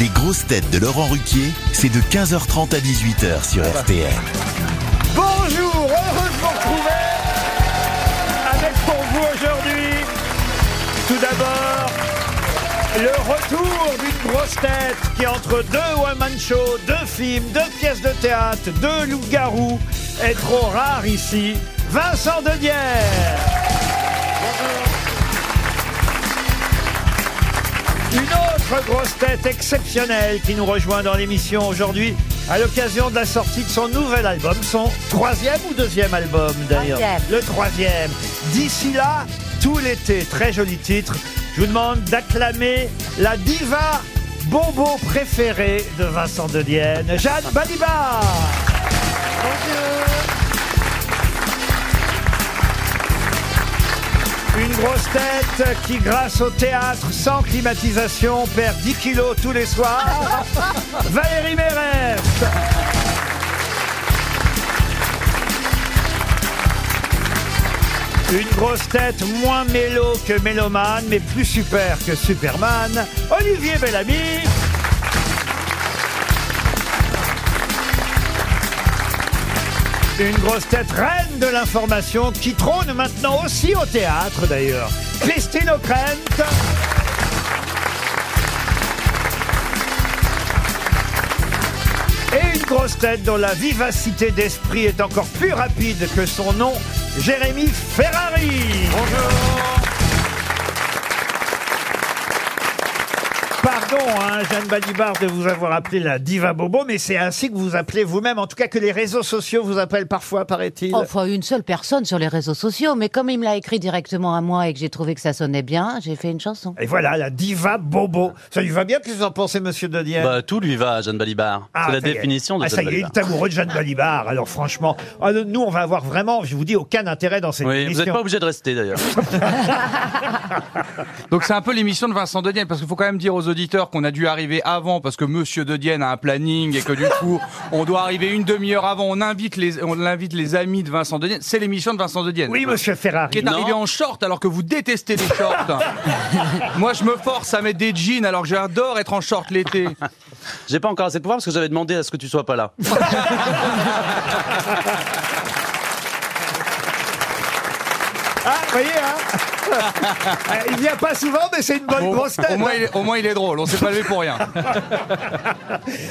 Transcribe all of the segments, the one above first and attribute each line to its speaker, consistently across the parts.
Speaker 1: Les grosses têtes de Laurent Ruquier, c'est de 15h30 à 18h sur RTL.
Speaker 2: Bonjour, heureux de vous retrouver avec pour vous aujourd'hui, tout d'abord, le retour d'une grosse tête qui entre deux one-man shows, deux films, deux pièces de théâtre, deux loups-garous est trop rare ici, Vincent Dedier. Une autre grosse tête exceptionnelle qui nous rejoint dans l'émission aujourd'hui à l'occasion de la sortie de son nouvel album, son troisième ou deuxième album d'ailleurs
Speaker 3: Troisième.
Speaker 2: Le troisième. D'ici là, tout l'été, très joli titre. Je vous demande d'acclamer la diva bobo préférée de Vincent Dedienne, Jeanne Balibar. Une grosse tête qui, grâce au théâtre sans climatisation, perd 10 kilos tous les soirs. Valérie Mérès. Une grosse tête moins mélo que mélomane, mais plus super que Superman. Olivier Bellamy. Une grosse tête reine de l'information qui trône maintenant aussi au théâtre d'ailleurs. Christine O'Krent. Et une grosse tête dont la vivacité d'esprit est encore plus rapide que son nom, Jérémy Ferrari. Pardon, hein, Jeanne Balibar, de vous avoir appelé la diva bobo, mais c'est ainsi que vous vous appelez vous-même, en tout cas que les réseaux sociaux vous appellent parfois, paraît-il.
Speaker 3: Enfin, une seule personne sur les réseaux sociaux, mais comme il me l'a écrit directement à moi et que j'ai trouvé que ça sonnait bien, j'ai fait une chanson.
Speaker 2: Et voilà, la diva bobo. Ça lui va bien, que vous en pensez, monsieur Dodier
Speaker 4: Bah, tout lui va à Jeanne Balibar.
Speaker 2: Ah,
Speaker 4: c'est la
Speaker 2: ça y est.
Speaker 4: définition de
Speaker 2: Ah,
Speaker 4: Jeanne
Speaker 2: ça y est, il
Speaker 4: Balibar.
Speaker 2: est amoureux de Jeanne Balibar. Alors franchement, ah, le- nous on va avoir vraiment, je vous dis, aucun intérêt dans cette
Speaker 4: Oui, vous
Speaker 2: émission.
Speaker 4: n'êtes pas obligé de rester d'ailleurs.
Speaker 5: Donc c'est un peu l'émission de Vincent Dedienne, parce qu'il faut quand même dire aux auditeurs qu'on a dû arriver avant, parce que Monsieur Dedienne a un planning et que du coup, on doit arriver une demi-heure avant. On invite les, on invite les amis de Vincent Dedienne. C'est l'émission de Vincent Dedienne.
Speaker 2: Oui, monsieur Ferrari.
Speaker 5: Qui est
Speaker 4: Non.
Speaker 5: arrivé en short alors que vous détestez les shorts. Moi, je me force à mettre des jeans alors que j'adore être en short l'été.
Speaker 4: J'ai pas encore assez de pouvoir parce que j'avais demandé à ce que tu sois pas là.
Speaker 2: Ah, vous voyez, hein Il vient pas souvent, mais c'est une bonne
Speaker 5: Au,
Speaker 2: grosse tête. hein.
Speaker 5: au moins, il est, au moins, il est drôle. On s'est pas levé pour rien.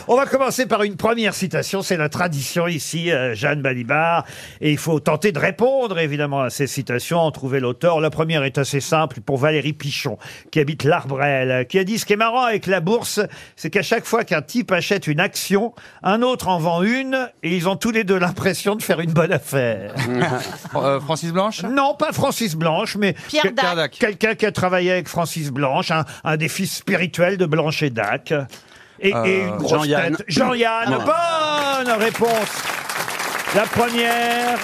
Speaker 2: On va commencer par une première citation, c'est la tradition ici, euh, Jeanne Balibar. Et il faut tenter de répondre évidemment à ces citations, en trouver l'auteur. La première est assez simple pour Valérie Pichon, qui habite l'Arbrel, euh, qui a dit ce qui est marrant avec la bourse, c'est qu'à chaque fois qu'un type achète une action, un autre en vend une, et ils ont tous les deux l'impression de faire une bonne affaire.
Speaker 5: Euh, Francis Blanche.
Speaker 2: non, pas Francis Blanche, mais
Speaker 3: Pierre
Speaker 2: quel-
Speaker 3: Dac.
Speaker 2: quelqu'un qui a travaillé avec Francis Blanche, un, un des fils spirituels de Blanche et Dac. Et, et une grosse
Speaker 4: Jean-Yann.
Speaker 2: tête. Jean-Yann, bonne réponse. La première.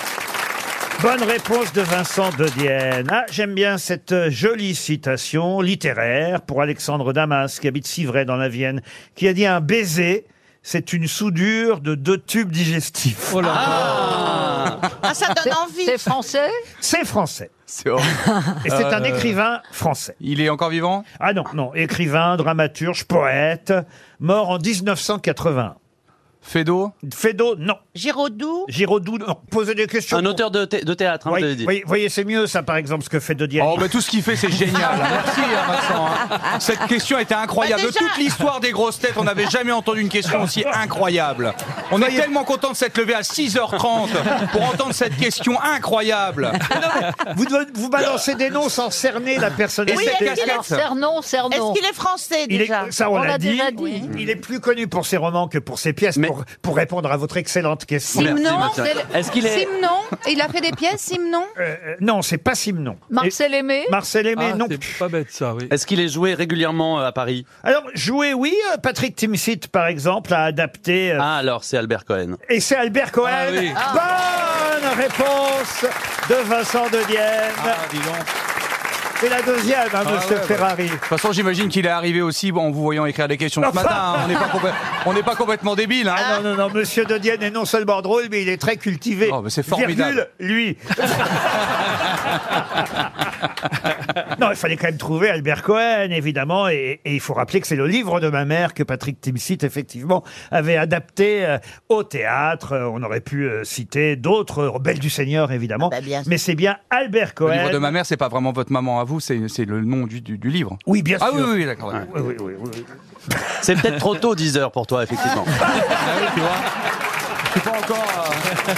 Speaker 2: Bonne réponse de Vincent Dedienne. Ah, j'aime bien cette jolie citation littéraire pour Alexandre Damas, qui habite Civray dans la Vienne, qui a dit un baiser, c'est une soudure de deux tubes digestifs. Ah
Speaker 3: C'est français
Speaker 2: C'est français.
Speaker 5: C'est horrible.
Speaker 2: Et c'est un
Speaker 5: Euh.
Speaker 2: écrivain français.
Speaker 5: Il est encore vivant.
Speaker 2: Ah non, non, écrivain, dramaturge, poète, mort en 1980.
Speaker 5: Fédo.
Speaker 2: Fédot, non.
Speaker 3: Giraudoux
Speaker 2: Giraudoux, non. Posez des questions.
Speaker 4: Un auteur de, thé- de théâtre, hein, vous
Speaker 2: Voyez,
Speaker 4: avez dit.
Speaker 2: voyez- voyez, c'est mieux ça, par exemple, ce que fait Dodier.
Speaker 5: Oh, bah tout ce qu'il fait, c'est génial. Merci, hein, Vincent. hein. Cette question était incroyable.
Speaker 3: Bah,
Speaker 5: de
Speaker 3: déjà-
Speaker 5: toute l'histoire des grosses têtes, on n'avait jamais entendu une question aussi incroyable. On est tellement content de s'être levé à 6h30 pour entendre cette question incroyable.
Speaker 2: Vous, devez- vous balancez des noms sans cerner la
Speaker 5: Et cette
Speaker 2: personnalité.
Speaker 3: Alors,
Speaker 5: casquette.
Speaker 3: Cernon, Cernon.
Speaker 6: Est-ce qu'il est français
Speaker 2: Il
Speaker 6: déjà
Speaker 2: est, ça, on,
Speaker 3: On
Speaker 2: l'a
Speaker 3: l'a
Speaker 2: dit.
Speaker 3: déjà dit.
Speaker 2: Il est plus connu pour ses romans que pour ses pièces,
Speaker 4: Mais-
Speaker 2: pour, pour répondre à votre excellente question.
Speaker 4: Merci,
Speaker 7: Simon,
Speaker 4: Mathieu.
Speaker 7: c'est le-
Speaker 4: Est-ce qu'il est.
Speaker 7: Simon, il a fait des pièces, Simon
Speaker 2: Euh, euh, non, c'est pas Simon.
Speaker 7: Marcel Aimé
Speaker 2: Et- Marcel Aimé,
Speaker 8: Ah,
Speaker 2: non.
Speaker 8: c'est pas bête ça, oui.
Speaker 4: Est-ce qu'il est joué régulièrement euh, à Paris
Speaker 2: Alors, jouer, oui, euh, Patrick Timsit, par exemple, a adapté euh,
Speaker 4: Ah, Ah. alors c'est Albert Cohen.
Speaker 2: Et c'est Albert Cohen.
Speaker 8: Ah oui.
Speaker 2: Bonne réponse de Vincent Dedienne.
Speaker 8: Ah,
Speaker 2: Et la deuxième, hein, monsieur
Speaker 5: Ah, ouais, ouais.
Speaker 2: Ferrari.
Speaker 5: De toute façon, j'imagine qu'il est arrivé aussi bon, en vous voyant écrire des questions ce matin. hein. On n'est pas, complè- on n'est pas complètement débile. Hein.
Speaker 2: Ah non, non, non, monsieur Dedienne est non seulement drôle, mais il est très cultivé.
Speaker 5: Oh, mais c'est formidable.
Speaker 2: Virgule, lui. Non, il fallait quand même trouver Albert Cohen, évidemment, et, et il faut rappeler que c'est le livre de ma mère que Patrick Timsit, effectivement, avait adapté euh, au théâtre. Euh, On aurait pu euh, citer d'autres, euh, Rebelles du Seigneur, évidemment,
Speaker 3: Ah bah, bien sûr.
Speaker 2: mais c'est bien Albert
Speaker 5: Le
Speaker 2: Cohen.
Speaker 5: livre de ma mère, c'est pas vraiment votre maman à vous, c'est c'est le nom du, du- du livre.
Speaker 2: Oui, bien
Speaker 5: Ah
Speaker 2: sûr.
Speaker 5: oui, oui, oui, d'accord. ouais.
Speaker 2: Oui, oui, oui, oui, oui.
Speaker 4: C'est peut-être trop tôt, 10 heures pour toi, effectivement.
Speaker 5: Ah Je suis pas encore. euh,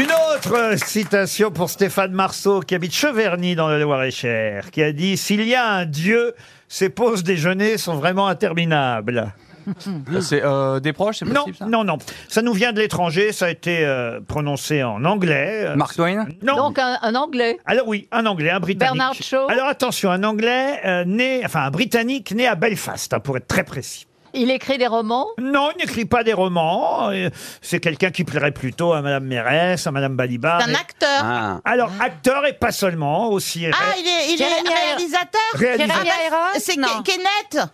Speaker 2: Une autre euh, citation pour Stéphane Marceau, qui habite Cheverny dans le Loir-et-Cher, qui a dit « S'il y a un Dieu, ces pauses déjeuner sont vraiment interminables ».
Speaker 5: C'est euh, des proches, c'est
Speaker 2: Mmh. Non,
Speaker 5: possible ça
Speaker 2: non, non. Ça nous vient de l'étranger, ça a été euh, prononcé en anglais. Euh,
Speaker 5: Mark Twain
Speaker 2: Non.
Speaker 7: Donc un, un anglais.
Speaker 2: Alors oui, un anglais, un britannique.
Speaker 7: Bernard Shaw.
Speaker 2: Alors attention, un anglais euh, né, enfin un britannique né à Belfast, hein, pour être très précis.
Speaker 7: Il écrit des romans.
Speaker 2: Non, il n'écrit pas des romans. euh, C'est quelqu'un qui plairait plutôt à Madame Mérès, à Madame Balibar.
Speaker 6: C'est un
Speaker 2: et-
Speaker 6: acteur.
Speaker 4: Ah.
Speaker 2: Alors acteur et pas seulement, aussi
Speaker 6: Ah,
Speaker 2: ré-
Speaker 6: il est, il est
Speaker 7: Jeremy Irons.
Speaker 6: réalisateur
Speaker 2: réalisateur.
Speaker 6: Ah, bah,
Speaker 7: Jeremy Irons,
Speaker 6: C'est
Speaker 7: non.
Speaker 6: Ke- Kenneth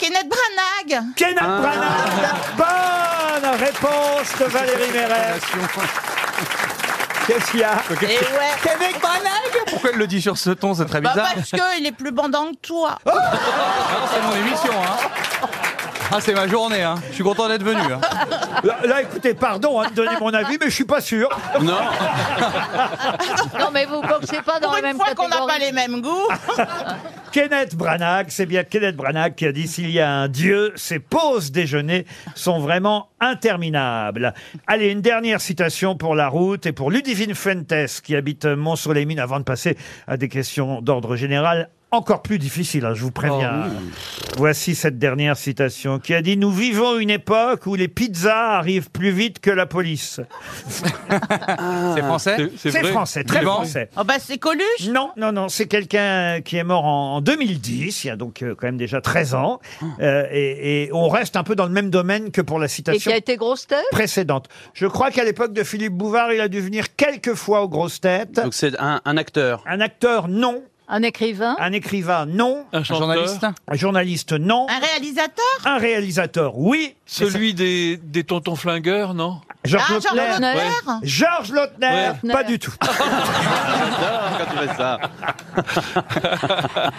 Speaker 6: Kenneth Branagh
Speaker 2: Kenneth
Speaker 5: Ah.
Speaker 2: Branagh. Bonne réponse de Valérie Mérès. Qu'est-ce qu'il y a
Speaker 6: Et Eh ouais Kenneth Branagh
Speaker 5: Pourquoi elle le dit sur ce ton C'est très
Speaker 6: Bah
Speaker 5: bizarre.
Speaker 6: parce qu'il est plus bandant que toi
Speaker 2: Oh.
Speaker 5: c'est mon émission, hein. Ah, c'est ma journée, hein. Je suis content d'être venu. hein.
Speaker 2: là, là, écoutez, pardon hein, de donner mon avis, mais je suis pas sûr.
Speaker 4: Non,
Speaker 7: Non, mais vous boxez pas dans
Speaker 6: Pour
Speaker 7: la même
Speaker 6: une fois qu'on
Speaker 7: catégorie.
Speaker 6: n'a pas les mêmes goûts
Speaker 2: Kenneth Branagh, c'est bien Kenneth Branagh qui a dit s'il y a un dieu, ces pauses déjeuner sont vraiment interminables. Allez, une dernière citation pour la route et pour Ludivine Fuentes qui habite Mont-sur-les-Mines avant de passer à des questions d'ordre général. Encore plus difficiles, hein, je vous préviens. Voici cette dernière citation qui a dit Nous vivons une époque où les pizzas arrivent plus vite que la police.
Speaker 5: C'est français
Speaker 2: C'est français, très
Speaker 5: Vivant.
Speaker 2: français.
Speaker 6: Oh bah c'est Coluche
Speaker 2: Non, non, non, c'est quelqu'un qui est mort en en 2010, il y a donc euh, quand même déjà 13 ans, Euh, et, et on reste un peu dans le même domaine que pour la
Speaker 7: Et
Speaker 2: citation
Speaker 7: qui a été grosse tête
Speaker 2: précédente. Je crois qu'à l'époque de Philippe Bouvard, il a dû venir quelques fois aux grosses têtes.
Speaker 4: donc c'est un, un acteur.
Speaker 2: Un acteur, non.
Speaker 7: Un écrivain
Speaker 2: Un écrivain, non.
Speaker 8: Un
Speaker 5: Un
Speaker 8: chanteur.
Speaker 5: journaliste
Speaker 2: Un journaliste, non.
Speaker 6: Un réalisateur
Speaker 2: Un réalisateur, oui.
Speaker 8: Celui des, des tontons flingueurs, non
Speaker 2: Georges
Speaker 6: Ah, Jean
Speaker 2: Lautner.
Speaker 6: Lautner
Speaker 2: Georges Lautner,
Speaker 7: Ouais.
Speaker 2: pas du tout.
Speaker 4: J'adore quand tu fais ça.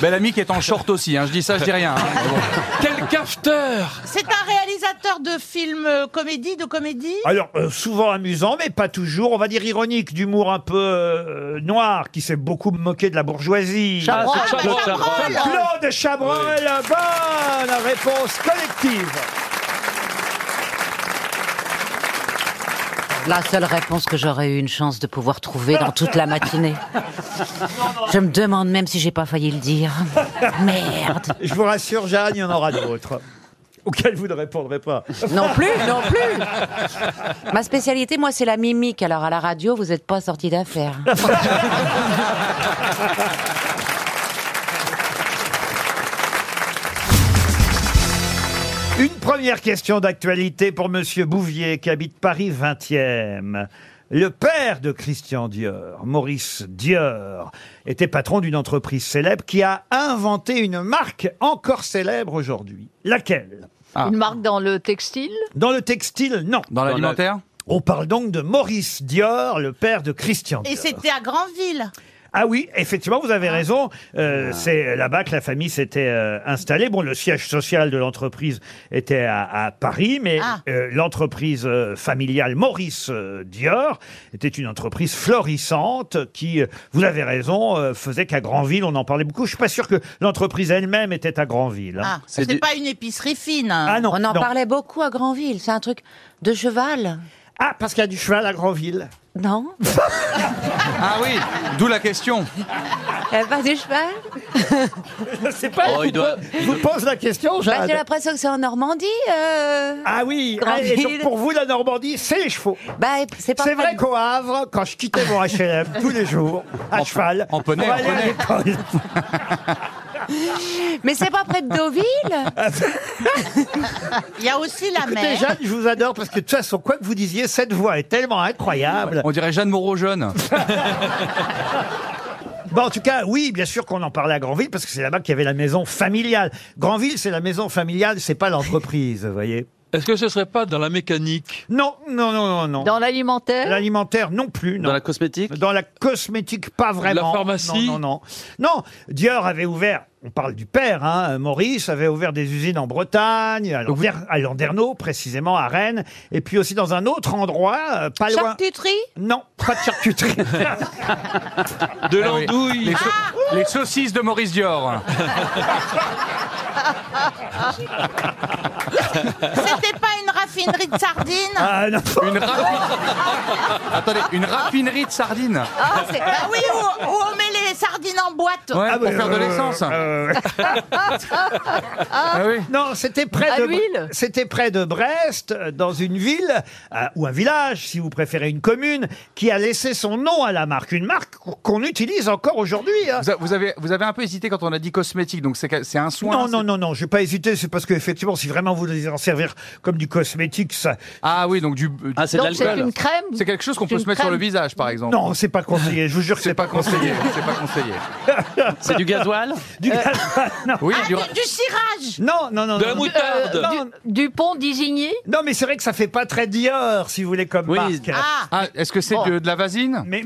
Speaker 5: Belle amie qui est en short aussi, hein. je dis ça, je dis rien. hein. Mais bon.
Speaker 8: Quel cafeteur
Speaker 6: C'est un réalisateur de films euh, comédie, de comédie
Speaker 2: Alors, euh, souvent amusant, mais pas toujours. On va dire ironique, d'humour un peu euh, noir, qui s'est beaucoup moqué de la bourgeoisie.
Speaker 4: Ah, c'est
Speaker 6: bah,
Speaker 4: Claude
Speaker 6: Chabrol.
Speaker 4: Chabrol.
Speaker 2: Claude Chabrol, bonne réponse collective.
Speaker 3: La seule réponse que j'aurais eu une chance de pouvoir trouver dans toute la matinée. Je me demande même si j'ai pas failli le dire. Merde.
Speaker 2: Je vous rassure, Jeanne, il y en aura d'autres. Auxquelles vous ne répondrez pas.
Speaker 3: Non plus, non plus. Ma spécialité, moi, c'est la mimique. Alors à la radio, vous n'êtes pas sorti d'affaire.
Speaker 2: Une première question d'actualité pour Monsieur Bouvier, qui habite Paris 20e. Le père de Christian Dior, Maurice Dior, était patron d'une entreprise célèbre qui a inventé une marque encore célèbre aujourd'hui. Laquelle
Speaker 5: Ah.
Speaker 7: Une marque dans le textile
Speaker 2: Dans le textile, non.
Speaker 5: Dans l'alimentaire
Speaker 2: On parle donc de Maurice Dior, le père de Christian Dior.
Speaker 6: Et c'était à Granville
Speaker 2: Ah oui, effectivement, vous
Speaker 6: Ah.
Speaker 2: avez raison. Euh, C'est là-bas que la famille s'était euh, installée. Bon, le siège social de l'entreprise était à, à Paris, mais
Speaker 6: Ah.
Speaker 2: euh, l'entreprise euh, familiale Maurice euh, Dior était une entreprise florissante qui, euh, vous avez raison, euh, faisait qu'à Granville, on en parlait beaucoup. Je suis pas sûr que l'entreprise elle-même était à Granville. hein.
Speaker 6: Ah,
Speaker 4: C'est
Speaker 6: c'est
Speaker 4: du-
Speaker 6: pas une épicerie fine hein.
Speaker 2: Ah non,
Speaker 3: On en
Speaker 2: non.
Speaker 3: parlait beaucoup à Grandville. C'est un truc de cheval,
Speaker 2: Ah, parce qu'il y a du cheval à Granville.
Speaker 3: non
Speaker 5: Ah oui, d'où la question.
Speaker 3: Il y a Eh, Pas de cheval
Speaker 2: Je sais pas,
Speaker 4: Oh, il
Speaker 2: vous,
Speaker 4: doit-
Speaker 2: po- vous pose la question,
Speaker 3: Bah,
Speaker 2: Jade.
Speaker 3: J'ai l'impression que c'est en Normandie. euh.
Speaker 2: Ah oui, ah, et
Speaker 3: Granville.
Speaker 2: donc pour vous, la Normandie, c'est les chevaux.
Speaker 3: Bah, c'est pas
Speaker 2: C'est
Speaker 3: mal.
Speaker 2: vrai qu'au Havre, quand je quittais mon HLM tous les jours, à cheval,
Speaker 5: en poney,
Speaker 2: pour
Speaker 5: en
Speaker 2: aller à
Speaker 5: poney.
Speaker 2: l'école.
Speaker 3: Ah, Mais c'est pas près de Deauville
Speaker 6: Il y a aussi la
Speaker 2: Écoutez,
Speaker 6: mer
Speaker 2: Jeanne, je vous adore parce que de toute façon, quoi que vous disiez, cette voix est tellement incroyable.
Speaker 5: On dirait Jeanne Moreau jeune.
Speaker 2: Bon, en tout cas, oui, bien sûr qu'on en parlait à Granville parce que c'est là-bas qu'il y avait la maison familiale. Granville, c'est la maison familiale, c'est pas l'entreprise, vous voyez.
Speaker 5: Euh,
Speaker 8: Est-ce que ce serait pas dans la mécanique
Speaker 2: Non, non, non, non, non.
Speaker 7: Dans l'alimentaire
Speaker 2: L'alimentaire non plus, non.
Speaker 4: Dans la cosmétique
Speaker 2: Dans la cosmétique, pas vraiment.
Speaker 8: La pharmacie
Speaker 2: Non, non, non. Non, Dior avait ouvert, on parle du père, hein, Maurice avait ouvert des usines en Bretagne, à Lander- à Landerneau précisément, à Rennes, et puis aussi dans un autre endroit, euh, pas loin.
Speaker 6: Charcuterie
Speaker 2: Non, pas de charcuterie.
Speaker 8: De
Speaker 5: Ah oui.
Speaker 8: l'andouille
Speaker 5: Les, sau- les saucisses de Maurice Dior.
Speaker 6: C'était pas une raffinerie de sardines
Speaker 2: Ah, non.
Speaker 5: Une raffi- Attendez, une raffinerie de sardines.
Speaker 7: Ah, c'est-
Speaker 6: Bah oui, où, où on met les sardines en boîte
Speaker 5: Ouais,
Speaker 2: Ah,
Speaker 5: pour
Speaker 2: ouais,
Speaker 5: faire de
Speaker 2: euh,
Speaker 5: l'essence.
Speaker 2: euh,
Speaker 5: Ah oui.
Speaker 2: Non, c'était près
Speaker 7: À
Speaker 2: de
Speaker 7: l'huile
Speaker 2: c'était près de Brest, euh, dans une ville euh, ou un village, si vous préférez, une commune qui a laissé son nom à la marque, une marque qu'on utilise encore aujourd'hui. hein.
Speaker 5: Vous, a- vous avez, vous avez un peu hésité quand on a dit cosmétique, donc c'est que- c'est un soin.
Speaker 2: Non,
Speaker 5: c'est-
Speaker 2: non, non, non, j'ai pas hésité, c'est parce que effectivement, si vraiment vous voulez en servir comme du cosmétique, ça,
Speaker 5: Ah oui, donc du. euh,
Speaker 4: Ah, c'est de
Speaker 7: Donc c'est
Speaker 4: l'alcool.
Speaker 7: une crème
Speaker 5: C'est quelque chose qu'on
Speaker 7: c'est
Speaker 5: peut
Speaker 7: une
Speaker 5: se mettre sur le
Speaker 7: crème.
Speaker 5: visage, par exemple.
Speaker 2: non, c'est pas conseillé. Je vous jure que
Speaker 5: C'est pas conseillé. C'est pas conseillé.
Speaker 4: C'est du gasoil
Speaker 2: du non.
Speaker 5: Oui,
Speaker 6: Ah,
Speaker 5: du-
Speaker 6: du, du cirage
Speaker 2: non, non, non,
Speaker 8: De la
Speaker 2: non.
Speaker 8: moutarde
Speaker 2: Non,
Speaker 7: Du pont d'Isigny
Speaker 2: non, mais c'est vrai que ça fait pas très Dior, si vous voulez, comme
Speaker 4: Oui.
Speaker 2: marque.
Speaker 6: Ah
Speaker 5: Ah, est-ce que c'est
Speaker 7: Bon.
Speaker 5: de, de la vasine
Speaker 2: Mais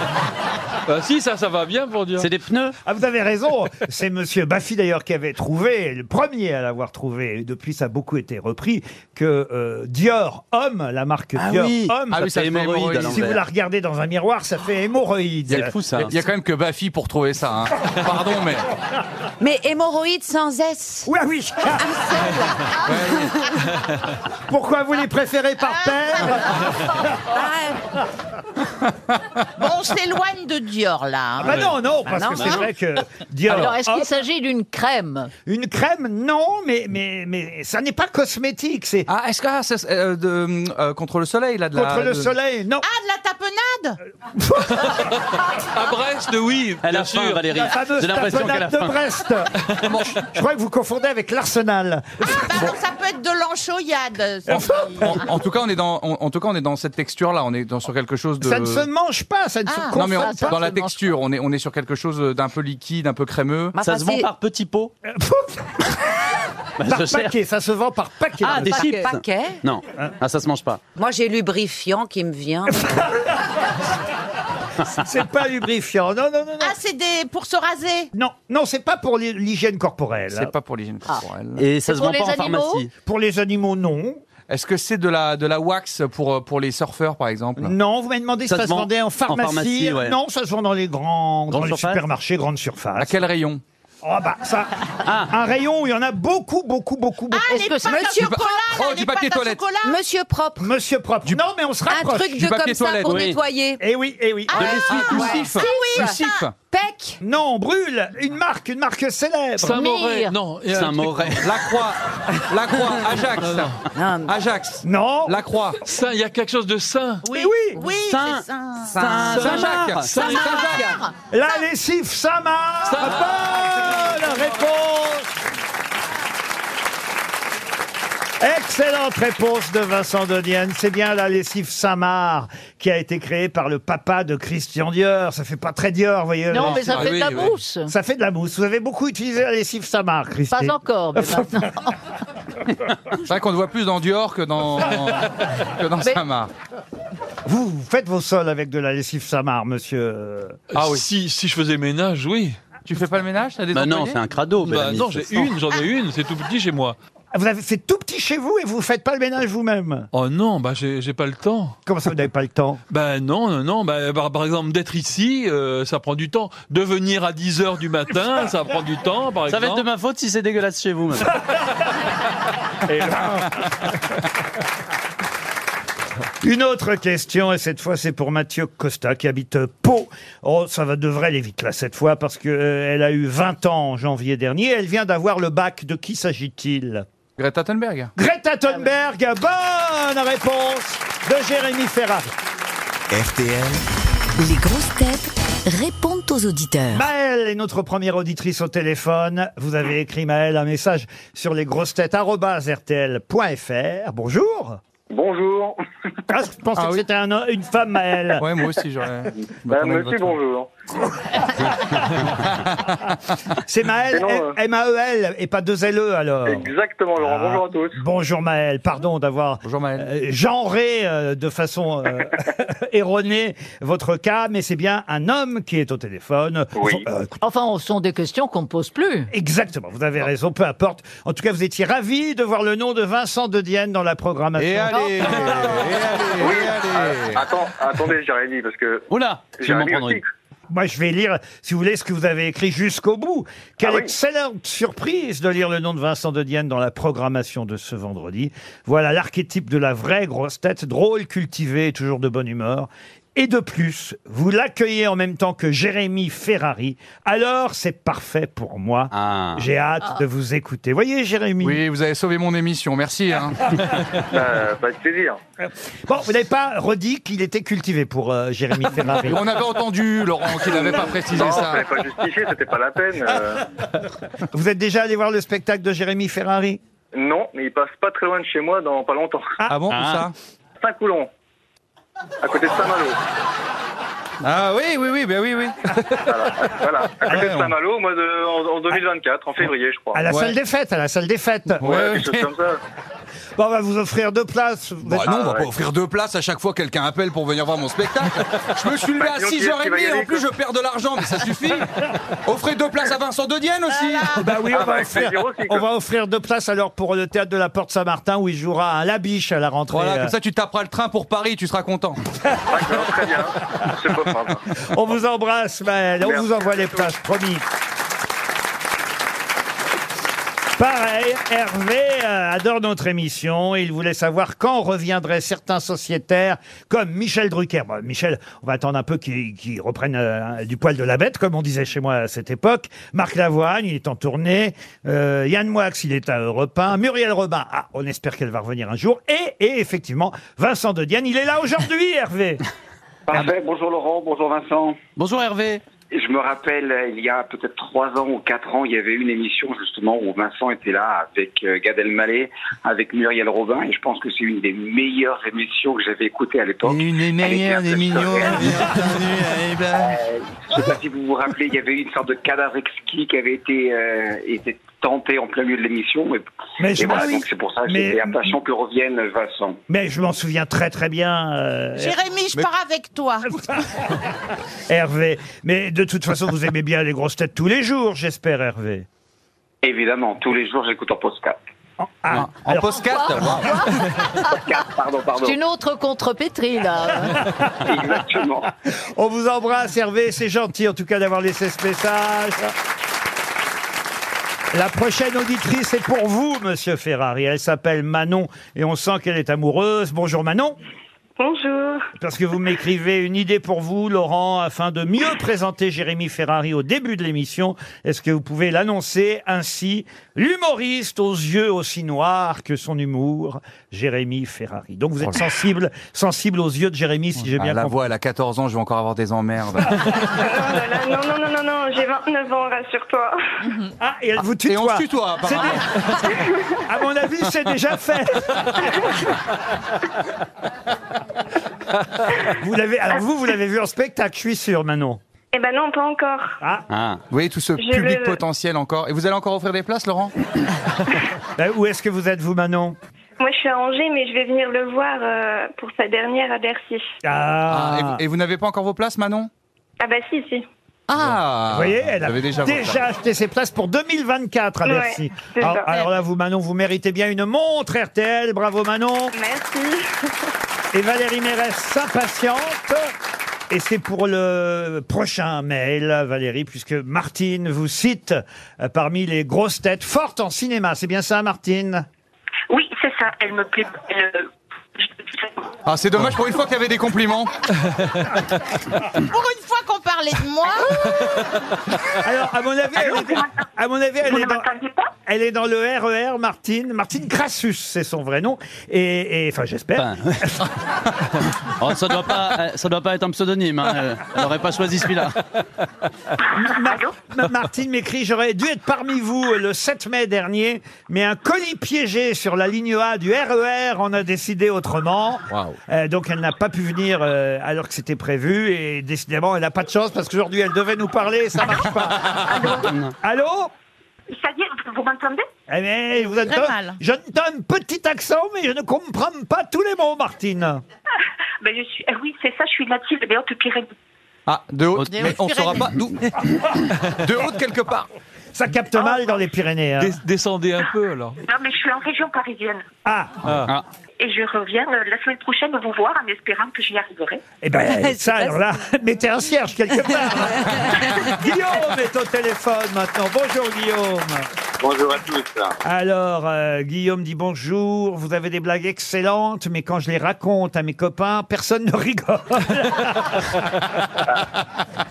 Speaker 8: Bah Si, ça, ça va bien pour dire.
Speaker 4: C'est des pneus
Speaker 2: Ah, vous avez raison. C'est Monsieur Baffy d'ailleurs qui avait trouvé, le premier à l'avoir trouvé. Et depuis, ça a beaucoup été repris que euh, Dior homme, la marque Dior homme.
Speaker 5: Ah oui, ça
Speaker 4: fait
Speaker 5: fait
Speaker 4: hémorroïde
Speaker 5: hémorroïde.
Speaker 4: à
Speaker 2: si vous la
Speaker 4: l'envers.
Speaker 2: regardez dans un miroir, ça fait hémorroïde.
Speaker 4: C'est fou ça.
Speaker 5: Il y a hein. quand même que Baffy pour trouver ça. hein. Pardon, mais.
Speaker 3: Mais hémorroïdes sans S.
Speaker 2: Oui, ah oui. Pourquoi vous les préférez par
Speaker 7: Ah.
Speaker 2: terre
Speaker 3: Ah.
Speaker 6: Bon, on s'éloigne de Dior, là. hein.
Speaker 2: Bah non, non, parce
Speaker 6: non,
Speaker 2: que c'est
Speaker 6: bah non.
Speaker 2: vrai que Dior hein.
Speaker 7: Alors est-ce
Speaker 2: homme,
Speaker 7: qu'il s'agit d'une crème
Speaker 2: une crème, non, mais mais mais ça n'est pas cosmétique, c'est
Speaker 5: Ah, est-ce que ah, c'est- euh, de, euh, contre le soleil là de la-
Speaker 2: contre le
Speaker 5: de-
Speaker 2: soleil, non.
Speaker 6: Ah, de la tapenade
Speaker 2: Euh,
Speaker 5: Ah,
Speaker 8: À Brest, oui,
Speaker 4: Elle
Speaker 8: bien
Speaker 4: a faim,
Speaker 8: sûr.
Speaker 4: Valérie.
Speaker 2: La fameuse
Speaker 4: J'ai l'impression qu'elle a
Speaker 2: tapenade de
Speaker 4: faim.
Speaker 2: Brest. Je crois que vous confondez avec l'arsenal.
Speaker 6: Ah, bah non, ça peut être de l'enchoyade. ça aussi.
Speaker 5: En, en tout cas, on est dans, en, en tout cas, on est dans cette texture-là. On est dans, sur quelque chose de.
Speaker 2: Ça ne se mange pas, ça ne se
Speaker 7: Ah,
Speaker 2: consomme
Speaker 5: non, mais on-
Speaker 7: ça, ça
Speaker 5: dans
Speaker 7: se
Speaker 5: la
Speaker 7: mange
Speaker 5: texture, on est, on est sur quelque chose d'un peu liquide, un peu crémeux. Euh,
Speaker 3: Bah,
Speaker 4: Ça
Speaker 3: enfin,
Speaker 4: se vend
Speaker 3: c'est
Speaker 4: par petits pots Bah,
Speaker 2: par
Speaker 4: je cherche.
Speaker 2: paquet, ça se vend par paquet.
Speaker 4: Ah, des
Speaker 3: paquet.
Speaker 4: chips
Speaker 3: Paquet.
Speaker 4: Non, ah, ça se mange pas.
Speaker 3: Moi, j'ai lubrifiant qui me vient.
Speaker 2: C'est pas lubrifiant. Non, non, non, non.
Speaker 6: Ah, c'est des pour se raser.
Speaker 2: Non, non, c'est pas pour l'hy- l'hygiène corporelle.
Speaker 5: C'est pas pour l'hygiène
Speaker 2: Ah.
Speaker 5: corporelle.
Speaker 4: Et ça
Speaker 7: C'est
Speaker 4: se vend
Speaker 7: pour
Speaker 4: pas en
Speaker 7: les animaux
Speaker 4: pharmacie.
Speaker 2: Pour les animaux, non.
Speaker 5: Est-ce que c'est de la, de la wax pour, euh, pour les surfeurs, par exemple
Speaker 2: Non, vous m'avez demandé si
Speaker 4: Ça
Speaker 2: ça
Speaker 4: se
Speaker 2: se
Speaker 4: vend
Speaker 2: vendait en
Speaker 4: en
Speaker 2: pharmacie.
Speaker 4: pharmacie, ouais.
Speaker 2: Non, ça se vend dans les grands, dans
Speaker 4: Grande
Speaker 2: les
Speaker 4: surface
Speaker 2: supermarchés, grandes
Speaker 5: À
Speaker 2: surfaces.
Speaker 5: quel rayon
Speaker 2: Oh
Speaker 5: Ah.
Speaker 2: bah ça, un rayon où il y en a beaucoup, beaucoup, beaucoup,
Speaker 3: Ah,
Speaker 2: beaucoup.
Speaker 7: Est-ce que c'est
Speaker 6: Monsieur
Speaker 5: Du pa-
Speaker 6: Chocolat,
Speaker 5: Oh,
Speaker 6: là,
Speaker 5: du
Speaker 6: les
Speaker 5: papier
Speaker 6: pâtes à
Speaker 5: toilette.
Speaker 6: chocolat.
Speaker 3: Monsieur propre.
Speaker 2: Monsieur propre. Non, mais on se
Speaker 3: Un
Speaker 2: rapproche.
Speaker 3: truc
Speaker 5: du
Speaker 3: de
Speaker 5: papier
Speaker 3: comme ça
Speaker 5: toilette,
Speaker 3: pour
Speaker 4: oui.
Speaker 3: nettoyer. Ah,
Speaker 2: Eh oui, eh oui.
Speaker 5: De l'essuie, du sif
Speaker 3: oui,
Speaker 5: Du
Speaker 3: ça.
Speaker 5: sif
Speaker 3: Pec.
Speaker 2: Non, on brûle. Une marque, une marque célèbre.
Speaker 8: Saint-Moré,
Speaker 7: Mire.
Speaker 8: non. il y a un
Speaker 4: Saint-Moré.
Speaker 5: La croix La croix Ajax
Speaker 3: Non, mais-
Speaker 5: Ajax
Speaker 2: Non.
Speaker 5: La croix
Speaker 8: truc Saint, il y a quelque chose de saint.
Speaker 2: Eh oui.
Speaker 6: Oui,
Speaker 4: Saint-
Speaker 6: c'est ça.
Speaker 5: Saint-Jacques Saint-Jacques
Speaker 2: La lessive, ça marche.
Speaker 8: Ça
Speaker 2: Bonne réponse. Excellente réponse de Vincent Dodienne. C'est bien la lessive Samar qui a été créée par le papa de Christian Dior. Ça fait pas très Dior, vous voyez.
Speaker 7: Non,
Speaker 2: la
Speaker 7: mais ça
Speaker 5: Ah
Speaker 7: fait de
Speaker 5: oui,
Speaker 7: la
Speaker 5: oui.
Speaker 7: mousse.
Speaker 2: Ça fait de la mousse. Vous avez beaucoup utilisé la lessive Samar,
Speaker 7: Pas
Speaker 2: Christine.
Speaker 7: encore, mais maintenant.
Speaker 5: C'est vrai qu'on le voit plus dans Dior que dans, que dans Samar.
Speaker 2: Vous, vous faites vos sols avec de la lessive Samar, monsieur.
Speaker 8: Ah oui. Si, si je faisais ménage, oui.
Speaker 5: Tu fais pas le ménage T'as des
Speaker 4: Bah non,
Speaker 5: employés
Speaker 4: c'est un crado.
Speaker 8: Bah
Speaker 4: Bellamy,
Speaker 8: non,
Speaker 4: ça
Speaker 8: j'ai
Speaker 4: se sent.
Speaker 8: une, j'en ai une, c'est tout petit chez moi.
Speaker 2: Vous avez fait tout petit chez vous et vous faites pas le ménage vous-même.
Speaker 8: Oh non, bah j'ai j'ai pas le temps.
Speaker 2: Comment ça, vous n'avez pas le temps
Speaker 8: Bah non, non, non, bah, par, par exemple d'être ici, euh, ça prend du temps. De venir à 10h du matin, ça prend du temps, par
Speaker 4: Ça va être
Speaker 8: exemple.
Speaker 4: de ma faute si c'est dégueulasse chez vous. maintenant.
Speaker 2: Une autre question, et cette fois c'est pour Mathieu Costa qui habite euh, Pau. Oh, ça va, devrait aller vite là cette fois parce que euh, elle a eu 20 ans en janvier dernier. Elle vient d'avoir le bac. De qui s'agit-il
Speaker 5: Greta Thunberg.
Speaker 2: Greta Thunberg. Bonne réponse de Jérémy Ferrari.
Speaker 1: RTL,
Speaker 9: Les grosses têtes répondent aux auditeurs.
Speaker 2: Maëlle est notre première auditrice au téléphone. Vous avez écrit Maëlle un message sur lesgrossetêtes@rtl.fr. Bonjour.
Speaker 10: Bonjour.
Speaker 2: Ah, je pensais que c'était un- une femme à elle.
Speaker 5: Ouais, moi aussi, j'aurais.
Speaker 10: Bah, monsieur, bonjour.
Speaker 2: C'est Maël,
Speaker 10: Mais non,
Speaker 2: M- M-A-E-L, et pas deux L-E alors.
Speaker 10: hein. Exactement, Laurent.
Speaker 2: Ah.
Speaker 10: Bonjour à tous.
Speaker 2: Bonjour Maël, pardon d'avoir euh, genré euh, de façon euh, erronée votre cas, mais c'est bien un homme qui est au téléphone. Euh, écoute,
Speaker 7: Enfin, ce sont des questions qu'on ne pose plus.
Speaker 2: Exactement, vous avez raison, peu importe. En tout cas, vous étiez ravi de voir le nom de Vincent De Dienne dans la programmation.
Speaker 5: Et allez, et allez, et allez.
Speaker 10: Ah, attends, attendez, Jérémy, parce que.
Speaker 4: Oula
Speaker 2: je vais m'en
Speaker 10: Jérémy
Speaker 2: prendre
Speaker 10: aussi.
Speaker 2: une. Moi, je vais lire, si vous voulez, ce que vous avez écrit jusqu'au bout. Quelle
Speaker 5: Ah
Speaker 2: excellente surprise de lire le nom de Vincent de Dienne dans la programmation de ce vendredi. Voilà l'archétype de la vraie grosse tête, drôle, cultivée, toujours de bonne humeur. Et de plus, vous l'accueillez en même temps que Jérémy Ferrari. Alors, c'est parfait pour moi. J'ai hâte de vous écouter. Voyez, Jérémy.
Speaker 5: Ah. Oui, vous avez sauvé mon émission, merci. hein.
Speaker 10: Euh, pas de plaisir.
Speaker 2: Bon, vous n'avez pas redit qu'il était cultivé pour euh, Jérémy Ferrari.
Speaker 5: On avait entendu, Laurent, qu'il n'avait pas précisé
Speaker 10: non,
Speaker 5: ça.
Speaker 10: fallait pas justifier, c'était pas la peine. euh.
Speaker 2: Vous êtes déjà allé voir le spectacle de Jérémy Ferrari
Speaker 10: non, mais il passe pas très loin de chez moi dans pas longtemps.
Speaker 5: Ah bon, où ça
Speaker 10: Saint-Coulon. À côté de Saint-Malo.
Speaker 5: Ah oui, oui, oui, ben oui, oui.
Speaker 10: Voilà. voilà. À côté
Speaker 5: Ah, ouais, ah.
Speaker 10: de
Speaker 5: on-
Speaker 10: Saint-Malo, moi, de- en, en 2024, en février, je crois.
Speaker 2: À la salle des fêtes, à la salle des fêtes.
Speaker 10: Ouais, quelque chose comme ça.
Speaker 2: Bon, on va vous offrir deux places. Vous
Speaker 5: Bah
Speaker 2: êtes-
Speaker 5: non, on va pas offrir deux places à chaque fois que quelqu'un appelle pour venir voir mon spectacle. Je me suis levé
Speaker 10: Bah,
Speaker 5: à
Speaker 10: sinon, qui est-ce qui va y
Speaker 5: 6h30 et en
Speaker 10: aller,
Speaker 5: plus je perds de l'argent, mais ça suffit. Offrez deux places à Vincent De Dienne aussi.
Speaker 2: Bah oui, on,
Speaker 10: Ah, bah,
Speaker 2: va
Speaker 10: avec
Speaker 2: offrir,
Speaker 10: plaisir aussi, quoi.
Speaker 2: on va offrir deux places alors pour le théâtre de la Porte Saint-Martin où il jouera à la biche à la rentrée.
Speaker 5: Voilà,
Speaker 2: Euh,
Speaker 5: comme ça tu taperas le train pour Paris, tu seras content.
Speaker 10: D'accord, Ah, bah, très bien. C'est pas grave.
Speaker 2: on vous embrasse, Maël. On
Speaker 10: Merci.
Speaker 2: vous envoie les places, promis. Pareil, Hervé euh, adore notre émission. Il voulait savoir quand reviendraient certains sociétaires comme Michel Drucker. Bon, Michel, on va attendre un peu qu'il qu'il reprenne euh, du poil de la bête, comme on disait chez moi à cette époque. Marc Lavoine, il est en tournée. Euh, Yann Moix, il est à Europe 1. Muriel Robin, ah, on espère qu'elle va revenir un jour. Et, et effectivement, Vincent De Dienne, il est là aujourd'hui, Hervé.
Speaker 11: Parfait. Bonjour Laurent, bonjour Vincent.
Speaker 4: Bonjour Hervé.
Speaker 11: Je me rappelle, euh, il y a peut-être trois ans ou quatre ans, il y avait une émission justement où Vincent était là avec euh, Gad Elmaleh, avec Muriel Robin, et je pense que c'est une des meilleures émissions que j'avais écoutées à l'époque.
Speaker 5: Une des
Speaker 11: meilleures des millions,
Speaker 5: millions.
Speaker 11: Euh, je ne sais pas si vous vous rappelez, il y avait eu une sorte de cadavre exquis qui avait été, euh, été tenté en plein milieu de l'émission. Et,
Speaker 2: Mais
Speaker 11: et
Speaker 2: je-
Speaker 11: voilà,
Speaker 2: ah oui.
Speaker 11: donc c'est pour ça que
Speaker 2: Mais-
Speaker 11: j'étais impatient que revienne euh, Vincent.
Speaker 2: Mais je m'en souviens très très bien, euh,
Speaker 6: Jérémy, je pars avec toi.
Speaker 2: Hervé. Mais de toute façon, vous aimez bien les grosses têtes tous les jours, j'espère, Hervé.
Speaker 11: Évidemment, tous les jours j'écoute en podcast.
Speaker 2: Ah,
Speaker 5: En
Speaker 2: alors-
Speaker 5: postcard
Speaker 11: Podcast, pardon, pardon.
Speaker 7: C'est une autre contrepétrie, là.
Speaker 11: Exactement.
Speaker 2: On vous embrasse, Hervé. C'est gentil, en tout cas, d'avoir laissé ce message. La prochaine auditrice est pour vous, monsieur Ferrari. Elle s'appelle Manon et on sent qu'elle est amoureuse. Bonjour Manon.
Speaker 12: Bonjour.
Speaker 2: Parce que vous m'écrivez une idée pour vous, Laurent, afin de mieux présenter Jérémy Ferrari au début de l'émission. Est-ce que vous pouvez l'annoncer ainsi L'humoriste aux yeux aussi noirs que son humour, Jérémy Ferrari. Donc vous êtes sensible, sensible aux yeux de Jérémy, si j'ai bien
Speaker 5: Ah, La
Speaker 2: compris.
Speaker 5: voix, elle a 14 ans, je vais encore avoir des emmerdes.
Speaker 12: Oh là là, non, non, non, non, non, j'ai 29 ans, rassure-toi.
Speaker 2: Ah, et elle vous tutoie.
Speaker 5: Et on se tutoie,
Speaker 2: C'est
Speaker 5: apparemment.
Speaker 2: dé- À mon avis, c'est déjà fait. vous l'avez, alors vous, vous l'avez vu en spectacle, je suis sûr, Manon. Ah.
Speaker 12: Eh ben non, pas encore.
Speaker 5: Ah. Vous voyez tout ce
Speaker 12: Je
Speaker 5: public
Speaker 12: le-
Speaker 5: potentiel encore. Et vous allez encore offrir des places, Laurent
Speaker 2: Ben, où est-ce que vous êtes, vous, Manon
Speaker 12: Moi, je suis à Angers, mais je vais venir le voir euh, pour sa dernière à Bercy.
Speaker 5: Ah, et vous- Et vous n'avez pas encore vos places, Manon
Speaker 12: Ah bah si, si.
Speaker 5: Ah
Speaker 2: Vous voyez, elle a
Speaker 5: Vous avez
Speaker 2: déjà,
Speaker 5: vos places.
Speaker 2: acheté ses places pour 2024 à
Speaker 12: Ouais,
Speaker 2: Bercy.
Speaker 12: c'est
Speaker 2: alors,
Speaker 12: ça.
Speaker 2: alors là, vous, Manon, vous méritez bien une montre RTL. Bravo, Manon.
Speaker 12: Merci.
Speaker 2: Et Valérie Mérès s'impatiente. Et c'est pour le prochain mail, Valérie, puisque Martine vous cite euh, parmi les grosses têtes fortes en cinéma. C'est bien ça, Martine
Speaker 12: Oui, c'est ça, elle me plaît. elle-
Speaker 5: Ah, c'est dommage pour une fois qu'il y avait des compliments.
Speaker 6: Pour une fois qu'on parle parler de moi
Speaker 12: Ah,
Speaker 2: Alors, à mon avis, elle est, à mon avis, elle est dans, elle est dans le RER, Martine. Martine Crassus, c'est son vrai nom. Et, et- enfin, j'espère.
Speaker 4: Oh, ça doit pas, euh, ça doit pas être un pseudonyme. hein, euh, Elle n'aurait pas choisi celui-là.
Speaker 2: Ma- Ma- Martine m'écrit J'aurais dû être parmi vous le 7 mai dernier, mais un colis piégé sur la ligne A du RER en a décidé autrement. Euh, donc elle n'a pas pu venir euh, alors que c'était prévu. Et décidément, elle n'a pas de chance parce qu'aujourd'hui, elle devait nous parler et ça marche pas. Allô
Speaker 12: C'est-à-dire, vous m'entendez
Speaker 2: Eh bien, je vous entends-
Speaker 12: Très mal.
Speaker 2: Je entends un petit accent, mais je ne comprends pas tous les mots, Martine.
Speaker 12: ben, je suis, euh, Oui, c'est ça, je suis native des Hautes-Pyrénées.
Speaker 5: Ah, de haute.
Speaker 12: Des
Speaker 5: Mais on
Speaker 12: Hautes-Pyrénées.
Speaker 5: saura pas d'où. De haute quelque part. Ah.
Speaker 2: Ça capte mal dans les Pyrénées. hein.
Speaker 8: Descendez un peu alors.
Speaker 12: Non, mais je suis en région parisienne.
Speaker 2: Ah.
Speaker 8: Ah.
Speaker 12: Et je reviens euh, la semaine prochaine vous voir en espérant que j'y arriverai.
Speaker 2: Eh
Speaker 6: Ah.
Speaker 2: ben, ça, alors là, mettez un cierge quelque part. Guillaume est au téléphone maintenant. Bonjour, Guillaume.
Speaker 10: Bonjour à tous.
Speaker 2: Alors, euh, Guillaume dit bonjour, vous avez des blagues excellentes, mais quand je les raconte à mes copains, personne ne rigole.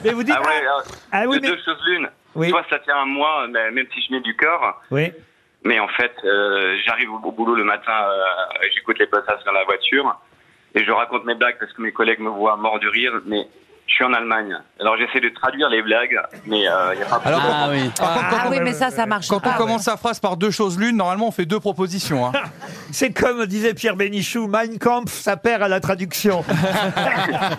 Speaker 2: mais vous dites...
Speaker 10: Ah ouais, alors,
Speaker 2: Ah oui,
Speaker 10: de deux choses l'une.
Speaker 2: Oui.
Speaker 10: Soit ça tient à moi, mais même si je mets du corps.
Speaker 2: Oui.
Speaker 10: Mais en fait, euh, j'arrive au, au boulot le matin, euh, j'écoute les passages dans la voiture et je raconte mes blagues parce que mes collègues me voient mort de rire, mais je suis en Allemagne. Alors j'essaie de traduire les blagues, mais euh, il n'y a pas de
Speaker 5: ah oui.
Speaker 3: Ah oui, mais ça, ça marche
Speaker 5: Quand
Speaker 3: pas,
Speaker 5: on
Speaker 3: ouais.
Speaker 5: commence sa phrase par deux choses l'une, normalement on fait deux propositions. hein.
Speaker 2: C'est comme disait Pierre Bénichou, Mein Kampf, ça perd à la traduction.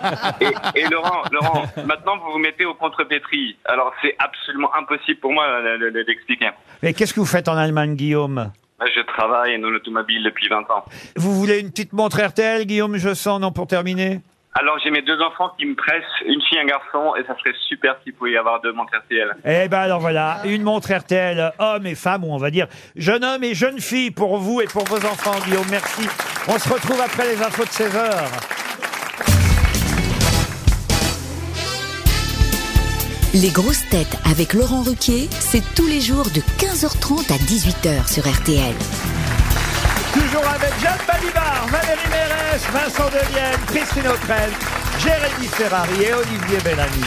Speaker 10: Et, et Laurent, Laurent, maintenant vous vous mettez au contre-pétri. Alors c'est absolument impossible pour moi euh, de- de- d'expliquer.
Speaker 2: mais qu'est-ce que vous faites en Allemagne, Guillaume
Speaker 10: Moi, Je travaille dans l'automobile depuis 20 ans.
Speaker 2: Vous voulez une petite montre RTL, Guillaume, je sens, non, pour terminer
Speaker 10: Alors j'ai mes deux enfants qui me pressent, une fille et un garçon, et ça serait super s'il pouvait y avoir deux montres RTL.
Speaker 2: Eh ben alors voilà, une montre RTL, homme et femme, ou on va dire jeune homme et jeune fille pour vous et pour vos enfants, Guillaume. Merci. On se retrouve après les infos de 16 heures.
Speaker 9: Les grosses têtes avec Laurent Ruquier, c'est tous les jours de 15h30 à 18h sur RTL.
Speaker 2: Toujours avec Jeanne Balibar, Valérie Mérès, Vincent Delienne, Christine O'Krell, Jérémy Ferrari et Olivier Bellamy.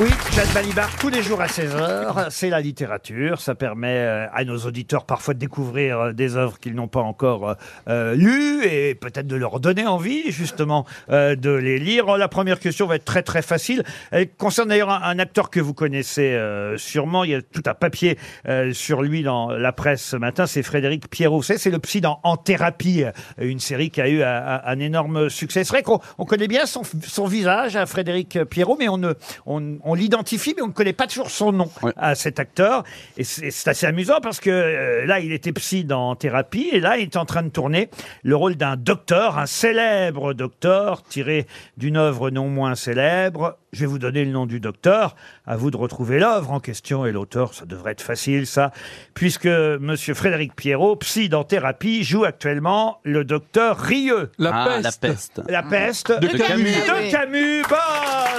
Speaker 2: Oui, Jeanne Balibar, tous les jours à 16h, c'est la littérature. Ça permet euh, à nos auditeurs parfois de découvrir euh, des œuvres qu'ils n'ont pas encore euh, euh, lues et peut-être de leur donner envie, justement, euh, de les lire. Oh, la première question va être très très facile. Elle concerne d'ailleurs un, un acteur que vous connaissez euh, sûrement. Il y a tout un papier euh, sur lui dans la presse ce matin. C'est Frédéric Pierrousset. C'est le psy dans En thérapie, euh, une série qui a eu un, un- un énorme succès. C'est vrai qu'on on connaît bien son, son visage à Frédéric Pierrot, mais on ne, on, on l'identifie, mais on ne connaît pas toujours son nom à cet acteur. Et c'est c'est assez amusant parce que euh, là, il était psy dans thérapie et là, il est en train de tourner le rôle d'un docteur, un célèbre docteur tiré d'une œuvre non moins célèbre. Je vais vous donner le nom du docteur. À vous de retrouver l'œuvre en question et l'auteur. Ça devrait être facile, ça. Puisque monsieur Frédéric Pierrot, psy dans thérapie, joue actuellement le docteur Rieux.
Speaker 8: La Ah, peste. la peste.
Speaker 2: La peste.
Speaker 8: De De Camus. Camus,
Speaker 2: De
Speaker 8: oui.
Speaker 2: Camus. Bonne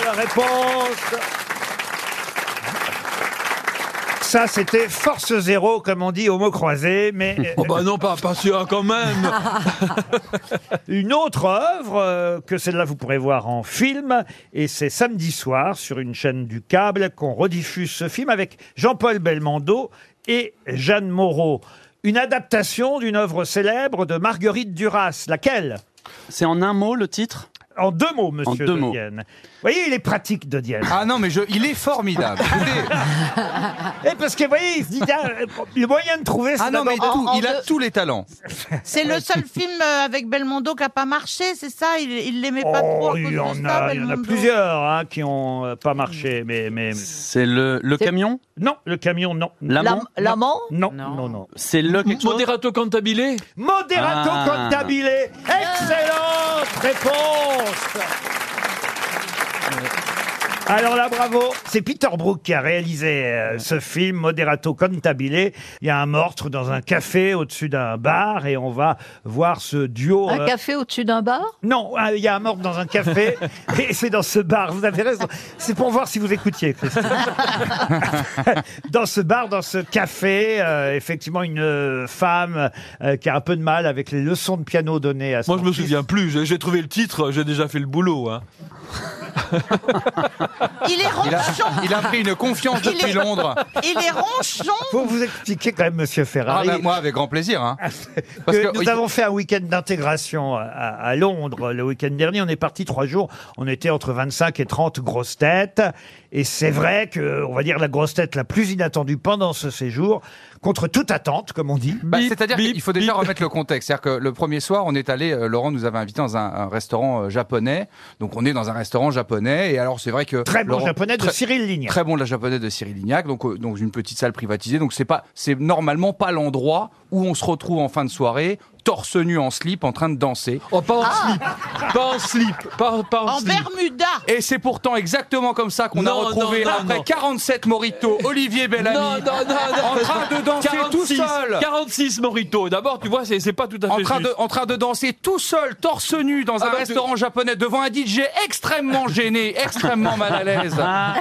Speaker 2: Ah, réponse. Ça, c'était force zéro, comme on dit au mot croisé, mais
Speaker 8: Oh bah non, pas, pas sûr quand même.
Speaker 2: une autre œuvre euh, que celle-là vous pourrez voir en film et c'est samedi soir sur une chaîne du câble qu'on rediffuse ce film avec Jean-Paul Belmondo et Jeanne Moreau. Une adaptation d'une œuvre célèbre de Marguerite Duras. Laquelle
Speaker 4: C'est en un mot le titre
Speaker 2: En deux mots, monsieur
Speaker 4: deux mots.
Speaker 2: Dodienne. Vous voyez, il est pratique, Dodienne.
Speaker 5: Ah non, mais je, il est formidable.
Speaker 2: Eh, parce que, vous voyez, il se dit, ah, euh, le moyen de trouver, c'est
Speaker 5: Ah non, mais
Speaker 2: d'abord-
Speaker 5: tout, il a tous les talents.
Speaker 6: C'est le seul film euh, avec Belmondo qui a pas marché, c'est ça Il, il l'aimait pas trop.
Speaker 2: Oh,
Speaker 6: à cause
Speaker 2: il
Speaker 6: de
Speaker 2: y en
Speaker 6: ça,
Speaker 2: a, il y en a
Speaker 6: Belmondo.
Speaker 2: plusieurs hein, qui ont euh, pas marché, mais... mais...
Speaker 4: C'est le, le camion
Speaker 2: Non, le camion, non.
Speaker 4: L'amant
Speaker 2: Non, non, non, non, non.
Speaker 4: C'est le quelque chose
Speaker 8: Moderato cantabile
Speaker 2: Moderato
Speaker 4: Ah.
Speaker 2: Cantabile. Excellente réponse. Alors là, bravo. C'est Peter Brook qui a réalisé euh, ce film, Moderato Cantabile. Il y a un meurtre dans un café au-dessus d'un bar et on va voir ce duo.
Speaker 7: Un
Speaker 2: euh,
Speaker 7: café au-dessus d'un bar
Speaker 2: Non, euh, il y a un meurtre dans un café et c'est dans ce bar. Vous avez raison. C'est pour voir si vous écoutiez, Christine. dans ce bar, dans ce café, euh, effectivement, une euh, femme euh, qui a un peu de mal avec les leçons de piano données à son
Speaker 8: Moi, je me souviens plus. J'ai- J'ai trouvé le titre, j'ai déjà fait le boulot. hein.
Speaker 6: Il est
Speaker 5: Il a,
Speaker 6: ronchon.
Speaker 5: il a pris une confiance
Speaker 6: Il est-
Speaker 5: depuis Londres.
Speaker 6: Il est ronchon.
Speaker 2: Faut vous expliquer quand même, Monsieur
Speaker 5: Ah
Speaker 2: Ferrari.
Speaker 5: ben, moi, avec grand plaisir. hein.
Speaker 2: Parce
Speaker 5: que-
Speaker 2: que nous
Speaker 5: oui.
Speaker 2: avons fait un week-end d'intégration à, à Londres le week-end dernier. On est parti trois jours. On était entre 25 et 30 grosses têtes. Et c'est vrai que, on va dire, la grosse tête la plus inattendue pendant ce séjour, contre toute attente, comme on dit.
Speaker 5: Bah, C'est-à-dire qu'il faut déjà remettre le contexte. C'est-à-dire que le premier soir, on est allé, euh, Laurent nous avait invités dans un, un restaurant euh, japonais. Donc on est dans un restaurant japonais. Et alors c'est vrai que.
Speaker 2: Très bon
Speaker 5: Laurent-
Speaker 2: japonais de
Speaker 5: très-
Speaker 2: Cyril Lignac.
Speaker 5: Très bon la japonais de Cyril Lignac. Donc, euh, donc une petite salle privatisée. Donc c'est pas, c'est normalement pas l'endroit où on se retrouve en fin de soirée, torse nu en slip, en train de danser.
Speaker 8: Oh, pas en slip Pas en slip Pas, pas en,
Speaker 6: En
Speaker 8: slip.
Speaker 6: Bermuda.
Speaker 5: Et c'est pourtant exactement comme ça qu'on a
Speaker 8: Non,
Speaker 5: retrouvé
Speaker 8: non, non,
Speaker 5: après
Speaker 8: non.
Speaker 5: 47 moritos, Olivier Bellamy,
Speaker 8: Non, non, non, non.
Speaker 5: en train de danser tout
Speaker 8: 46,
Speaker 5: seul.
Speaker 8: 46 Morito. D'abord, tu vois, c'est c'est pas tout à fait
Speaker 5: en train, de,
Speaker 8: juste.
Speaker 5: en train de danser tout seul, torse nu, dans
Speaker 8: Ah
Speaker 5: un
Speaker 8: bah,
Speaker 5: restaurant japonais, devant un DJ extrêmement gêné, extrêmement mal à l'aise.
Speaker 8: Ah.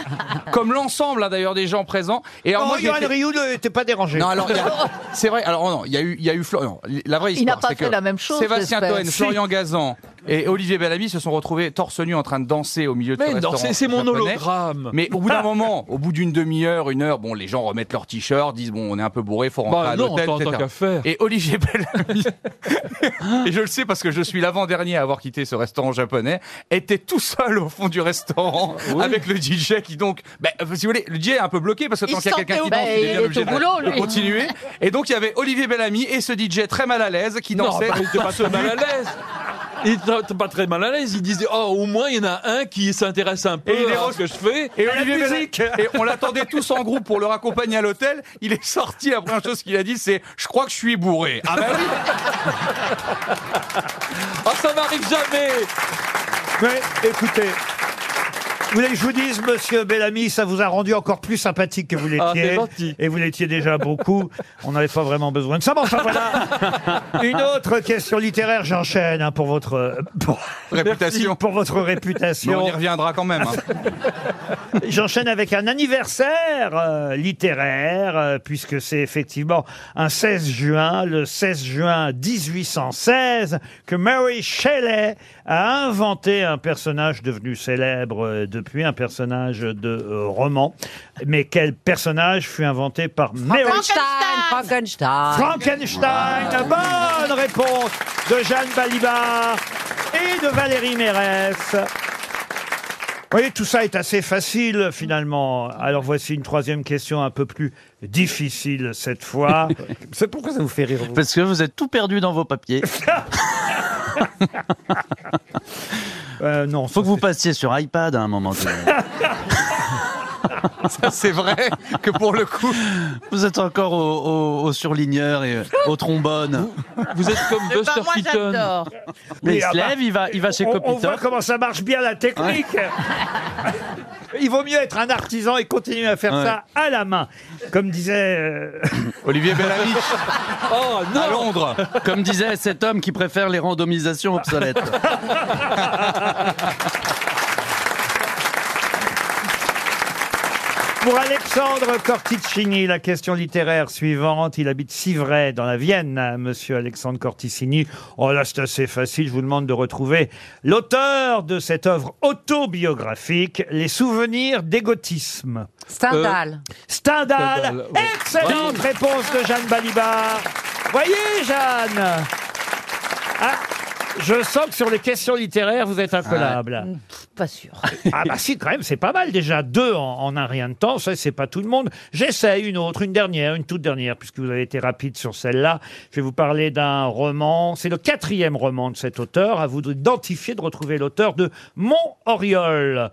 Speaker 5: Comme l'ensemble, hein, d'ailleurs, des gens présents. Et alors,
Speaker 2: Oh,
Speaker 5: moi, j'ai
Speaker 2: Yoann
Speaker 5: été-
Speaker 2: Rioux n'était pas dérangé.
Speaker 5: Non, alors, il y a- c'est vrai, alors non, il y a eu, il y a eu Flo- non, la vraie
Speaker 7: Il
Speaker 5: histoire.
Speaker 7: n'a pas
Speaker 5: c'est
Speaker 7: fait
Speaker 5: que
Speaker 7: la même chose,
Speaker 5: Sébastien
Speaker 7: j'espère.
Speaker 5: Toen,
Speaker 7: Si.
Speaker 5: Florian Gazan et Olivier Bellamy se sont retrouvés torse nu en train de danser au milieu de
Speaker 8: Mais
Speaker 5: ce
Speaker 8: non,
Speaker 5: restaurant
Speaker 8: c'est- c'est mon
Speaker 5: japonais.
Speaker 8: hologramme.
Speaker 5: Mais au bout d'un moment, au bout d'une demi-heure, une heure, bon, les gens remettent leur t-shirt, disent bon, on est un peu bourré, faut rentrer
Speaker 8: Bah
Speaker 5: à
Speaker 8: non,
Speaker 5: l'hôtel,
Speaker 8: tant-
Speaker 5: etc.
Speaker 8: tant qu'à faire.
Speaker 5: Et Olivier Bellamy, et je le sais parce que je suis l'avant-dernier à avoir quitté ce restaurant japonais, était tout seul au fond du restaurant avec le DJ qui donc, bah, si vous voulez, le DJ est un peu bloqué parce que
Speaker 7: Il
Speaker 5: tant qu'il y a
Speaker 7: sentait
Speaker 5: quelqu'un
Speaker 7: au-
Speaker 5: qui
Speaker 7: bah,
Speaker 5: danse, il
Speaker 7: il
Speaker 5: est bien
Speaker 7: est
Speaker 5: obligé
Speaker 7: au
Speaker 5: de-
Speaker 7: boulot,
Speaker 5: de
Speaker 7: lui.
Speaker 5: continuer. Et donc il y avait Olivier Bellamy et ce DJ très mal à l'aise qui
Speaker 8: Non,
Speaker 5: dansait.
Speaker 8: bah, il était pas très mal à l'aise. Il était pas très mal à l'aise. Il disait, oh, au moins, il y en a un qui s'intéresse un peu
Speaker 5: Et il est
Speaker 8: à
Speaker 5: re-
Speaker 8: ce que je fais.
Speaker 5: Et Olivier Bellamy, et on l'attendait tous en groupe pour le raccompagner à l'hôtel. Il est sorti, la première chose qu'il a dit, c'est Je crois que je suis bourré. Ah bah oui
Speaker 8: Oh, ça m'arrive jamais
Speaker 2: Mais écoutez. Vous voulez que je vous dise, monsieur Bellamy, ça vous a rendu encore plus sympathique que vous
Speaker 8: Ah,
Speaker 2: l'étiez.
Speaker 8: c'est gentil.
Speaker 2: et vous l'étiez déjà beaucoup. On n'avait pas vraiment besoin de ça. Bon, enfin voilà. Une autre question littéraire, j'enchaîne hein, pour votre euh, pour,
Speaker 5: Réputation.
Speaker 2: pour votre
Speaker 5: Mais on
Speaker 2: réputation.
Speaker 5: y reviendra quand même. hein.
Speaker 2: J'enchaîne avec un anniversaire euh, littéraire, euh, puisque c'est effectivement un 16 juin, le 16 juin 1816, que Mary Shelley a inventé un personnage devenu célèbre euh, depuis, un personnage de euh, roman. Mais quel personnage fut inventé par Mary
Speaker 3: Frankenstein, Frankenstein.
Speaker 2: Frankenstein, bonne réponse de Jeanne Balibar et de Valérie Mérès. Vous voyez, tout ça est assez facile finalement. Alors voici une troisième question un peu plus difficile cette fois. C'est pourquoi ça vous fait rire vous
Speaker 4: Parce que vous êtes tout perdu dans vos papiers.
Speaker 2: Euh, Non,
Speaker 4: Faut que vous passiez sur iPad à un moment donné.
Speaker 5: Ça, c'est vrai que pour le coup.
Speaker 4: Vous êtes encore au, au- au surligneur et au trombone.
Speaker 8: Vous êtes comme
Speaker 6: Eh ben,
Speaker 8: Buster
Speaker 6: moi,
Speaker 8: Keaton.
Speaker 6: j'adore.
Speaker 4: Mais
Speaker 2: Oui,
Speaker 4: il
Speaker 2: ah
Speaker 4: se
Speaker 2: bah,
Speaker 4: lève, il va, il va chez
Speaker 2: on, on voit
Speaker 4: Copito.
Speaker 2: comment ça marche bien la technique. Il vaut mieux être un artisan et continuer à faire
Speaker 4: Ouais.
Speaker 2: ça à la main. Comme disait euh,
Speaker 5: Olivier Bellamy,
Speaker 8: Oh
Speaker 5: à
Speaker 8: non
Speaker 5: Londres.
Speaker 4: Comme disait cet homme qui préfère les randomisations obsolètes.
Speaker 2: Pour Alexandre Corticini, la question littéraire suivante. Il habite Civray, dans la Vienne, hein, monsieur Alexandre Corticini. Oh là, c'est assez facile. Je vous demande de retrouver l'auteur de cette œuvre autobiographique, Les souvenirs d'égotisme.
Speaker 3: Stendhal.
Speaker 2: Euh, Stendhal.
Speaker 8: Euh, Stendhal, oui.
Speaker 2: Excellente réponse de Jeanne Balibar. Voyez, Jeanne. Ah, je sens que sur les questions littéraires, vous êtes incollable.
Speaker 7: Pff, Pas sûr.
Speaker 2: Ah bah si, quand même, c'est pas mal déjà. Deux en, en un rien de temps, ça c'est pas tout le monde. J'essaie une autre, une dernière, une toute dernière, puisque vous avez été rapide sur celle-là. Je vais vous parler d'un roman. C'est le quatrième roman de cet auteur. À vous d'identifier, de retrouver l'auteur de Mont Oriole.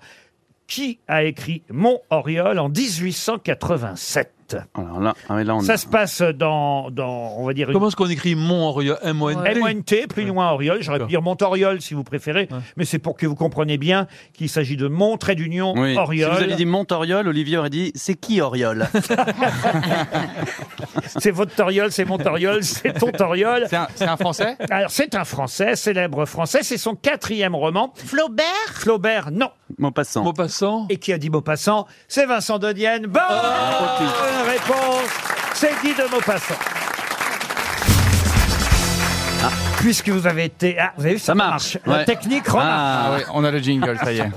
Speaker 2: Qui a écrit Mont Oriole en 1887
Speaker 4: Alors là, ah, mais là, on
Speaker 2: Ça se passe dans, dans on va dire, une
Speaker 8: Comment est-ce qu'on écrit Mont-Oriol M-O-N-T
Speaker 2: M-O-N-T, plus loin Oriole, j'aurais pu dire Mont-Oriole si vous préférez, mais c'est pour que vous compreniez bien qu'il s'agit de Mont, trait d'union,
Speaker 4: Oui.
Speaker 2: Oriole.
Speaker 4: Si vous aviez dit Montoriol, Olivier aurait dit c'est qui Oriol
Speaker 2: C'est votre Toriol, c'est mon Toriol, c'est ton Toriol.
Speaker 5: C'est un, c'est un Français
Speaker 2: Alors, c'est un Français, célèbre Français. C'est son quatrième roman.
Speaker 6: Flaubert.
Speaker 2: Flaubert, non.
Speaker 4: Maupassant.
Speaker 8: Maupassant
Speaker 2: Et qui a dit Maupassant C'est Vincent Dodienne. Bonne réponse C'est Guy de Maupassant. Ah, Puisque vous avez été... Ah, vous avez vu, ça,
Speaker 4: Ça marche,
Speaker 2: La
Speaker 4: ouais.
Speaker 2: technique remarche.
Speaker 5: Ah oui, on a le jingle, ça y est.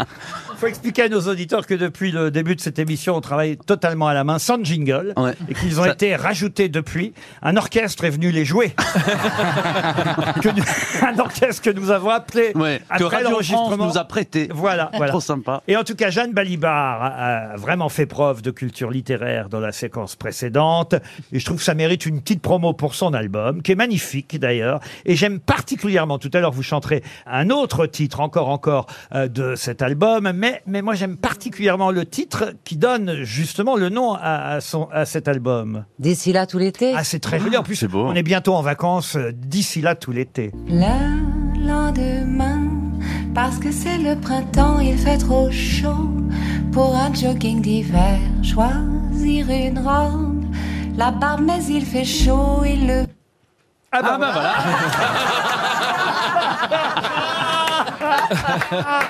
Speaker 2: faut expliquer à nos auditeurs que depuis le début de cette émission, on travaille totalement à la main, sans jingle, et qu'ils ont été rajoutés depuis. Un orchestre est venu les jouer. Que nous- un orchestre que nous avons appelé
Speaker 4: que
Speaker 2: après
Speaker 4: Radio France
Speaker 2: l'enregistrement.
Speaker 4: nous a prêté.
Speaker 2: Voilà, voilà.
Speaker 4: Trop sympa.
Speaker 2: Et en tout cas, Jeanne Balibar a a vraiment fait preuve de culture littéraire dans la séquence précédente. Et je trouve que ça mérite une petite promo pour son album, qui est magnifique d'ailleurs. Et j'aime particulièrement, tout à l'heure vous chanterez un autre titre, encore, encore, euh, de cet album. Mais, mais moi j'aime particulièrement le titre qui donne justement le nom à, à son, à cet album.
Speaker 3: D'ici là tout l'été
Speaker 2: Ah, c'est très joli. En plus,
Speaker 4: hein.
Speaker 2: on est bientôt en vacances, euh, d'ici là tout l'été.
Speaker 13: Le lendemain, parce que c'est le printemps, il fait trop chaud. Pour un jogging d'hiver, choisir une robe. La barbe, mais il fait chaud, il le.
Speaker 2: Ah bah,
Speaker 13: voilà.
Speaker 2: bah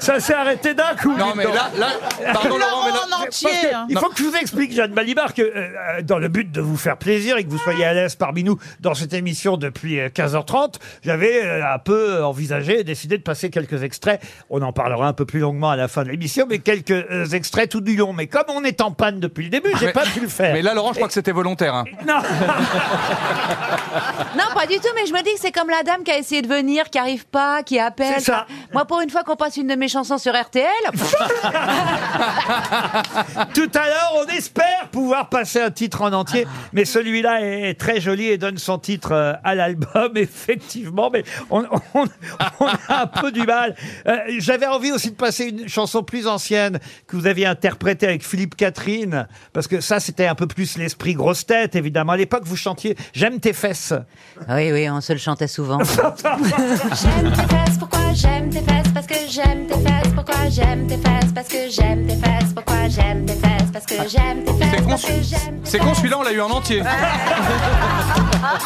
Speaker 2: Ça s'est arrêté d'un coup.
Speaker 5: Non,
Speaker 2: dites
Speaker 5: mais
Speaker 2: donc.
Speaker 5: là- là- pardon, Laurent, mais là-
Speaker 6: en entier,
Speaker 2: Parce que
Speaker 6: hein.
Speaker 2: il
Speaker 6: Non.
Speaker 2: faut que je vous explique, Jeanne Balibar, que euh, euh, dans le but de vous faire plaisir et que vous soyez à l'aise parmi nous dans cette émission depuis euh, 15h30, j'avais euh, un peu envisagé et décidé de passer quelques extraits. On en parlera un peu plus longuement à la fin de l'émission, mais quelques euh, extraits tout du long. Mais comme on est en panne depuis le début, j'ai
Speaker 5: Ah, Mais-
Speaker 2: pas pu le faire.
Speaker 5: Mais là, Laurent, je crois que c'était volontaire. hein.
Speaker 7: Non, pas du tout, mais je me dis que c'est comme la dame qui a essayé de venir, qui arrive pas, qui appelle.
Speaker 2: C'est ça.
Speaker 7: Moi, pour une fois qu'on passe une de mes chansons sur RTL,
Speaker 2: Tout à l'heure, on espère pouvoir passer un titre en entier, mais celui-là est très joli et donne son titre euh, à l'album, effectivement, mais on, on- on a un peu du mal. Euh, J'avais envie aussi de passer une chanson plus ancienne que vous aviez interprétée avec Philippe Catherine, parce que ça, c'était un peu plus l'esprit grosse tête, évidemment. À l'époque, vous chantiez « J'aime tes fesses ».
Speaker 3: Ah Oui, oui, on se le chantait souvent.
Speaker 13: J'aime tes fesses, pourquoi j'aime tes fesses Parce que j'aime tes fesses, pourquoi j'aime tes fesses Parce que j'aime tes fesses, pourquoi j'aime tes fesses Parce que j'aime tes fesses, parce que j'aime
Speaker 5: C'est con, celui-là, on l'a eu en entier.
Speaker 2: Ah,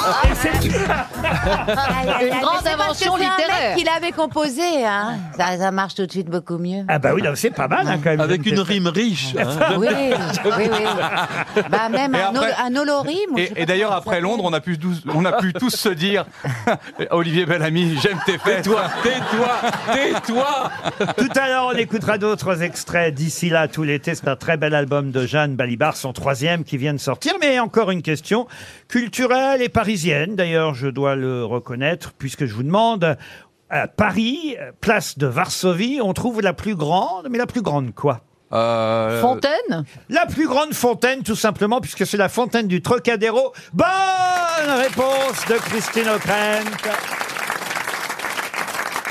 Speaker 7: une grande invention littéraire.
Speaker 3: Il avait composé, hein. ça, ça marche tout de suite beaucoup mieux.
Speaker 2: Ah bah oui, non, c'est pas mal, hein, quand même. Ah, bah
Speaker 8: Avec une
Speaker 2: J'aime tes
Speaker 8: rime riche. hein.
Speaker 3: Oui, oui, oui. Bah même
Speaker 5: Et
Speaker 3: un,
Speaker 5: après-
Speaker 3: ol- un olorim. ou je sais
Speaker 5: Et,
Speaker 3: pas
Speaker 5: et d'ailleurs,
Speaker 3: comment ça
Speaker 5: après
Speaker 3: s'appelle.
Speaker 5: Londres, on a pu, tous- on a pu tous se dire Olivier Bellamy, j'aime tes fesses.
Speaker 8: Tais-toi, tais-toi, tais-toi.
Speaker 2: Tout à l'heure, on écoutera d'autres extraits d'ici là tout l'été. C'est un très bel album de Jeanne Balibar, son troisième qui vient de sortir. Mais encore une question culturelle et parisienne. D'ailleurs, je dois le reconnaître puisque je vous demande. À Paris, place de Varsovie, on trouve la plus grande, mais la plus grande quoi
Speaker 5: Euh,
Speaker 7: Fontaine
Speaker 2: La plus grande fontaine, tout simplement, puisque c'est la fontaine du Trocadéro. Bonne réponse de Christine O'Krent.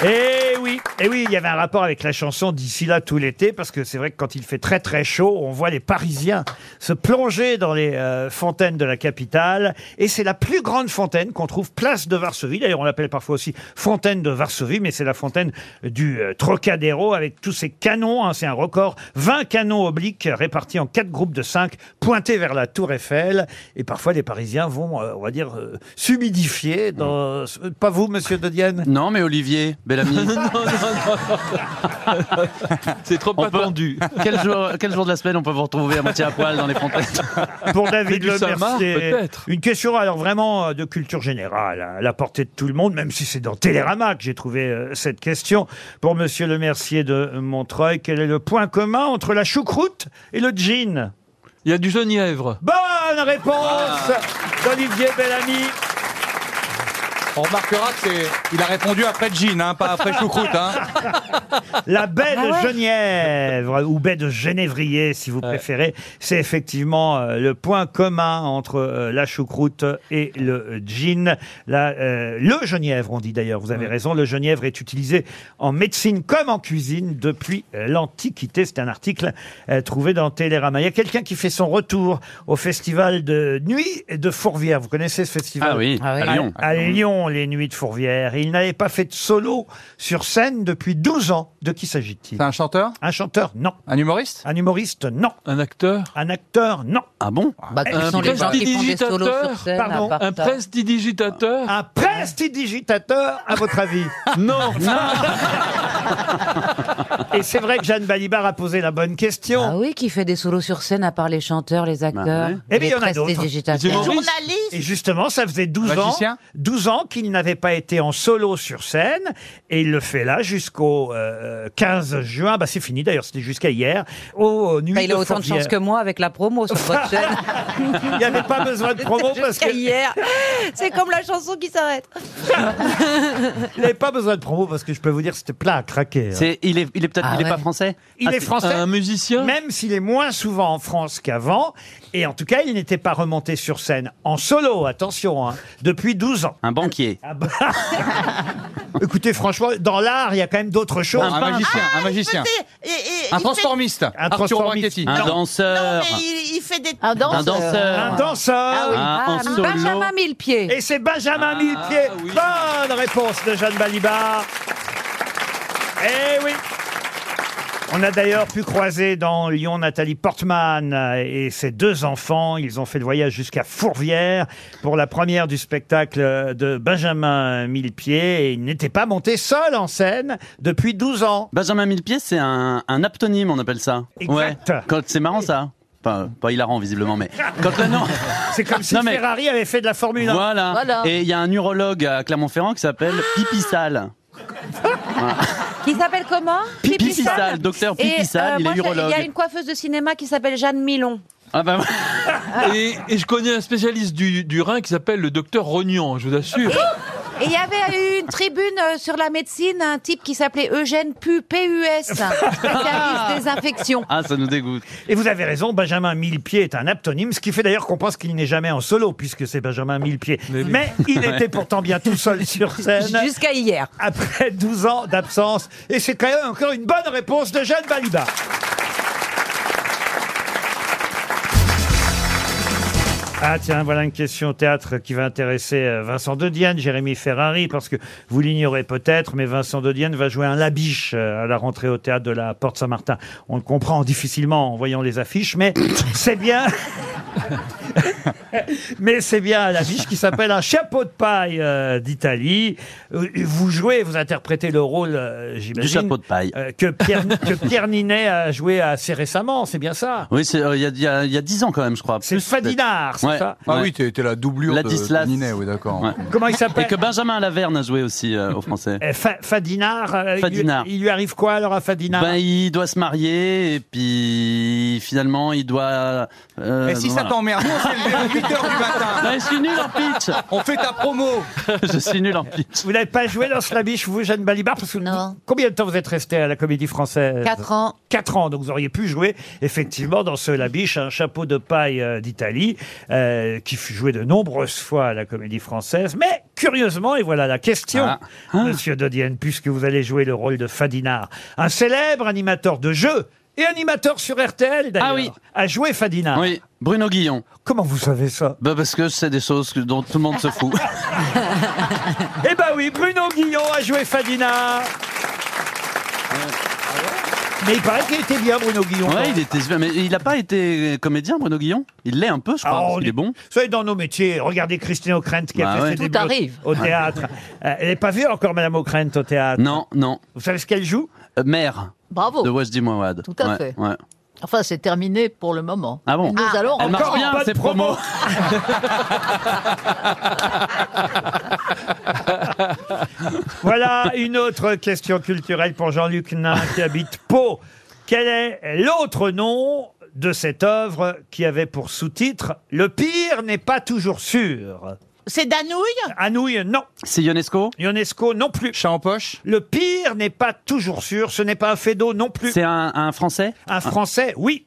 Speaker 2: Eh oui, eh oui, il y avait un rapport avec la chanson d'ici là tout l'été parce que c'est vrai que quand il fait très très chaud, on voit les Parisiens se plonger dans les euh, fontaines de la capitale et c'est la plus grande fontaine qu'on trouve place de Varsovie. D'ailleurs, on l'appelle parfois aussi fontaine de Varsovie, mais c'est la fontaine du euh, Trocadéro avec tous ses canons. hein, c'est un record, 20 canons obliques répartis en quatre groupes de 5 pointés vers la Tour Eiffel et parfois les Parisiens vont, euh, on va dire, euh, s'humidifier. Dans... euh, Pas vous, Monsieur De Dienne
Speaker 4: Mm. Non, mais Olivier, Bellamy.
Speaker 8: C'est trop
Speaker 4: On peut-
Speaker 8: attendu.
Speaker 4: quel, jour, quel jour de la semaine on peut vous retrouver à moitié à poil dans les fontaines
Speaker 2: pour
Speaker 4: C'est
Speaker 2: David
Speaker 4: du
Speaker 2: Le
Speaker 4: Samar,
Speaker 2: Mercier.
Speaker 4: peut-être.
Speaker 2: Une question alors vraiment euh, de culture générale, hein, à la portée de tout le monde, même si c'est dans Télérama que j'ai trouvé euh, cette question. Pour Monsieur Le Mercier de Montreuil, quel est le point commun entre la choucroute et le gin
Speaker 8: Il y a du genièvre.
Speaker 2: Bonne réponse d'Olivier Bellamy.
Speaker 5: Ah. On remarquera que c'est. Il a répondu après Jean, hein, pas après choucroute. Hein.
Speaker 2: La baie de
Speaker 5: Ah ouais
Speaker 2: Genièvre, ou baie de Génévrier si vous préférez, c'est effectivement euh, le point commun entre euh, la choucroute et le euh, gin. La, euh, le Genièvre, on dit d'ailleurs, vous avez raison, le Genièvre est utilisé en médecine comme en cuisine depuis euh, l'Antiquité. C'est un article euh, trouvé dans Télérama. Il y a quelqu'un qui fait son retour au festival de nuit de Fourvière. Vous connaissez ce festival
Speaker 4: Ah oui, Ah oui. à Lyon.
Speaker 2: à Lyon, les nuits de Fourvière. Il n'avait pas fait de solo sur scène depuis 12 ans. De qui s'agit-il
Speaker 5: C'est un chanteur
Speaker 2: Un chanteur, non.
Speaker 5: Un humoriste
Speaker 2: Un humoriste, non.
Speaker 8: Un acteur
Speaker 2: Un acteur, non.
Speaker 4: Ah bon
Speaker 3: Bah, quels
Speaker 8: Un
Speaker 3: sont les gens qui font des solos sur
Speaker 8: prestidigitateur
Speaker 3: scène à
Speaker 2: Pardon,
Speaker 3: part
Speaker 8: Un
Speaker 3: ça
Speaker 8: prestidigitateur
Speaker 2: Un prestidigitateur, à votre avis
Speaker 8: Non,
Speaker 2: Et c'est vrai que Jeanne Balibar a posé la bonne question.
Speaker 3: Ah oui, qui fait des solos sur scène à part les chanteurs, les acteurs.
Speaker 2: Eh bien, il y en
Speaker 3: les
Speaker 2: a
Speaker 3: presse, les
Speaker 2: d'autres.
Speaker 3: digitateurs.
Speaker 2: Et justement, ça faisait 12 ans,
Speaker 3: Magicien
Speaker 2: 12 ans qu'il n'avait pas été en solo sur scène. Et il le fait là jusqu'au euh, 15 juin. Bah, c'est fini d'ailleurs, c'était jusqu'à hier. Au nuit
Speaker 14: Bah, il a autant de chance que moi avec la promo sur votre chaîne.
Speaker 2: Il n'y avait pas besoin de promo parce que.
Speaker 14: Jusqu'à hier. C'est comme la chanson qui s'arrête.
Speaker 2: Il n'avait pas besoin de promo parce que je peux vous dire c'était plat à craquer. hein.
Speaker 4: C'est- il est, il est peut-être,
Speaker 2: Ah
Speaker 4: il est
Speaker 2: ouais.
Speaker 4: pas français.
Speaker 2: Il
Speaker 4: Ah,
Speaker 2: est
Speaker 4: c'est
Speaker 2: français.
Speaker 4: Un musicien.
Speaker 2: Même s'il est moins souvent en France qu'avant. Et en tout cas, il n'était pas remonté sur scène en solo, attention, hein, depuis 12 ans. Ah bah.
Speaker 4: Un banquier.
Speaker 2: Écoutez, franchement, dans l'art, il y a quand même d'autres choses.
Speaker 5: Un Un peintre. magicien, un Ah, magicien.
Speaker 6: Et- et-
Speaker 5: Un
Speaker 6: il
Speaker 5: transformiste.
Speaker 2: Un
Speaker 5: Arthur
Speaker 2: transformiste.
Speaker 5: Brachetti.
Speaker 4: Un danseur.
Speaker 6: fait- il, il fait des.
Speaker 7: Un danseur.
Speaker 4: Un danseur.
Speaker 2: Un danseur.
Speaker 4: Ah, en solo.
Speaker 7: Benjamin Millepied.
Speaker 2: Et c'est Benjamin Millepied. Bonne réponse de Jeanne Balibar. Eh oui. On a d'ailleurs pu croiser dans Lyon Nathalie Portman et ses deux enfants. Ils ont fait le voyage jusqu'à Fourvière pour la première du spectacle de Benjamin Millepied. Et il n'était pas monté seul en scène depuis 12 ans.
Speaker 4: Benjamin Millepied, c'est un, un aptonyme, on appelle ça.
Speaker 2: Exact.
Speaker 4: Ouais. Quand c'est marrant ça. Enfin, pas hilarant visiblement, mais quand le nom.
Speaker 2: C'est comme si
Speaker 4: Non, mais-
Speaker 2: Ferrari avait fait de la Formule Ah 1.
Speaker 4: Voilà. Et il y a un urologue à Clermont-Ferrand qui s'appelle Pipi Sale.
Speaker 7: Qui s'appelle comment
Speaker 4: Pipi Sale, docteur Pipi
Speaker 7: Et,
Speaker 3: euh,
Speaker 4: Sale, il est
Speaker 7: moi, j'ai-
Speaker 4: urologue.
Speaker 7: Il y a une coiffeuse de cinéma qui s'appelle Jeanne Milon.
Speaker 4: Ah bah,
Speaker 8: et, et je connais un spécialiste du, du rein qui s'appelle le docteur Rognan, je vous assure.
Speaker 7: Et il y avait eu une tribune euh, sur la médecine, un type qui s'appelait Eugène Pu, PUS, spécialiste des infections.
Speaker 4: Ah, ça nous dégoûte.
Speaker 2: Et vous avez raison, Benjamin Millepied est un aptonyme, ce qui fait d'ailleurs qu'on pense qu'il n'est jamais en solo, puisque c'est Benjamin Millepied. Mais, il était pourtant bien tout seul sur scène.
Speaker 14: Jusqu'à hier.
Speaker 2: Après 12 ans d'absence. Et c'est quand même encore une bonne réponse de Jeanne Baliba. Ah tiens, voilà une question au théâtre qui va intéresser euh, Vincent Dedienne, Jérémy Ferrari, parce que vous l'ignorez peut-être, mais Vincent Dedienne va jouer un labiche euh, à la rentrée au théâtre de la Porte Saint-Martin. On le comprend difficilement en voyant les affiches, mais c'est bien... Mais c'est bien un labiche qui s'appelle un chapeau de paille euh, d'Italie. Euh, Vous jouez, vous interprétez le rôle, euh, j'imagine,
Speaker 4: chapeau de paille.
Speaker 2: euh, que Pierre, que Pierre Ninet a joué assez récemment. C'est bien ça.
Speaker 4: Oui, c'est, euh, il y a- il y a il y a dix ans quand même, je crois.
Speaker 2: C'est Fadinard, c'est
Speaker 4: Ouais.
Speaker 2: ça
Speaker 5: Ah
Speaker 4: Ouais.
Speaker 5: oui, t'es t'es la doublure de- de
Speaker 4: Ladislas.
Speaker 5: Ninet, oui, d'accord.
Speaker 4: Ouais.
Speaker 2: Comment il s'appelle
Speaker 4: Et que Benjamin Laverne a joué aussi euh, au français.
Speaker 2: Eh, Fa- Fadinard, euh, il lui-
Speaker 4: Fadinard.
Speaker 2: Il, lui arrive quoi alors à Fadinard
Speaker 4: Ben, il doit se marier et puis finalement il doit. euh,
Speaker 5: Et si ça
Speaker 4: voilà.
Speaker 5: t'emmerde, nous, on s'est levé à 8h du matin.
Speaker 8: Bah,
Speaker 4: Ouais, je suis nul en pitch.
Speaker 5: On fait ta promo.
Speaker 4: Je suis nul en pitch.
Speaker 2: Vous n'avez pas joué dans ce labiche, vous, Jeanne Balibar parce que vous- Combien de temps vous êtes resté à la Comédie Française
Speaker 7: Quatre ans.
Speaker 2: Quatre ans, donc vous auriez pu jouer effectivement dans ce labiche, un chapeau de paille euh, d'Italie, euh, qui fut joué de nombreuses fois à la Comédie Française. Mais curieusement, et voilà la question,
Speaker 4: Ah.
Speaker 2: Monsieur Dodienne, puisque vous allez jouer le rôle de Fadinard, un célèbre animateur de jeu et animateur sur RTL d'ailleurs,
Speaker 4: Ah oui.
Speaker 2: a joué Fadinard.
Speaker 4: Oui, Bruno Guillon.
Speaker 2: Comment vous savez ça
Speaker 4: Bah parce que c'est des choses que- dont tout le monde se fout.
Speaker 2: Eh ben oui, Bruno Guillon a joué Fadinard. Mais il paraît qu'il était bien, Bruno Guillon.
Speaker 4: Ouais,
Speaker 2: Non
Speaker 4: il était, mais il n'a pas été comédien, Bruno Guillon. Il l'est un peu, je crois.
Speaker 2: Ah,
Speaker 4: parce
Speaker 2: on
Speaker 4: qu'il est bon.
Speaker 2: Vous savez, dans nos métiers, regardez Christine O'Krent qui a
Speaker 4: Bah
Speaker 2: fait
Speaker 4: ouais.
Speaker 2: ses
Speaker 4: Tout
Speaker 2: débuts au-
Speaker 14: arrive.
Speaker 2: au théâtre. Euh, elle n'est pas vue encore, Madame O'Krent, au théâtre.
Speaker 4: Non, non.
Speaker 2: Vous savez ce qu'elle joue
Speaker 4: Euh, mère
Speaker 15: Bravo.
Speaker 4: de Wajdi Mouawad.
Speaker 15: Tout à
Speaker 4: Ouais,
Speaker 15: fait.
Speaker 4: ouais.
Speaker 15: Enfin, c'est terminé pour le moment.
Speaker 4: Ah bon
Speaker 15: Nous allons
Speaker 4: Elle marche
Speaker 15: encore-
Speaker 4: bien,
Speaker 2: pas de
Speaker 4: ces promos.
Speaker 2: Voilà une autre question culturelle pour Jean-Luc Nain qui habite Pau. Quel est l'autre nom de cette œuvre qui avait pour sous-titre Le pire n'est pas toujours sûr
Speaker 6: C'est Danouille
Speaker 2: Anouille, non.
Speaker 4: C'est Ionesco
Speaker 2: Ionesco, non plus.
Speaker 5: Chat en poche
Speaker 2: Le pire n'est pas toujours sûr. Ce n'est pas un fait d'eau non plus.
Speaker 4: C'est un, un français
Speaker 2: Un français, oui.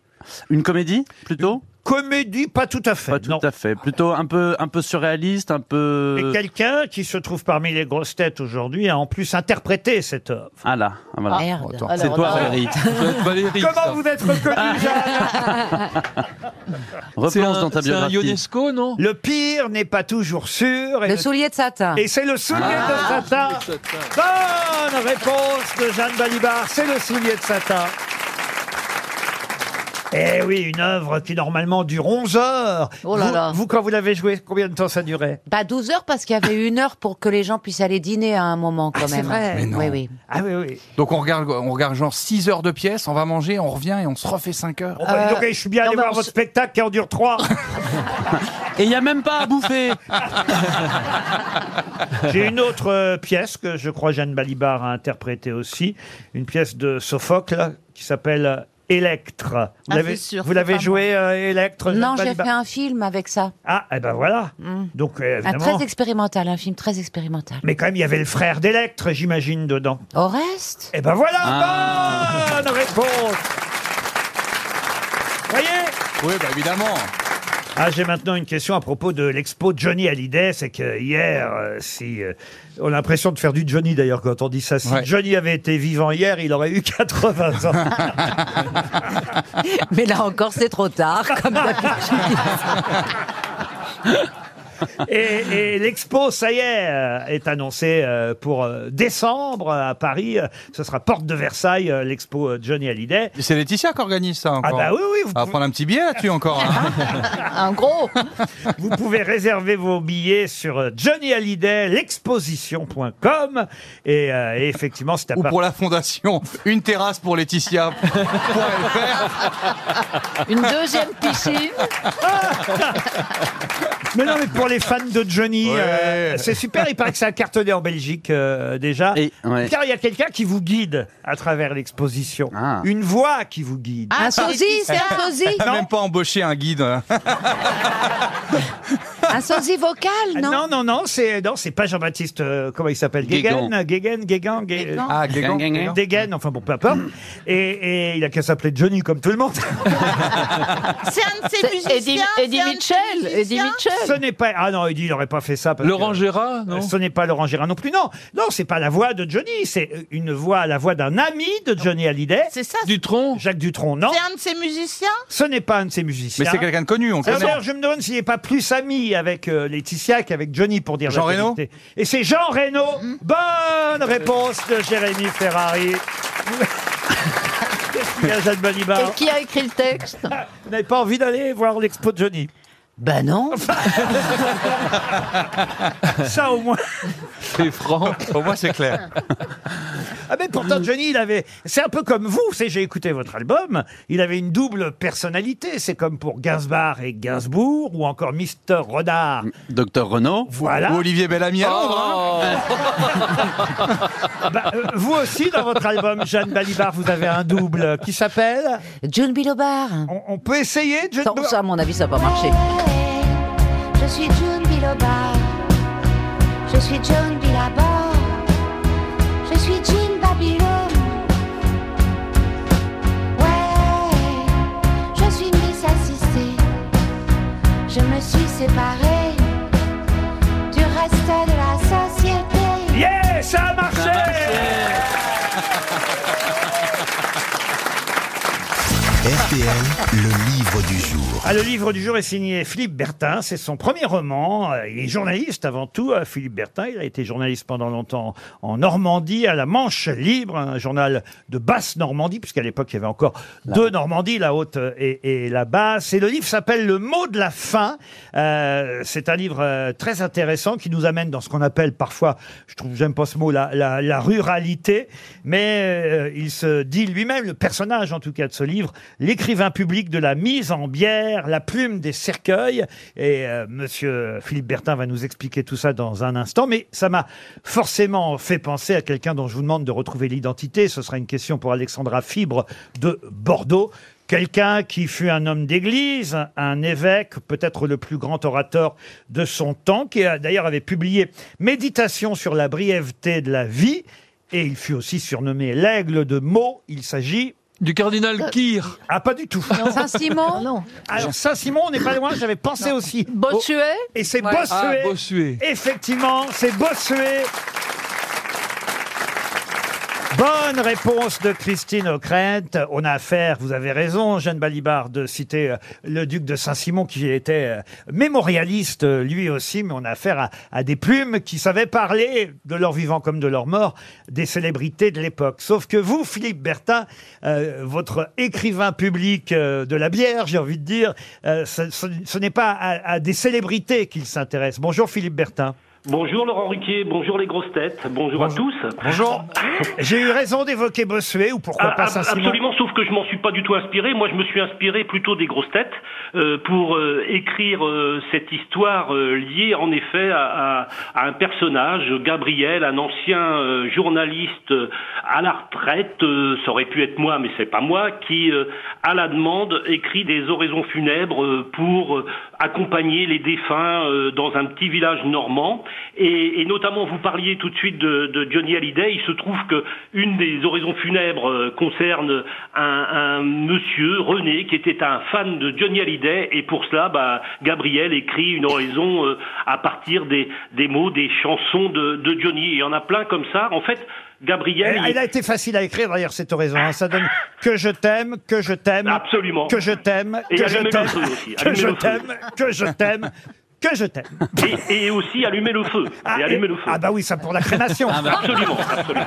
Speaker 4: Une comédie, plutôt
Speaker 2: Comédie, pas tout à fait.
Speaker 4: Pas tout
Speaker 2: non.
Speaker 4: à fait. Plutôt un peu, un peu surréaliste, un peu.
Speaker 8: Euh.
Speaker 2: Et quelqu'un qui se trouve parmi les grosses têtes aujourd'hui a en plus interprété cette œuvre.
Speaker 4: Ah là, ah, voilà.
Speaker 14: Merde.
Speaker 4: Attends,
Speaker 15: Alors,
Speaker 4: C'est toi,
Speaker 15: non.
Speaker 4: Valérie.
Speaker 8: Valérie, ça.
Speaker 2: Comment vous êtes reconnu, Jeanne
Speaker 8: C'est
Speaker 4: Replonge
Speaker 8: un-
Speaker 4: dans ta
Speaker 8: C'est un
Speaker 4: biographie.
Speaker 8: Ionesco, non
Speaker 2: Le pire n'est pas toujours sûr. Et,
Speaker 3: Le
Speaker 2: le-
Speaker 3: soulier de satin.
Speaker 2: et c'est le soulier
Speaker 8: Ah,
Speaker 2: de Satan. Bonne réponse de Jeanne Balibar. C'est le soulier de Satan. Eh oui, une œuvre qui normalement dure 11 heures.
Speaker 3: Oh là
Speaker 2: vous,
Speaker 3: là.
Speaker 2: vous, quand vous l'avez joué, combien de temps ça durait
Speaker 3: Bah 12 heures parce qu'il y avait une heure pour que les gens puissent aller dîner à un moment quand
Speaker 2: Ah, c'est
Speaker 3: même.
Speaker 2: vrai. Mais non.
Speaker 3: Oui, oui.
Speaker 2: Ah oui, oui.
Speaker 5: Donc on regarde, on regarde genre 6 heures de pièce, on va manger, on revient et on se refait 5 heures.
Speaker 2: Oh, bah,
Speaker 3: Euh,
Speaker 2: dis donc, eh, je suis bien allé voir votre spectacle qui en dure 3.
Speaker 4: Et il n'y a même pas à bouffer.
Speaker 2: J'ai une autre euh, pièce que je crois Jeanne Balibar a interprétée aussi, une pièce de Sophocle qui s'appelle Électre. Vous
Speaker 3: Ah,
Speaker 2: l'avez-
Speaker 3: c'est sûr,
Speaker 2: vous
Speaker 3: c'est
Speaker 2: l'avez
Speaker 3: pas
Speaker 2: joué euh, Électre Jeanne
Speaker 3: Non, j'ai
Speaker 2: Balibar
Speaker 3: fait un film avec ça.
Speaker 2: Ah, eh ben voilà.
Speaker 3: Mm.
Speaker 2: Donc euh,
Speaker 3: Un
Speaker 2: évidemment.
Speaker 3: très expérimental, un film très expérimental.
Speaker 2: Mais quand même, il y avait le frère d'Électre, j'imagine, dedans.
Speaker 3: Oreste
Speaker 2: Eh ben voilà,
Speaker 4: Ah.
Speaker 2: bonne réponse. Voyez
Speaker 5: Oui, bah évidemment.
Speaker 2: Ah, j'ai maintenant une question à propos de l'expo Johnny Hallyday. C'est que hier, euh, si euh, on a l'impression de faire du Johnny d'ailleurs quand on dit ça, si Johnny avait été vivant hier, il aurait eu 80 ans.
Speaker 3: Mais là encore, c'est trop tard, comme d'habitude.
Speaker 2: et et l'expo, ça y est, euh, est annoncée euh, pour euh, décembre euh, à Paris. Euh, Ce sera porte de Versailles, euh, l'expo euh, Johnny Hallyday.
Speaker 5: C'est Laetitia qui organise ça encore.
Speaker 2: bah oui, oui,
Speaker 5: On va prendre un petit billet là-dessus encore. hein.
Speaker 15: Un gros
Speaker 2: Vous pouvez réserver vos billets sur euh, Johnny Hallyday, l'exposition.com. Et, euh, et effectivement, c'est à
Speaker 5: Ou
Speaker 2: partir-
Speaker 5: pour la fondation, une terrasse pour Laetitia. hein.
Speaker 15: Une deuxième piscine
Speaker 2: Mais non, mais pour les fans de Johnny,
Speaker 5: Ouais.
Speaker 2: euh, c'est super. Il paraît que ça a cartonné en Belgique euh, déjà.
Speaker 4: ouais.
Speaker 2: Car il y a quelqu'un qui vous guide à travers l'exposition. Une voix qui vous guide.
Speaker 7: Un sosie, c'est un sosie.
Speaker 5: T'as même pas embauché un guide. hein.
Speaker 7: Un sosie vocal,
Speaker 2: Ah,
Speaker 7: non
Speaker 2: Non, non, non, c'est non, c'est pas Jean-Baptiste. euh, comment il s'appelle Guéguen,
Speaker 4: Guégan.
Speaker 2: Guéguen, Guégan, Gué-
Speaker 5: Guégan. Ah, Guégan, Guégan, Guégan.
Speaker 2: Dégaine, Enfin bon, peu importe. Et, et il a qu'à s'appeler Johnny comme tout le monde.
Speaker 6: C'est un de
Speaker 15: C'est
Speaker 6: ses musiciens.
Speaker 15: Eddie- Eddie
Speaker 6: c'est un de ses
Speaker 15: Mitchell, Eddie
Speaker 6: musiciens.
Speaker 15: Mitchell.
Speaker 2: Ce n'est pas. Ah non, il dit, il n'aurait pas fait ça. Parce Laurent Gérard, non Ce n'est pas Laurent Gérard non plus. Non, non, c'est pas la voix de Johnny. C'est euh, une voix, la voix d'un ami de Johnny Hallyday.
Speaker 6: C'est ça.
Speaker 2: Dutron Jacques Dutron, non.
Speaker 6: C'est un de ses musiciens.
Speaker 2: Ce n'est pas un de ses musiciens.
Speaker 5: Mais c'est quelqu'un de connu, on le
Speaker 2: Alors,
Speaker 5: connaît.
Speaker 2: d'ailleurs, je me demande s'il n'est pas plus ami avec euh, Laetitia qu'avec Johnny pour dire
Speaker 5: Jean
Speaker 2: la
Speaker 5: Reno
Speaker 2: vérité. Et c'est Jean Reno. Bonne réponse de Jérémy Ferrari. Qu'est-ce qu'il y a, Jeanne Balibar
Speaker 15: Et qui a écrit le texte
Speaker 2: Vous n'avez pas envie d'aller voir l'expo de Johnny
Speaker 3: Ben non.
Speaker 2: Ça au moins.
Speaker 8: C'est franc.
Speaker 5: Pour moi, c'est clair.
Speaker 2: Ah mais pourtant Johnny, il avait. C'est un peu comme vous. C'est j'ai écouté votre album. Il avait une double personnalité. C'est comme pour Gainsbourg et Gainsbourg ou encore Mister Rodard.
Speaker 4: Docteur Renaud.
Speaker 2: Voilà.
Speaker 5: Ou Olivier Bellamy à Londres, hein.
Speaker 2: Bah, euh, vous aussi, dans votre album, Jeanne Balibar, vous avez un double euh, qui s'appelle
Speaker 3: John Bilobar.
Speaker 2: on, on peut essayer, John
Speaker 3: Sans ça, à mon avis, ça va pas marcher.
Speaker 13: Je suis John Biloba. Je suis John Bilabor. Je suis Jean Babylon. Ouais, je suis Miss Assistée. Je me suis séparée du reste de la société.
Speaker 2: Yeah, ça a marché
Speaker 1: RTL, le livre du jour.
Speaker 2: Ah, le livre du jour est signé Philippe Bertin. C'est son premier roman. Euh, Il est journaliste avant tout, euh, Philippe Bertin. Il a été journaliste pendant longtemps en Normandie, à la Manche Libre, un journal de basse Normandie, puisqu'à l'époque, il y avait encore deux Normandies, la haute et, et la basse. Et le livre s'appelle Le mot de la fin. Euh, c'est un livre euh, très intéressant qui nous amène dans ce qu'on appelle parfois, je trouve, j'aime pas ce mot, la, la- la ruralité. Mais euh, il se dit lui-même, le personnage en tout cas de ce livre, l'écrivain public de la mise en bière, la plume des cercueils. Et euh, monsieur Philippe Bertin va nous expliquer tout ça dans un instant. Mais ça m'a forcément fait penser à quelqu'un dont je vous demande de retrouver l'identité. Ce sera une question pour Alexandra Fibre de Bordeaux. Quelqu'un qui fut un homme d'église, un évêque, peut-être le plus grand orateur de son temps, qui a- d'ailleurs avait publié Méditation sur la brièveté de la vie, et il fut aussi surnommé l'aigle de Meaux. Il s'agit...
Speaker 8: Du cardinal Kir.
Speaker 2: Ah, pas du tout.
Speaker 15: Saint-Simon Non.
Speaker 2: Alors Saint-Simon, on n'est pas loin, j'avais pensé aussi.
Speaker 15: Bossuet
Speaker 2: Et c'est
Speaker 15: Ouais.
Speaker 2: Bossuet.
Speaker 8: Ah, Bossuet.
Speaker 2: Effectivement, c'est Bossuet. Bonne réponse de Christine O'Krent. On a affaire, vous avez raison, Jeanne Balibar, de citer euh, le duc de Saint-Simon qui était euh, mémorialiste euh, lui aussi, mais on a affaire à, à des plumes qui savaient parler de leur vivant comme de leur mort, des célébrités de l'époque. Sauf que vous, Philippe Bertin, euh, votre écrivain public euh, de la bière, j'ai envie de dire, euh, ce, ce- ce n'est pas à, à des célébrités qu'il s'intéresse. Bonjour Philippe Bertin.
Speaker 16: Bonjour Laurent Ruquier, bonjour les grosses têtes, bonjour, à tous.
Speaker 2: Bonjour. J'ai eu raison d'évoquer Bossuet, ou pourquoi
Speaker 16: Ah,
Speaker 2: pas
Speaker 16: ab-
Speaker 2: Saint-Simon
Speaker 16: absolument, sauf que je m'en suis pas du tout inspiré. Moi, je me suis inspiré plutôt des grosses têtes euh, pour euh, écrire euh, cette histoire euh, liée en effet à, à- à un personnage, Gabriel, un ancien euh, journaliste euh, à la retraite. euh, ça aurait pu être moi, mais c'est pas moi qui, euh, à la demande, écrit des oraisons funèbres euh, pour euh, accompagner les défunts euh, dans un petit village normand. Et, et notamment, vous parliez tout de suite de, de Johnny Hallyday. Il se trouve que une des oraisons funèbres euh, concerne un, un monsieur, René, qui était un fan de Johnny Hallyday. Et pour cela, bah, Gabriel écrit une oraison euh, à partir des, des mots, des chansons de, de Johnny. Et Il y en a plein comme ça. En fait, Gabriel...
Speaker 2: Elle,
Speaker 16: il-
Speaker 2: elle Eh, a été facile à écrire derrière cette oraison. hein. Ça donne que je t'aime, que je t'aime,
Speaker 16: Absolument.
Speaker 2: que je t'aime,
Speaker 16: Et
Speaker 2: que je
Speaker 16: allumez le
Speaker 2: t'aime,
Speaker 16: feu aussi,
Speaker 2: que
Speaker 16: allumez
Speaker 2: je
Speaker 16: le feu.
Speaker 2: t'aime, que je t'aime, que je t'aime.
Speaker 16: et, et aussi allumer le feu.
Speaker 2: Ah,
Speaker 16: et allumer le feu.
Speaker 2: Ah bah oui, ça pour la crémation. Ah bah.
Speaker 16: Absolument, absolument.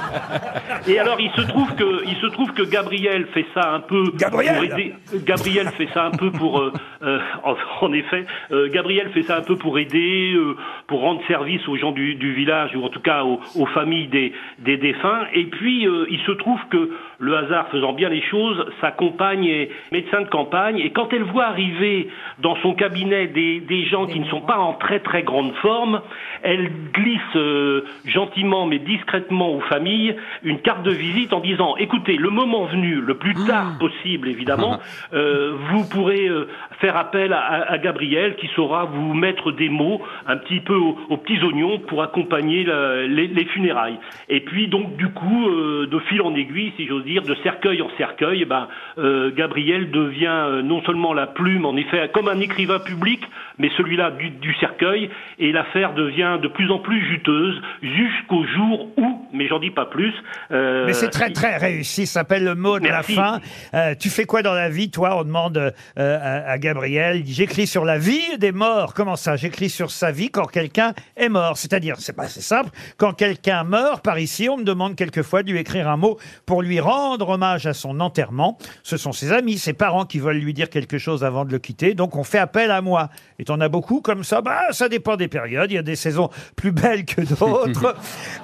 Speaker 16: Et alors il se trouve que il se trouve que Gabriel fait ça un peu
Speaker 2: Gabriel
Speaker 16: pour aider Gabriel fait ça un peu pour euh, euh, en, en effet euh, Gabriel fait ça un peu pour aider euh, pour rendre service aux gens du, du village ou en tout cas aux, aux familles des des défunts et puis euh, il se trouve que le hasard faisant bien les choses sa compagne est médecin de campagne et quand elle voit arriver dans son cabinet des des gens qui ne sont pas en très très grande forme elle glisse euh, gentiment mais discrètement aux familles une carte de visite en disant écoutez le moment venu le plus tard possible évidemment euh, vous pourrez euh, faire appel à, à Gabriel qui saura vous mettre des mots un petit peu aux, aux petits oignons pour accompagner la- les, les funérailles et puis donc du coup euh, de fil en aiguille si j'ose dire de cercueil en cercueil eh ben euh, Gabriel devient euh, non seulement la plume en effet comme un écrivain public mais celui-là du, du cercueil, et l'affaire devient de plus en plus juteuse jusqu'au jour où, mais j'en dis pas plus. euh,
Speaker 2: Mais c'est très très réussi, ça s'appelle le mot de
Speaker 16: Merci.
Speaker 2: la fin. Euh, tu fais quoi dans la vie, toi On demande euh, à, à Gabriel. Il dit, J'écris sur la vie des morts. Comment ça J'écris sur sa vie quand quelqu'un est mort. C'est-à-dire, c'est pas c'est simple. Quand quelqu'un meurt par ici, on me demande quelquefois de lui écrire un mot pour lui rendre hommage à son enterrement. Ce sont ses amis, ses parents qui veulent lui dire quelque chose avant de le quitter. Donc on fait appel à moi. Et t'en as beaucoup comme ça. Bah, ça dépend des périodes. Il y a des saisons plus belles que d'autres.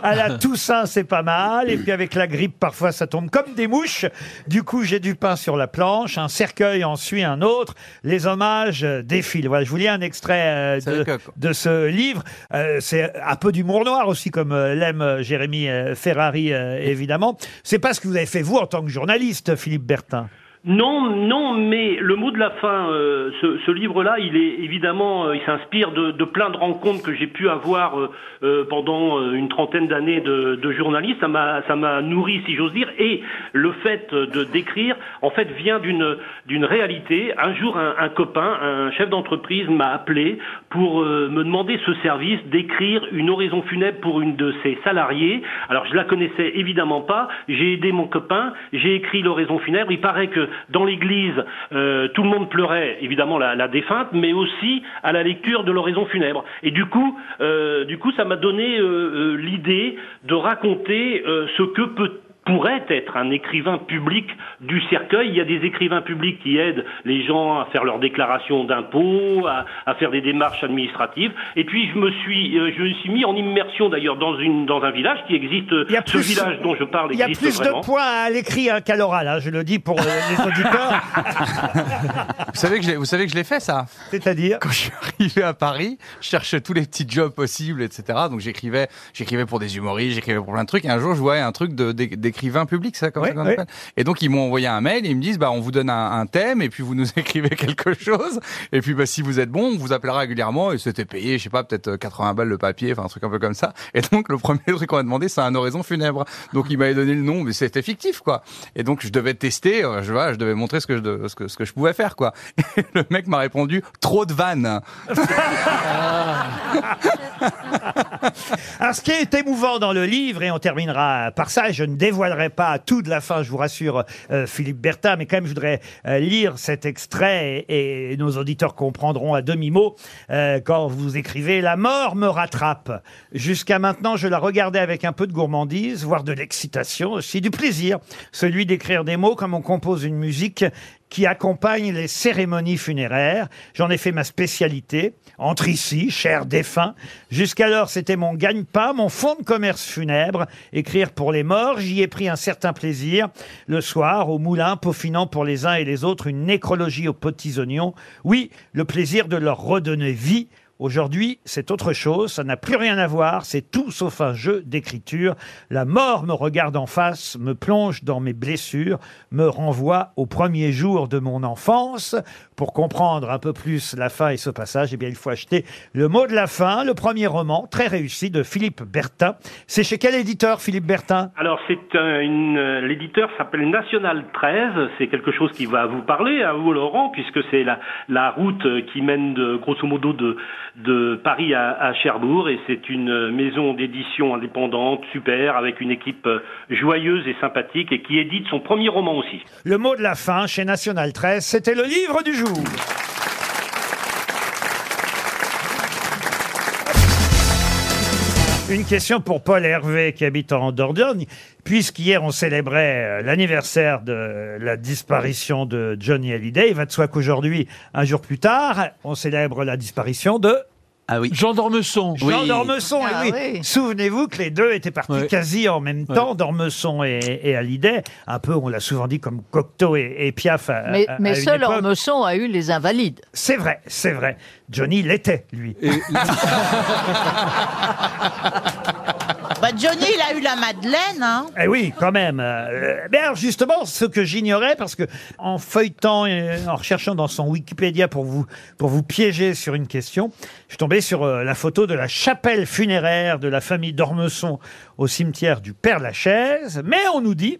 Speaker 2: à la Toussaint, c'est pas mal. Et puis avec la grippe, parfois, ça tombe comme des mouches. Du coup, j'ai du pain sur la planche. Un cercueil en suit un autre. Les hommages euh, défilent. Voilà, je vous lis un extrait euh, de, de ce livre. Euh, c'est un peu d'humour noir aussi, comme euh, l'aime euh, Jérémy euh, Ferrari, euh, évidemment. C'est pas ce que vous avez fait, vous, en tant que journaliste, Philippe Bertin.
Speaker 16: Non, non, mais le mot de la fin, euh, ce, ce livre-là, il est évidemment, euh, il s'inspire de, de plein de rencontres que j'ai pu avoir euh, euh, pendant euh, une trentaine d'années de, de journaliste. Ça m'a, ça m'a nourri, si j'ose dire, et le fait euh, de décrire, en fait, vient d'une d'une réalité. Un jour, un, un copain, un chef d'entreprise, m'a appelé pour euh, me demander ce service d'écrire une oraison funèbre pour une de ses salariés. Alors, je la connaissais évidemment pas. J'ai aidé mon copain. J'ai écrit l'oraison funèbre. Il paraît que dans l'église, euh, tout le monde pleurait, évidemment la, la défunte, mais aussi à la lecture de l'oraison funèbre. Et du coup, euh, du coup, ça m'a donné euh, euh, l'idée de raconter euh, ce que peut pourrait être un écrivain public du cercueil. Il y a des écrivains publics qui aident les gens à faire leurs déclarations d'impôts, à, à faire des démarches administratives. Et puis je me suis, euh, je me suis mis en immersion d'ailleurs dans une dans un village qui existe. ce
Speaker 2: plus-
Speaker 16: village dont je parle
Speaker 2: Il y a
Speaker 16: existe
Speaker 2: plus
Speaker 16: vraiment.
Speaker 2: de points à l'écrit hein, qu'à l'oral, hein, je le dis pour euh, les auditeurs.
Speaker 5: Vous savez que je l'ai- vous savez que je l'ai fait ça.
Speaker 2: C'est-à-dire
Speaker 5: quand je suis arrivé à Paris, je cherchais tous les petits jobs possibles, etc. Donc j'écrivais, j'écrivais pour des humoristes, j'écrivais pour plein de trucs. Et un jour, je voyais un truc de- d'é- d'écrivain public, ça, comme ça qu'on
Speaker 2: oui.
Speaker 5: appelle. Et donc ils m'ont envoyé un mail et ils me disent, bah on vous donne un, un thème et puis vous nous écrivez quelque chose. Et puis bah si vous êtes bon, on vous appellera régulièrement. Et c'était payé, je sais pas, peut-être 80 balles le papier, enfin un truc un peu comme ça. Et donc le premier truc qu'on m'a demandé, c'est un oraison funèbre. Donc il m'avait donné le nom, mais c'était fictif, quoi. Et donc je devais tester, euh, je vois, je devais montrer ce que je, de- ce que, ce que je pouvais faire, quoi. Et le mec m'a répondu, trop de vannes.
Speaker 2: Alors, ce qui est émouvant dans le livre, et on terminera par ça, et je ne dévoile dévoilerai pas tout de la fin, je vous rassure, euh, Philippe Bertha, mais quand même, je voudrais euh, lire cet extrait et, et nos auditeurs comprendront à demi-mot euh, quand vous écrivez « La mort me rattrape. Jusqu'à maintenant, je la regardais avec un peu de gourmandise, voire de l'excitation aussi, du plaisir, celui d'écrire des mots comme on compose une musique qui accompagne les cérémonies funéraires. J'en ai fait ma spécialité. Entre ici, cher défunt. Jusqu'alors, c'était mon gagne-pain, mon fonds de commerce funèbre. Écrire pour les morts, j'y ai pris un certain plaisir. Le soir, au moulin, peaufinant pour les uns et les autres une nécrologie aux petits oignons. Oui, le plaisir de leur redonner vie. Aujourd'hui, c'est autre chose, ça n'a plus rien à voir, c'est tout sauf un jeu d'écriture. La mort me regarde en face, me plonge dans mes blessures, me renvoie aux premiers jours de mon enfance. Pour comprendre un peu plus la fin et ce passage, eh bien, il faut acheter Le mot de la fin, le premier roman très réussi de Philippe Bertin. C'est chez quel éditeur, Philippe Bertin
Speaker 16: Alors, c'est un- une, euh, l'éditeur s'appelle National 13. C'est quelque chose qui va vous parler, à vous, Laurent, puisque c'est la, la route euh, qui mène, de, grosso modo, de, de Paris à, à Cherbourg. Et c'est une euh, maison d'édition indépendante, super, avec une équipe euh, joyeuse et sympathique, et qui édite son premier roman aussi.
Speaker 2: Le mot de la fin chez National 13, c'était le livre du jour. Une question pour Paul Hervé qui habite en Dordogne, puisqu'hier on célébrait euh, l'anniversaire de la disparition de Johnny Hallyday. Il va de soi qu'aujourd'hui, un jour plus tard, on célèbre la disparition de...
Speaker 4: Ah oui.
Speaker 8: Jean Dormesson.
Speaker 2: Jean
Speaker 4: Oui.
Speaker 2: Dormesson, eh
Speaker 15: Ah
Speaker 2: oui.
Speaker 15: oui.
Speaker 2: Souvenez-vous que les deux étaient partis
Speaker 4: Ouais.
Speaker 2: quasi en même
Speaker 4: Ouais.
Speaker 2: temps, Dormesson et, et Hallyday. Un peu, on l'a souvent dit, comme Cocteau et, et Piaf. à-
Speaker 15: Mais,
Speaker 2: euh, à- à
Speaker 15: mais
Speaker 2: une
Speaker 15: seul
Speaker 2: époque.
Speaker 15: Ormeçon a eu les invalides.
Speaker 2: C'est vrai, c'est vrai. Johnny l'était, lui.
Speaker 6: Bah, Johnny, il a eu la Madeleine, hein.
Speaker 2: Eh oui, quand même. Euh, mais alors justement, ce que j'ignorais, parce que en feuilletant et en recherchant dans son Wikipédia pour vous pour vous piéger sur une question, je suis tombé sur euh, la photo de la chapelle funéraire de la famille d'Ormesson au cimetière du Père Lachaise. Mais on nous dit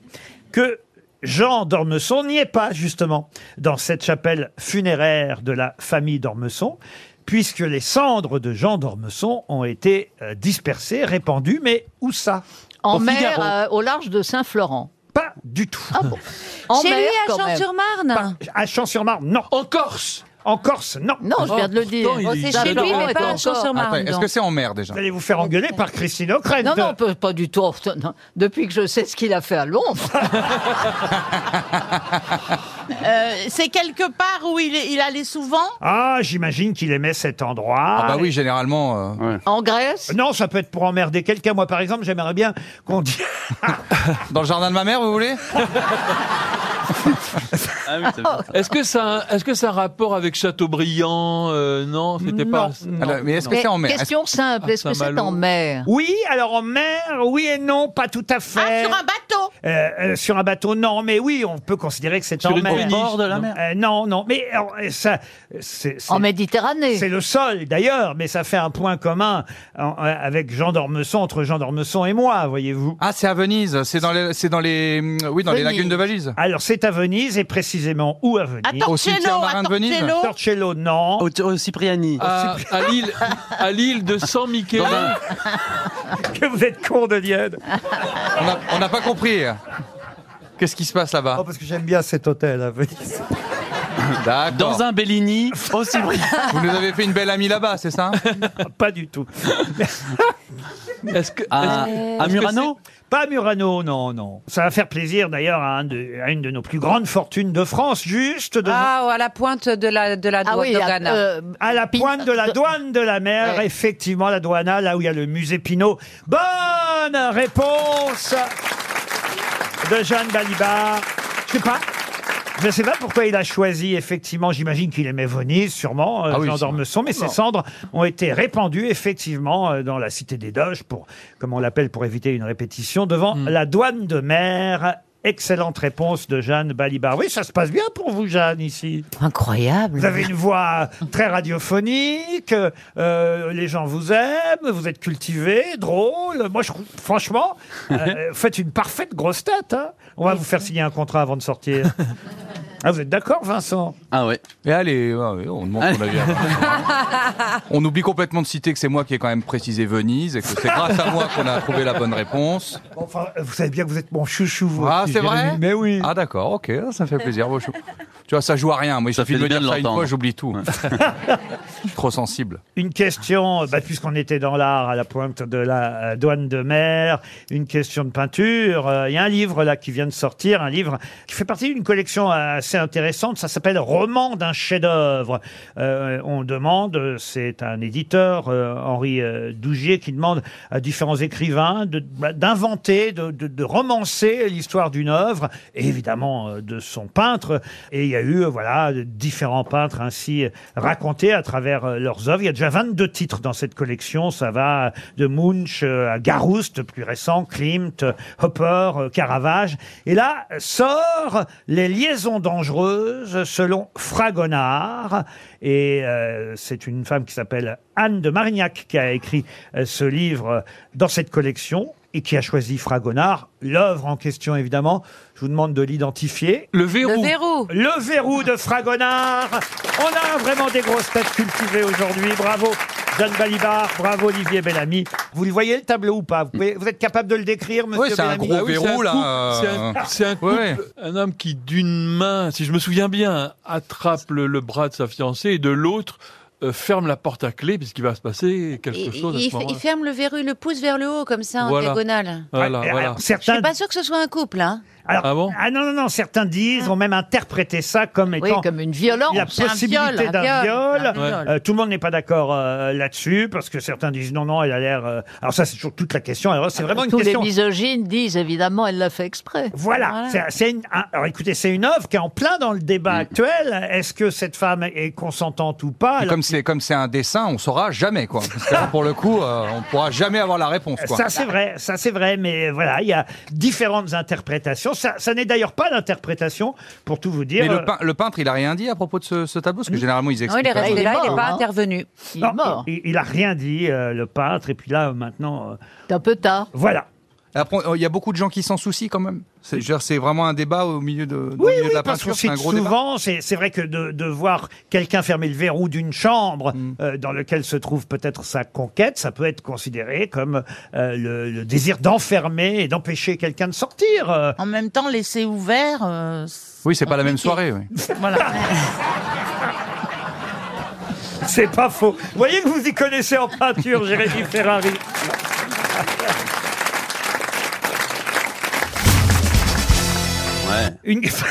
Speaker 2: que Jean d'Ormesson n'y est pas justement dans cette chapelle funéraire de la famille d'Ormesson. Puisque les cendres de Jean d'Ormesson ont été euh, dispersées, répandues, mais où ça
Speaker 15: En
Speaker 2: Au
Speaker 15: mer,
Speaker 2: Figaro.
Speaker 15: euh, au large de Saint-Florent. Ah
Speaker 2: Pas du tout.
Speaker 15: En
Speaker 7: Chez lui,
Speaker 15: mer,
Speaker 7: à
Speaker 15: quand même.
Speaker 7: Champs-sur-Marne
Speaker 2: À Champs-sur-Marne, non.
Speaker 8: En Corse
Speaker 2: En Corse, non.
Speaker 15: Non, je viens de le dire.
Speaker 8: pourtant, il-
Speaker 7: Oh,
Speaker 8: il-
Speaker 7: c'est chez lui,
Speaker 15: Saint-Laurent
Speaker 7: mais
Speaker 15: est
Speaker 7: pas à
Speaker 15: encore-
Speaker 7: Champs-sur-Marne.
Speaker 5: Attends, est-ce que c'est en mer déjà
Speaker 2: Vous allez vous faire engueuler par Christine O'Krent.
Speaker 15: Non, non, pas, pas du tout. Enfin, non. Depuis que je sais ce qu'il a fait à Londres.
Speaker 2: Ah,
Speaker 6: Euh, c'est quelque part où il, est- il allait souvent.
Speaker 2: Ah, j'imagine qu'il aimait cet endroit.
Speaker 5: Ah bah oui, généralement. euh,
Speaker 15: En Grèce
Speaker 2: Non, ça peut être pour emmerder quelqu'un. Moi, par exemple, j'aimerais bien qu'on dise...
Speaker 5: Dans le jardin de ma mère, vous voulez
Speaker 4: Ah oui, c'est vrai.
Speaker 8: Est-ce que ça, est-ce que ça a un rapport avec Châteaubriand euh, Non, c'était pas.
Speaker 5: Alors, Mais est-ce que
Speaker 15: Mais
Speaker 5: c'est en mer Est-ce-
Speaker 15: question simple, est-ce que c'est
Speaker 8: Saint-Malo.
Speaker 15: en mer
Speaker 2: Oui, alors en mer, oui et non, pas tout à fait.
Speaker 6: Ah, sur un bateau.
Speaker 2: Euh, euh, sur un bateau, non, mais oui, on peut considérer que c'est
Speaker 8: Sur
Speaker 2: en
Speaker 8: une
Speaker 2: mer.
Speaker 8: péniche, Bord de la
Speaker 2: Non.
Speaker 8: mer.
Speaker 2: Euh, non, non, mais alors, euh, ça, c'est c'est-
Speaker 15: En Méditerranée
Speaker 2: c'est le sol d'ailleurs, mais ça fait un point commun en- euh, avec Jean d'Ormesson entre Jean d'Ormesson et moi, voyez-vous.
Speaker 5: Ah, c'est à Venise. C'est dans les, c'est dans les, euh, oui, dans les
Speaker 6: Venise.
Speaker 5: lagunes de Valise.
Speaker 2: Alors c'est à Venise et précisément où à
Speaker 6: À
Speaker 2: Venise
Speaker 5: Au
Speaker 6: Torcello,
Speaker 5: cimetière marin
Speaker 6: à
Speaker 5: de Venise
Speaker 6: Torcello.
Speaker 2: Torcello, non.
Speaker 4: Au, au Cipriani.
Speaker 8: À, Ah, à l'île, à l'île de San Michele.
Speaker 2: Que vous êtes con de Liède.
Speaker 5: On n'a- on n'a pas compris. Qu'est-ce qui se passe
Speaker 2: Oh,
Speaker 5: là-bas
Speaker 2: parce que j'aime bien cet hôtel à Venise.
Speaker 5: D'accord.
Speaker 4: Dans un Bellini, au Cipriani.
Speaker 5: Vous nous avez fait une belle amie là-bas, c'est ça
Speaker 2: Pas du tout.
Speaker 8: Est-ce que
Speaker 4: À, à Murano
Speaker 2: Pas Murano, non, non. Ça va faire plaisir d'ailleurs à, un de- à une de nos plus grandes fortunes de France, juste devant-
Speaker 3: Ah, à la pointe de la, de la
Speaker 15: Ah
Speaker 3: douane
Speaker 15: oui,
Speaker 3: de
Speaker 15: à-
Speaker 3: Ghana.
Speaker 15: euh,
Speaker 2: à la
Speaker 15: Pin-
Speaker 2: pointe de la douane de la mer,
Speaker 15: Ouais.
Speaker 2: effectivement, la douana, là où il y a le musée Pinot. Bonne réponse de Jeanne Balibar. Je sais pas. Je ne sais pas pourquoi il a choisi, effectivement, j'imagine qu'il aimait Venise, sûrement, euh,
Speaker 5: Ah oui,
Speaker 2: Jean
Speaker 5: c'est
Speaker 2: d'Ormesson, mais ses cendres ont été répandues, effectivement, euh, dans la cité des Doges, pour, comme on l'appelle pour éviter une répétition, devant
Speaker 5: Hmm.
Speaker 2: la douane de mer. Excellente réponse de Jeanne Balibar. Oui, ça se passe bien pour vous, Jeanne, ici.
Speaker 3: Incroyable.
Speaker 2: Vous avez une voix très radiophonique, euh, les gens vous aiment, vous êtes cultivé, drôle. Moi, je, trouve- franchement, euh, faites une parfaite grosse tête. hein. On va vous faire signer un contrat avant de sortir. Ah, vous êtes d'accord, Vincent
Speaker 5: Ah ouais. Et allez, ouais, ouais, on demande ton avis à Vincent. On oublie complètement de citer que c'est moi qui ai quand même précisé Venise et que c'est grâce à moi qu'on a trouvé la bonne réponse.
Speaker 2: Bon, Enfin, vous savez bien que vous êtes mon chouchou. vous
Speaker 5: Ah,
Speaker 2: aussi,
Speaker 5: c'est
Speaker 2: Jérémy.
Speaker 5: vrai
Speaker 2: Mais oui.
Speaker 5: Ah d'accord, ok, ça me fait plaisir. Bon, je- Tu vois, ça joue à rien. Moi, il
Speaker 2: Ça
Speaker 5: suffit
Speaker 2: fait
Speaker 5: de
Speaker 2: du
Speaker 5: me
Speaker 2: bien
Speaker 5: dire
Speaker 2: de
Speaker 5: ça une
Speaker 2: l'entendre.
Speaker 5: fois, j'oublie tout. Je suis Trop sensible.
Speaker 2: Une question, euh, bah, puisqu'on était dans l'art à la pointe de la euh, douane de mer, une question de peinture. Euh, Il y a un livre là qui vient de sortir, un livre qui fait partie d'une collection assez intéressante. Ça s'appelle Roman d'un chef-d'œuvre. Euh, on demande, euh, c'est un éditeur, euh, Henri euh, Dougier, qui demande à différents écrivains de- bah, d'inventer, de, de- de romancer l'histoire d'une œuvre, et évidemment euh, de son peintre. Et il y a eu, euh, voilà, différents peintres ainsi euh, racontés à travers euh, leurs œuvres. Il y a déjà 22 titres dans cette collection. Ça va de Munch euh, à Garouste, plus récent, Klimt, euh, Hopper, euh, Caravage. Et là euh, sort Les liaisons dangereuses selon Fragonard. Et euh, c'est une femme qui s'appelle Anne de Marignac qui a écrit euh, ce livre euh, dans cette collection et qui a choisi Fragonard, l'œuvre en question évidemment. Je vous demande de l'identifier.
Speaker 8: Le verrou.
Speaker 2: Le verrou. de Fragonard. On a vraiment des grosses têtes cultivées aujourd'hui. Bravo Jeanne Balibar, bravo Olivier Bellamy. Vous le voyez le tableau ou pas vous, pouvez- vous êtes capable de le décrire, monsieur
Speaker 5: Oui, c'est un
Speaker 2: Bellamy
Speaker 5: gros verrou, là.
Speaker 8: Ah C'est un, c'est un couple,
Speaker 5: Euh, Ouais.
Speaker 8: un homme qui, d'une main, si je me souviens bien, attrape le, le bras de sa fiancée et de l'autre euh, ferme la porte à clé puisqu'il va se passer quelque
Speaker 7: Il,
Speaker 8: chose à
Speaker 7: il
Speaker 8: ce
Speaker 7: fait- il
Speaker 8: moment-là.
Speaker 7: ferme le verrou, le pouce vers le haut, comme ça,
Speaker 8: Voilà.
Speaker 7: en diagonale.
Speaker 8: Voilà,
Speaker 2: Ah, et
Speaker 8: voilà.
Speaker 2: alors, certains-
Speaker 7: Je suis pas sûr que ce soit un couple, hein.
Speaker 2: Alors, ah, non, non, non, certains disent, ont même interprété ça comme étant
Speaker 7: comme une violence.
Speaker 2: la
Speaker 7: C'est un
Speaker 2: possibilité
Speaker 7: viol, un
Speaker 2: d'un viol.
Speaker 7: viol, un viol.
Speaker 2: Euh, tout le monde n'est pas d'accord euh, là-dessus, parce que certains disent non, non, elle a l'air... euh, Alors ça, c'est toujours toute la question. Alors c'est vraiment une
Speaker 15: Tous
Speaker 2: question...
Speaker 15: les misogynes disent évidemment, elle l'a fait exprès.
Speaker 2: Voilà. C'est- c'est une- ah, alors écoutez, c'est une œuvre qui est en plein dans le
Speaker 5: Mm.
Speaker 2: débat actuel. Est-ce que cette femme est consentante ou pas
Speaker 5: Et
Speaker 2: Alors,
Speaker 5: comme c'est comme c'est un dessin, on saura jamais quoi. Parce que là, pour le coup, euh, on pourra jamais avoir la réponse quoi.
Speaker 2: Ça c'est vrai, ça c'est vrai, mais voilà, il y a différentes interprétations. Ça, ça n'est d'ailleurs pas d'interprétation, pour tout vous dire.
Speaker 5: Mais
Speaker 2: euh,
Speaker 5: le, pein- le peintre, il a rien dit à propos de ce, ce tableau, parce que généralement ils
Speaker 2: Non, il est
Speaker 7: Ah
Speaker 5: expliquent.
Speaker 2: resté
Speaker 5: la
Speaker 2: là,
Speaker 5: chose.
Speaker 2: il est pas
Speaker 15: Pas intervenu. hein. Il
Speaker 2: non,
Speaker 15: est mort.
Speaker 2: Il, il a rien dit, euh, le peintre. Et puis là, maintenant, euh,
Speaker 15: C'est un peu tard.
Speaker 2: voilà.
Speaker 5: Après, il y a beaucoup de gens qui s'en soucient quand même. C'est je veux dire, c'est vraiment un débat au milieu de, dans
Speaker 2: Oui,
Speaker 5: le milieu
Speaker 2: oui,
Speaker 5: de la
Speaker 2: parce qu'on
Speaker 5: peinture, c'est
Speaker 2: cite
Speaker 5: un gros débat.
Speaker 2: souvent, c'est c'est vrai que de, de voir quelqu'un fermer le verrou d'une chambre
Speaker 5: Mm.
Speaker 2: euh, dans lequel se trouve peut-être sa conquête, ça peut être considéré comme euh, le, le désir d'enfermer et d'empêcher quelqu'un de sortir. euh.
Speaker 6: En même temps, laisser ouvert. euh,
Speaker 5: Oui, c'est pas la même
Speaker 6: compliqué.
Speaker 5: soirée. oui.
Speaker 6: Voilà.
Speaker 2: C'est pas faux. Vous voyez que vous y connaissez en peinture, Jérémy Ferrari.
Speaker 4: Ouais.
Speaker 2: Une... ça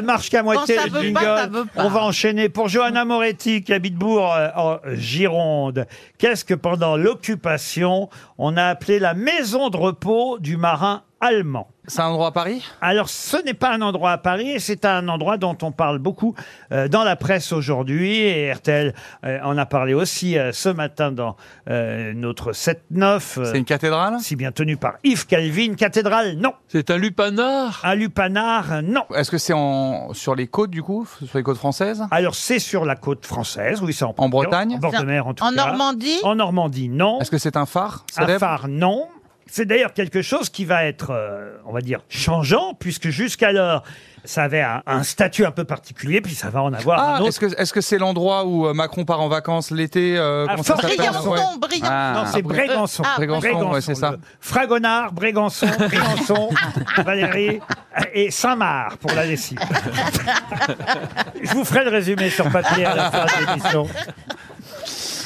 Speaker 2: ne marche qu'à moitié.
Speaker 6: Quand ça
Speaker 2: le
Speaker 6: veut
Speaker 2: jingle.
Speaker 6: pas, ça veut pas.
Speaker 2: On va enchaîner pour Johanna Moretti qui habite Bourg euh, en Gironde. Qu'est-ce que pendant l'occupation on a appelé la maison de repos du marin allemand
Speaker 5: C'est un endroit à Paris
Speaker 2: Alors ce n'est pas un endroit à Paris, et c'est un endroit dont on parle beaucoup euh, dans la presse aujourd'hui et RTL euh, en a parlé aussi euh, ce matin dans euh, notre 7-9. euh,
Speaker 5: C'est une cathédrale
Speaker 2: si bien tenu par Yves Calvi, une cathédrale, non.
Speaker 8: C'est un lupanar
Speaker 2: Un lupanar, non.
Speaker 5: Est-ce que c'est en sur les côtes du coup, sur les côtes françaises
Speaker 2: Alors c'est sur la côte française, oui, c'est en,
Speaker 5: En Bretagne
Speaker 2: en bord de mer en tout
Speaker 6: En
Speaker 2: cas.
Speaker 6: Normandie
Speaker 2: En Normandie, non.
Speaker 5: Est-ce que c'est un phare
Speaker 2: Un
Speaker 5: célèbre
Speaker 2: phare, non. C'est d'ailleurs quelque chose qui va être, euh, on va dire, changeant, puisque jusqu'alors, ça avait un, un statut un peu particulier, puis ça va en avoir
Speaker 5: Ah,
Speaker 2: un autre.
Speaker 5: est-ce que est-ce que c'est l'endroit où euh, Macron part en vacances l'été euh,
Speaker 2: Ah,
Speaker 5: comment
Speaker 2: Fort-
Speaker 5: s'appelle
Speaker 2: Briançon,
Speaker 5: Ouais.
Speaker 6: Briançon.
Speaker 5: Ah.
Speaker 2: non, c'est Brégançon.
Speaker 5: Ah, Brégançon, ouais, c'est ça.
Speaker 2: le Fragonard, Brégançon, Briançon, Valérie et Saint-Marc pour la lessive. Je vous ferai le résumé sur papier à la fin de l'émission.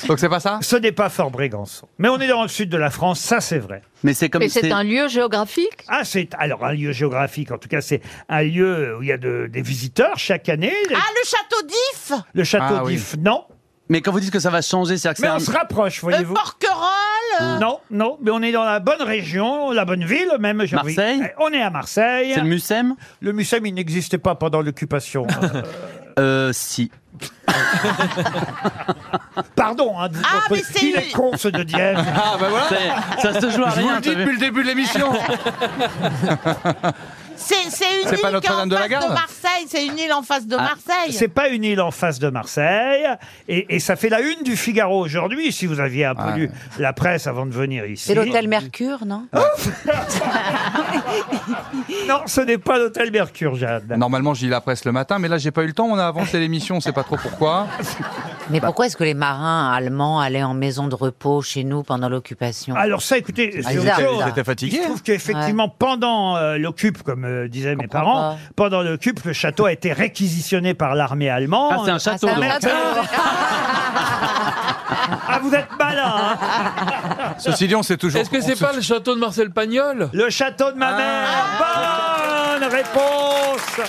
Speaker 5: Donc c'est pas ça
Speaker 2: Ce n'est pas Fort Brégançon. Mais on est dans le sud de la France, ça c'est vrai.
Speaker 4: Mais c'est comme
Speaker 15: Mais c'est un lieu géographique
Speaker 2: Ah, c'est alors un lieu géographique, en tout cas, c'est un lieu où il y a de- des visiteurs chaque année.
Speaker 6: Ah, le château d'If
Speaker 2: Le château
Speaker 4: Ah oui.
Speaker 2: d'If, non.
Speaker 4: Mais quand vous dites que ça va changer, c'est-à-dire que
Speaker 2: Mais
Speaker 4: c'est
Speaker 2: on
Speaker 4: un-
Speaker 2: se rapproche,
Speaker 6: Le
Speaker 2: voyez-vous.
Speaker 6: Porquerolles euh,
Speaker 2: Non, non, mais on est dans la bonne région, la bonne ville même. j'ai envie-
Speaker 4: Marseille
Speaker 2: Eh, On est à Marseille.
Speaker 4: c'est le Mucem
Speaker 2: Le Mucem, il n'existait pas pendant l'occupation. Euh,
Speaker 4: Euh, si.
Speaker 2: pardon, hein, de vous
Speaker 6: Ah,
Speaker 2: contre-
Speaker 6: mais c'est
Speaker 2: il est
Speaker 6: une-
Speaker 2: con ce de Dienne.
Speaker 5: Ah bah voilà.
Speaker 4: C'est- Ça se joue à
Speaker 5: Je vous
Speaker 4: rien.
Speaker 5: le dis
Speaker 4: t'as vu
Speaker 5: depuis le début de l'émission.
Speaker 6: C'est c'est une
Speaker 2: C'est
Speaker 6: île
Speaker 2: pas
Speaker 6: qui est en
Speaker 2: Notre-Dame de la
Speaker 6: face
Speaker 2: Garde
Speaker 6: de Marseille. C'est une île en face de
Speaker 4: Ah,
Speaker 6: Marseille.
Speaker 2: Ah, C'est pas une île en face de Marseille. Et, et ça fait la une du Figaro aujourd'hui, si vous aviez un peu lu la presse avant de venir ici.
Speaker 7: C'est l'hôtel Mercure, non
Speaker 2: Ah. Non, ce n'est pas l'hôtel Mercure, Jade.
Speaker 5: Normalement, je lis la presse le matin, mais là, j'ai pas eu le temps. On a avancé l'émission, on sait pas trop pourquoi.
Speaker 3: Mais pourquoi est-ce que les marins allemands allaient en maison de repos chez nous pendant l'occupation
Speaker 2: Alors ça, écoutez,
Speaker 4: Ah,
Speaker 3: C'est
Speaker 2: c'est
Speaker 3: bizarre,
Speaker 2: autre chose.
Speaker 3: ça.
Speaker 2: Il
Speaker 4: hein.
Speaker 2: se trouve qu'effectivement, pendant euh, l'occupe, comme euh, disaient mes parents, pendant l'occupe, le château a été réquisitionné par l'armée allemande.
Speaker 4: Ah, c'est un château, Ah, c'est un donc. château.
Speaker 2: Ah, vous êtes malin. hein.
Speaker 5: Ceci dit, on sait toujours.
Speaker 8: Est-ce que c'est pas le château de Marcel Pagnol Ah.
Speaker 2: Le château de ma mère. Bonne réponse.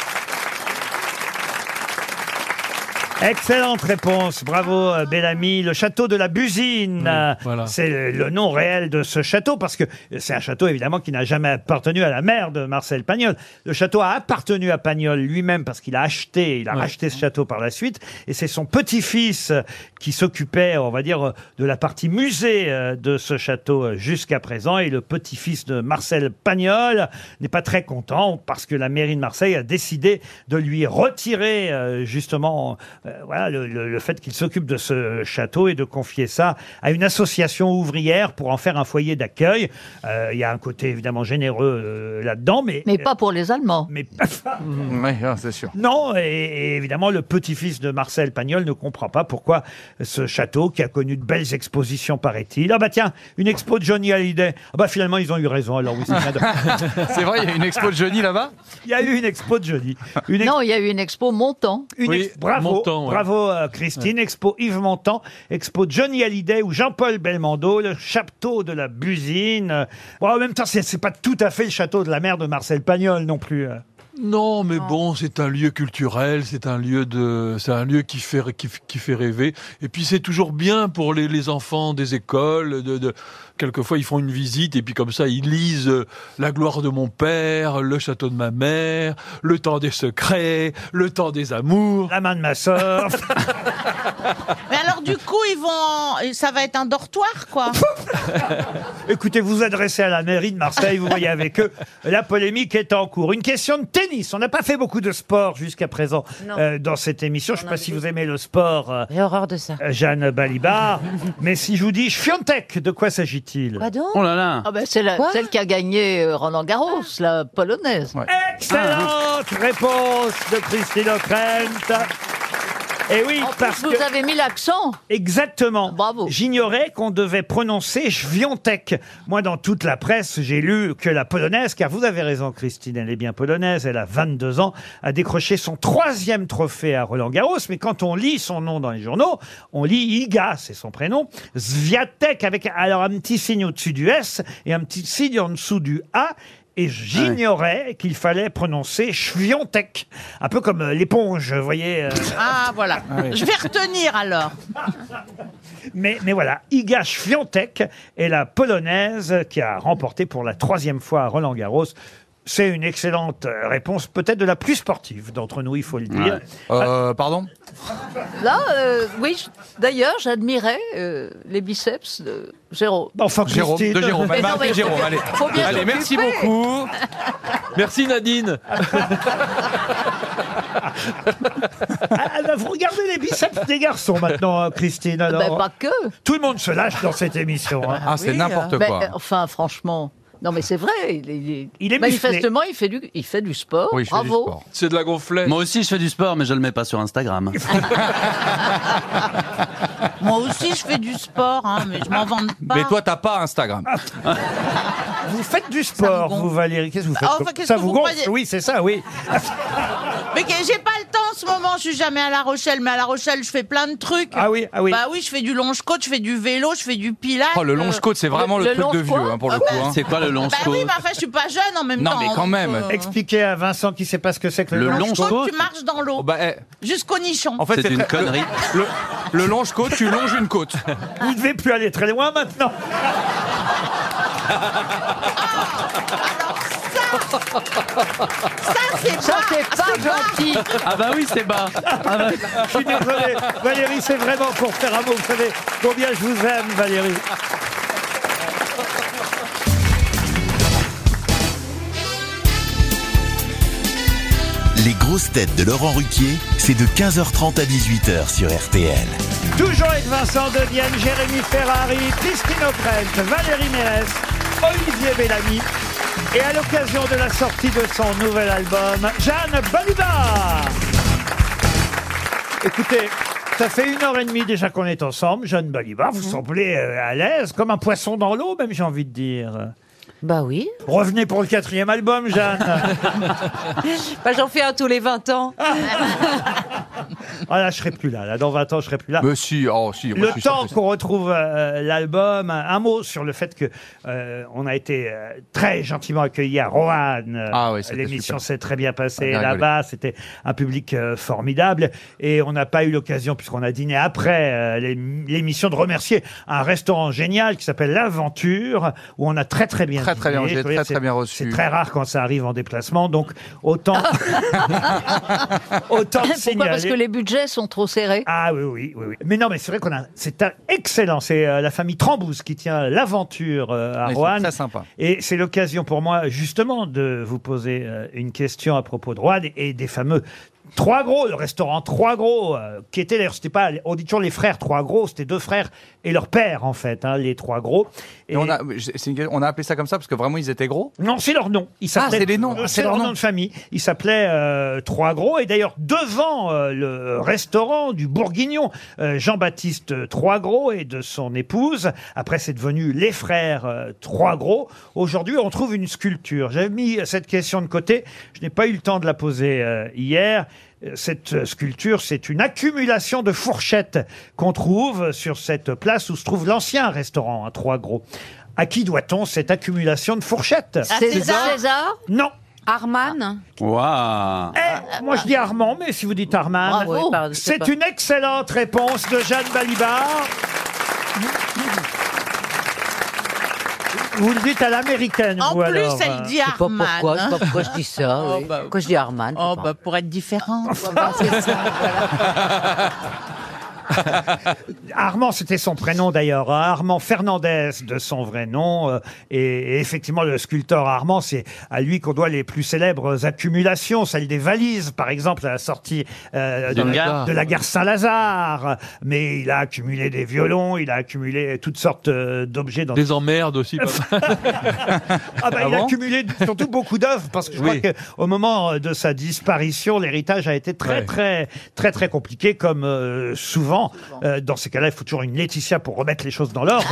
Speaker 2: Excellente réponse, bravo euh, Bellamy. Le château de la Busine, euh, c'est le- le nom réel de ce château parce que c'est un château évidemment qui n'a jamais appartenu à la mère de Marcel Pagnol. Le château a appartenu à Pagnol lui-même parce qu'il a acheté, il a racheté ce château par la suite et c'est son petit-fils euh, qui s'occupait, on va dire, euh, de la partie musée euh, de ce château euh, jusqu'à présent et le petit-fils de Marcel Pagnol n'est pas très content parce que la mairie de Marseille a décidé de lui retirer euh, justement euh, voilà, le, le- le fait qu'il s'occupe de ce château et de confier ça à une association ouvrière pour en faire un foyer d'accueil. Euh, Il y a un côté évidemment généreux euh, là-dedans, mais...
Speaker 15: Mais pas pour les Allemands.
Speaker 2: Mais
Speaker 5: Oui, ah, c'est sûr.
Speaker 2: Non, et, et évidemment, le petit-fils de Marcel Pagnol ne comprend pas pourquoi ce château, qui a connu de belles expositions, paraît-il. Ah bah tiens, une expo de Johnny Hallyday. Ah bah finalement, ils ont eu raison, alors oui, c'est bien de-
Speaker 5: C'est vrai, il y a une expo de Johnny là-bas
Speaker 2: Il y a eu une expo de Johnny. Une ex-
Speaker 15: Non, il y a eu une expo montant.
Speaker 2: une ex- bravo, bravo euh, Christine. Expo Yves Montand, expo Johnny Hallyday ou Jean-Paul Belmondo, le château de la Busine. Euh, Bon, en même temps, c'est c'est pas tout à fait le château de la mère de Marcel Pagnol non plus. euh.
Speaker 8: Non, mais bon, c'est un lieu culturel, c'est un lieu de, c'est un lieu qui fait qui, qui fait rêver. Et puis c'est toujours bien pour les, les enfants des écoles. De, de- quelquefois ils font une visite et puis comme ça ils lisent euh, La gloire de mon père, Le château de ma mère, Le temps des secrets, Le temps des amours,
Speaker 2: La main de ma sœur.
Speaker 6: Mais alors du coup, ils vont. Ça va être un dortoir, quoi.
Speaker 2: Écoutez, vous vous adressez à la mairie de Marseille, vous voyez avec eux, la polémique est en cours. Une question de tennis. On n'a pas fait beaucoup de sport jusqu'à présent
Speaker 3: Non.
Speaker 2: euh, dans cette émission. Je ne sais pas si vous aimez le sport. euh,
Speaker 3: J'ai horreur de ça.
Speaker 2: euh, Jeanne Balibar. Mais si je vous dis Fiontech, de quoi s'agit-il
Speaker 15: Quoi donc
Speaker 4: Oh là là
Speaker 15: Ah ben, c'est la-
Speaker 2: Quoi Ah.
Speaker 15: celle qui a gagné euh, Roland Garros, la polonaise.
Speaker 2: Excellente
Speaker 4: Ah.
Speaker 2: réponse de Christine O'Krent. Et Eh oui, parce
Speaker 15: vous
Speaker 2: que...
Speaker 15: avez mis l'accent.
Speaker 2: Exactement. Bravo. J'ignorais qu'on devait prononcer Jviontek. Moi, dans toute la presse, j'ai lu que la polonaise, car vous avez raison, Christine, elle est bien polonaise, elle a 22 ans, a décroché son troisième trophée à Roland Garros. Mais quand on lit son nom dans les journaux, on lit Iga, c'est son prénom, Zviatek, avec alors un petit signe au-dessus du S et un petit signe en dessous du A. Et j'ignorais qu'il fallait prononcer Jviontek. Un peu comme euh, l'éponge, vous voyez. euh.
Speaker 6: Ah voilà.
Speaker 2: Ah oui.
Speaker 6: Je vais retenir alors.
Speaker 2: Mais, mais voilà, Iga Świątek est la Polonaise qui a remporté pour la troisième fois à Roland Garros. C'est une excellente euh, réponse, peut-être de la plus sportive d'entre nous, il faut le dire.
Speaker 5: pardon
Speaker 15: Là, euh, oui, je- d'ailleurs, j'admirais euh, les biceps de Jérôme.
Speaker 2: Enfin,
Speaker 5: Jérôme, de Jérôme. Elle m'a
Speaker 15: Mais
Speaker 8: Bah,
Speaker 15: non,
Speaker 5: appelé
Speaker 15: mais-
Speaker 5: Jérôme, allez.
Speaker 15: faut bien
Speaker 5: Allez,
Speaker 15: s'occuper.
Speaker 5: merci beaucoup.
Speaker 8: Merci Nadine.
Speaker 2: Ah, bah, vous regardez les biceps des garçons maintenant, hein, Christine.
Speaker 6: Ah,
Speaker 2: Alors,
Speaker 6: bah,
Speaker 15: Ben, pas que.
Speaker 2: Tout le monde se lâche dans cette émission. hein.
Speaker 15: Oui, euh, ben, euh, enfin, franchement. Non, mais c'est vrai. Il, il-
Speaker 2: Il est
Speaker 15: manifestement, il fait du, il fait du sport. Oh, Bravo.
Speaker 8: C'est de la gonflette.
Speaker 4: Moi aussi, je fais du sport, mais je le mets pas sur Instagram.
Speaker 15: Ah.
Speaker 6: Moi aussi, je fais du sport, hein, mais je m'en vante pas.
Speaker 5: Mais toi, t'as pas Instagram.
Speaker 15: Ah.
Speaker 2: Bah, Vous faites du sport, vous, Valérie. Qu'est-ce que vous faites
Speaker 6: Ah, enfin, qu'est-ce
Speaker 2: Ça
Speaker 6: que
Speaker 2: vous
Speaker 6: vous
Speaker 2: gonfle
Speaker 6: croyez
Speaker 2: Oui, c'est ça, oui.
Speaker 6: Mais que- j'ai pas le temps en ce moment, je suis jamais à La Rochelle, mais à La Rochelle, je fais plein de trucs.
Speaker 2: Ah oui, ah oui.
Speaker 6: Bah oui, je fais du longe côte, je fais du vélo, je fais du pilates.
Speaker 5: Oh, le longe-côte, c'est vraiment le, truc de vieux, hein, pour le coup. hein.
Speaker 4: C'est quoi le
Speaker 6: Bah
Speaker 4: longe-côte
Speaker 6: oui, mais enfin, je suis pas jeune en même temps. hein.
Speaker 2: Expliquez à Vincent qui sait pas ce que c'est que le,
Speaker 6: Le
Speaker 2: long
Speaker 6: longe-côte, tu marches dans
Speaker 2: Oh,
Speaker 6: l'eau.
Speaker 5: Bah, eh,
Speaker 6: Jusqu'au nichon.
Speaker 5: en fait, très- Le, le- le longe-côte, tu longes une côte.
Speaker 2: Euh, Vous ne devez plus aller très loin maintenant.
Speaker 6: Ça, c'est
Speaker 15: Ça, c'est pas gentil.
Speaker 4: Ah bah oui, c'est bas. Ah bah-
Speaker 2: Je suis désolé. Valérie, c'est vraiment pour faire un mot. Vous savez combien je vous aime, Valérie.
Speaker 1: Les grosses têtes de Laurent Ruquier, c'est de 15h30 à 18h sur RTL.
Speaker 2: Toujours avec Vincent Devienne, Jérémy Ferrari, Christine O'Krent, Valérie Mérès, Olivier Bellamy. Et à l'occasion de la sortie de son nouvel album, Jeanne Balibar. Écoutez, ça fait une heure et demie déjà qu'on est ensemble, Jeanne Balibar.
Speaker 3: Mhm.
Speaker 2: Vous semblez euh, à l'aise, comme un poisson dans l'eau, même j'ai envie de dire.
Speaker 3: Bah oui.
Speaker 2: Revenez pour le quatrième album, Jeanne.
Speaker 14: Bah, J'en fais un tous les 20 ans.
Speaker 2: Ah là, je serai plus là. là. Dans 20 ans, je serai plus là.
Speaker 5: Mais si, oh, si, moi, je
Speaker 2: le
Speaker 5: suis
Speaker 2: temps
Speaker 5: sûr que-
Speaker 2: qu'on retrouve euh, l'album, un, un mot sur le fait que euh, on a été euh, très gentiment accueillis à Roanne. Euh,
Speaker 5: Ah ouais, c'était
Speaker 2: L'émission
Speaker 5: super. Ah,
Speaker 2: s'est très bien passée
Speaker 5: On a rigolé.
Speaker 2: là-bas. C'était un public euh, formidable et on n'a pas eu l'occasion puisqu'on a dîné après euh, l'ém- l'émission de remercier un restaurant génial qui s'appelle l'Aventure où on a très très bien
Speaker 5: Très, très
Speaker 2: dîné.
Speaker 5: bien mangé,
Speaker 2: Vous voyez,
Speaker 5: très, très
Speaker 2: c'est-
Speaker 5: bien reçu.
Speaker 2: C'est très rare quand ça arrive en déplacement, donc autant autant le
Speaker 15: Pourquoi Parce
Speaker 2: signaler.
Speaker 15: que les budgets sont trop serrés.
Speaker 2: Ah oui, oui, oui, oui. Mais non, mais c'est vrai qu'on a. C'est un- excellent. C'est euh, la famille Trambouze qui tient l'aventure euh, à
Speaker 5: Oui, c'est
Speaker 2: Roanne.
Speaker 5: très sympa.
Speaker 2: Et c'est l'occasion pour moi, justement, de vous poser euh, une question à propos de Roanne et des fameux. Trois gros, le restaurant Trois Gros, euh, qui était d'ailleurs, c'était pas, on dit toujours les frères Trois Gros, c'était deux frères et leur père en fait, hein, les Trois Gros. Et
Speaker 5: Et on a, c'est une- on a appelé ça comme ça parce que vraiment ils étaient gros
Speaker 2: Non, c'est leur nom. Ils
Speaker 5: ah,
Speaker 2: s'appelaient-
Speaker 5: c'est les noms.
Speaker 2: Euh,
Speaker 5: Ah,
Speaker 2: C'est leur nom de famille. Ils s'appelaient euh, Trois Gros. Et d'ailleurs, devant euh, le restaurant du Bourguignon, euh, Jean-Baptiste euh, Trois Gros et de son épouse, après c'est devenu les frères euh, Trois Gros, aujourd'hui on trouve une sculpture. J'avais mis cette question de côté. Je n'ai pas eu le temps de la poser euh, hier. Euh, Cette euh, sculpture, c'est une accumulation de fourchettes qu'on trouve sur cette place où se trouve l'ancien restaurant, à Trois Gros. À qui doit-on cette accumulation de fourchettes
Speaker 14: César
Speaker 2: Non.
Speaker 14: Arman
Speaker 4: Waouh
Speaker 2: Eh, moi je dis Armand, mais si vous dites Armand,
Speaker 14: Bravo. Oui, pardon, je sais
Speaker 2: c'est
Speaker 14: pas.
Speaker 2: une excellente réponse de Jeanne Balibar. Vous le dites à l'américaine,
Speaker 6: En
Speaker 2: vous
Speaker 6: plus,
Speaker 2: alors,
Speaker 6: elle
Speaker 2: hein.
Speaker 6: dit Je sais pas Arman, pourquoi, je sais pas hein. pourquoi je dis ça,
Speaker 3: Ah, oui. Pourquoi je dis Arman
Speaker 6: Oh, bah, pour être différent. bah, c'est ça.
Speaker 2: Armand, c'était son prénom d'ailleurs. hein, Armand Fernandez, de son vrai nom. euh, et, et effectivement, le sculpteur Armand, c'est à lui qu'on doit les plus célèbres accumulations, celle des valises, par exemple, à la sortie euh, de,
Speaker 4: D'une
Speaker 2: la,
Speaker 4: gare.
Speaker 2: de la gare Saint-Lazare. Mais il a accumulé des violons, il a accumulé toutes sortes euh, d'objets dans
Speaker 8: Des emmerdes aussi. pas mal.
Speaker 2: Ah bah,
Speaker 8: Ah
Speaker 2: il a
Speaker 8: bon
Speaker 2: accumulé surtout beaucoup d'œuvres parce que je
Speaker 8: Oui.
Speaker 2: crois qu'au moment euh, de sa disparition, l'héritage a été très
Speaker 8: Ouais.
Speaker 2: très très très compliqué comme euh, souvent. Euh, dans ces cas-là, il faut toujours une Laetitia pour remettre les choses dans l'ordre.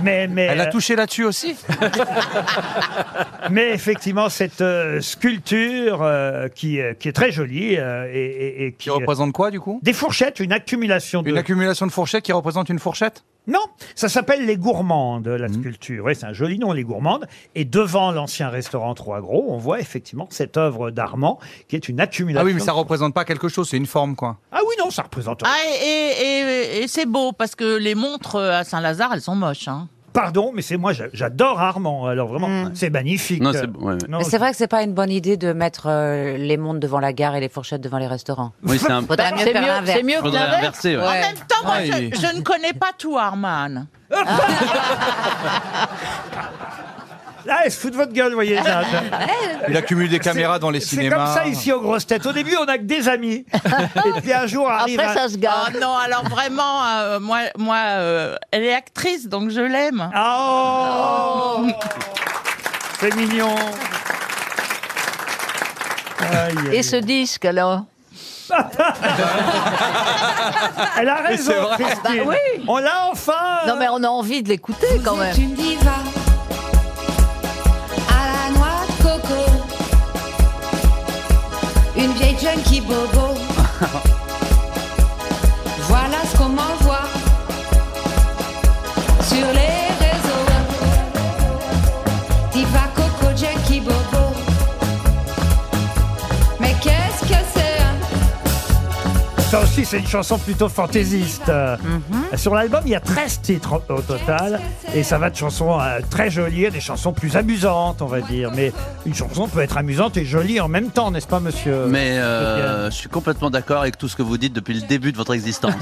Speaker 2: mais mais
Speaker 5: Elle a
Speaker 2: euh,
Speaker 5: touché là-dessus aussi
Speaker 2: mais effectivement, cette euh, sculpture euh, qui euh, qui est très jolie euh, et, et- et qui,
Speaker 5: Qui représente quoi du coup
Speaker 2: des fourchettes, une accumulation de
Speaker 5: Une accumulation de fourchettes qui représente une fourchette Mhm.
Speaker 2: Non, ça s'appelle les gourmandes, la sculpture. Oui, c'est un joli nom, les gourmandes. Et devant l'ancien restaurant Trois Gros, on voit effectivement cette œuvre d'Armand, qui est une accumulation.
Speaker 5: Ah oui, mais ça représente pas quelque chose, c'est une forme quoi.
Speaker 2: Ah oui, non, ça représente.
Speaker 6: Ah, et et- et- et c'est beau, parce que les montres euh, à Saint-Lazare, elles sont moches. Hein.
Speaker 2: Pardon, mais c'est moi, j'a- j'adore Armand. Alors vraiment, c'est magnifique.
Speaker 4: Non, c'est- ouais, ouais.
Speaker 2: Non,
Speaker 3: Mais c'est vrai que c'est pas une bonne idée de mettre euh, les montres devant la gare et les fourchettes devant les restaurants.
Speaker 4: Oui, c'est un-
Speaker 3: Faudrait
Speaker 15: Bah,
Speaker 3: mieux
Speaker 15: c'est
Speaker 3: faire
Speaker 15: mieux-
Speaker 3: l'inverse.
Speaker 15: c'est mieux que
Speaker 4: Faudrait
Speaker 15: l'inverse.
Speaker 4: inverser, ouais.
Speaker 6: En même temps, moi,
Speaker 4: Ah,
Speaker 6: bah, je,
Speaker 4: il-
Speaker 6: je ne connais pas tout, Arman.
Speaker 2: Là, Ah, elle se fout de votre gueule, vous voyez. Jeanne.
Speaker 5: Il accumule des caméras dans les
Speaker 2: c'est
Speaker 5: cinémas.
Speaker 2: comme ça ici aux grosses têtes. Au début, on a que des amis. Et puis un jour arrive. Ah,
Speaker 15: Après,
Speaker 2: un-
Speaker 15: ça se
Speaker 6: Oh
Speaker 15: gare.
Speaker 6: non, alors vraiment, euh, moi, moi euh, elle est actrice, donc je l'aime.
Speaker 2: Ah, oh C'est mignon. Aïe, aïe,
Speaker 15: Et ce
Speaker 2: aïe.
Speaker 15: disque, alors
Speaker 2: Elle a raison,
Speaker 5: c'est vrai.
Speaker 2: Christine.
Speaker 15: Bah oui.
Speaker 2: On l'a enfin.
Speaker 15: Non, mais on a envie de l'écouter quand
Speaker 13: Vous
Speaker 15: même.
Speaker 13: êtes une diva à la noix de coco, une vieille junkie bobo. voilà ce qu'on m'envoie sur les réseaux. Diva coco junkie bobo. Mais qu'est-ce que c'est hein
Speaker 2: Ça aussi, c'est une chanson plutôt fantaisiste. Euh, Sur l'album, il y a 13 titres au, au total. Et ça va de chansons euh, très jolies à des chansons plus amusantes, on va dire. Mais une chanson peut être amusante et jolie en même temps, n'est-ce pas, monsieur
Speaker 4: Mais euh, je suis complètement d'accord avec tout ce que vous dites depuis le début de votre existence.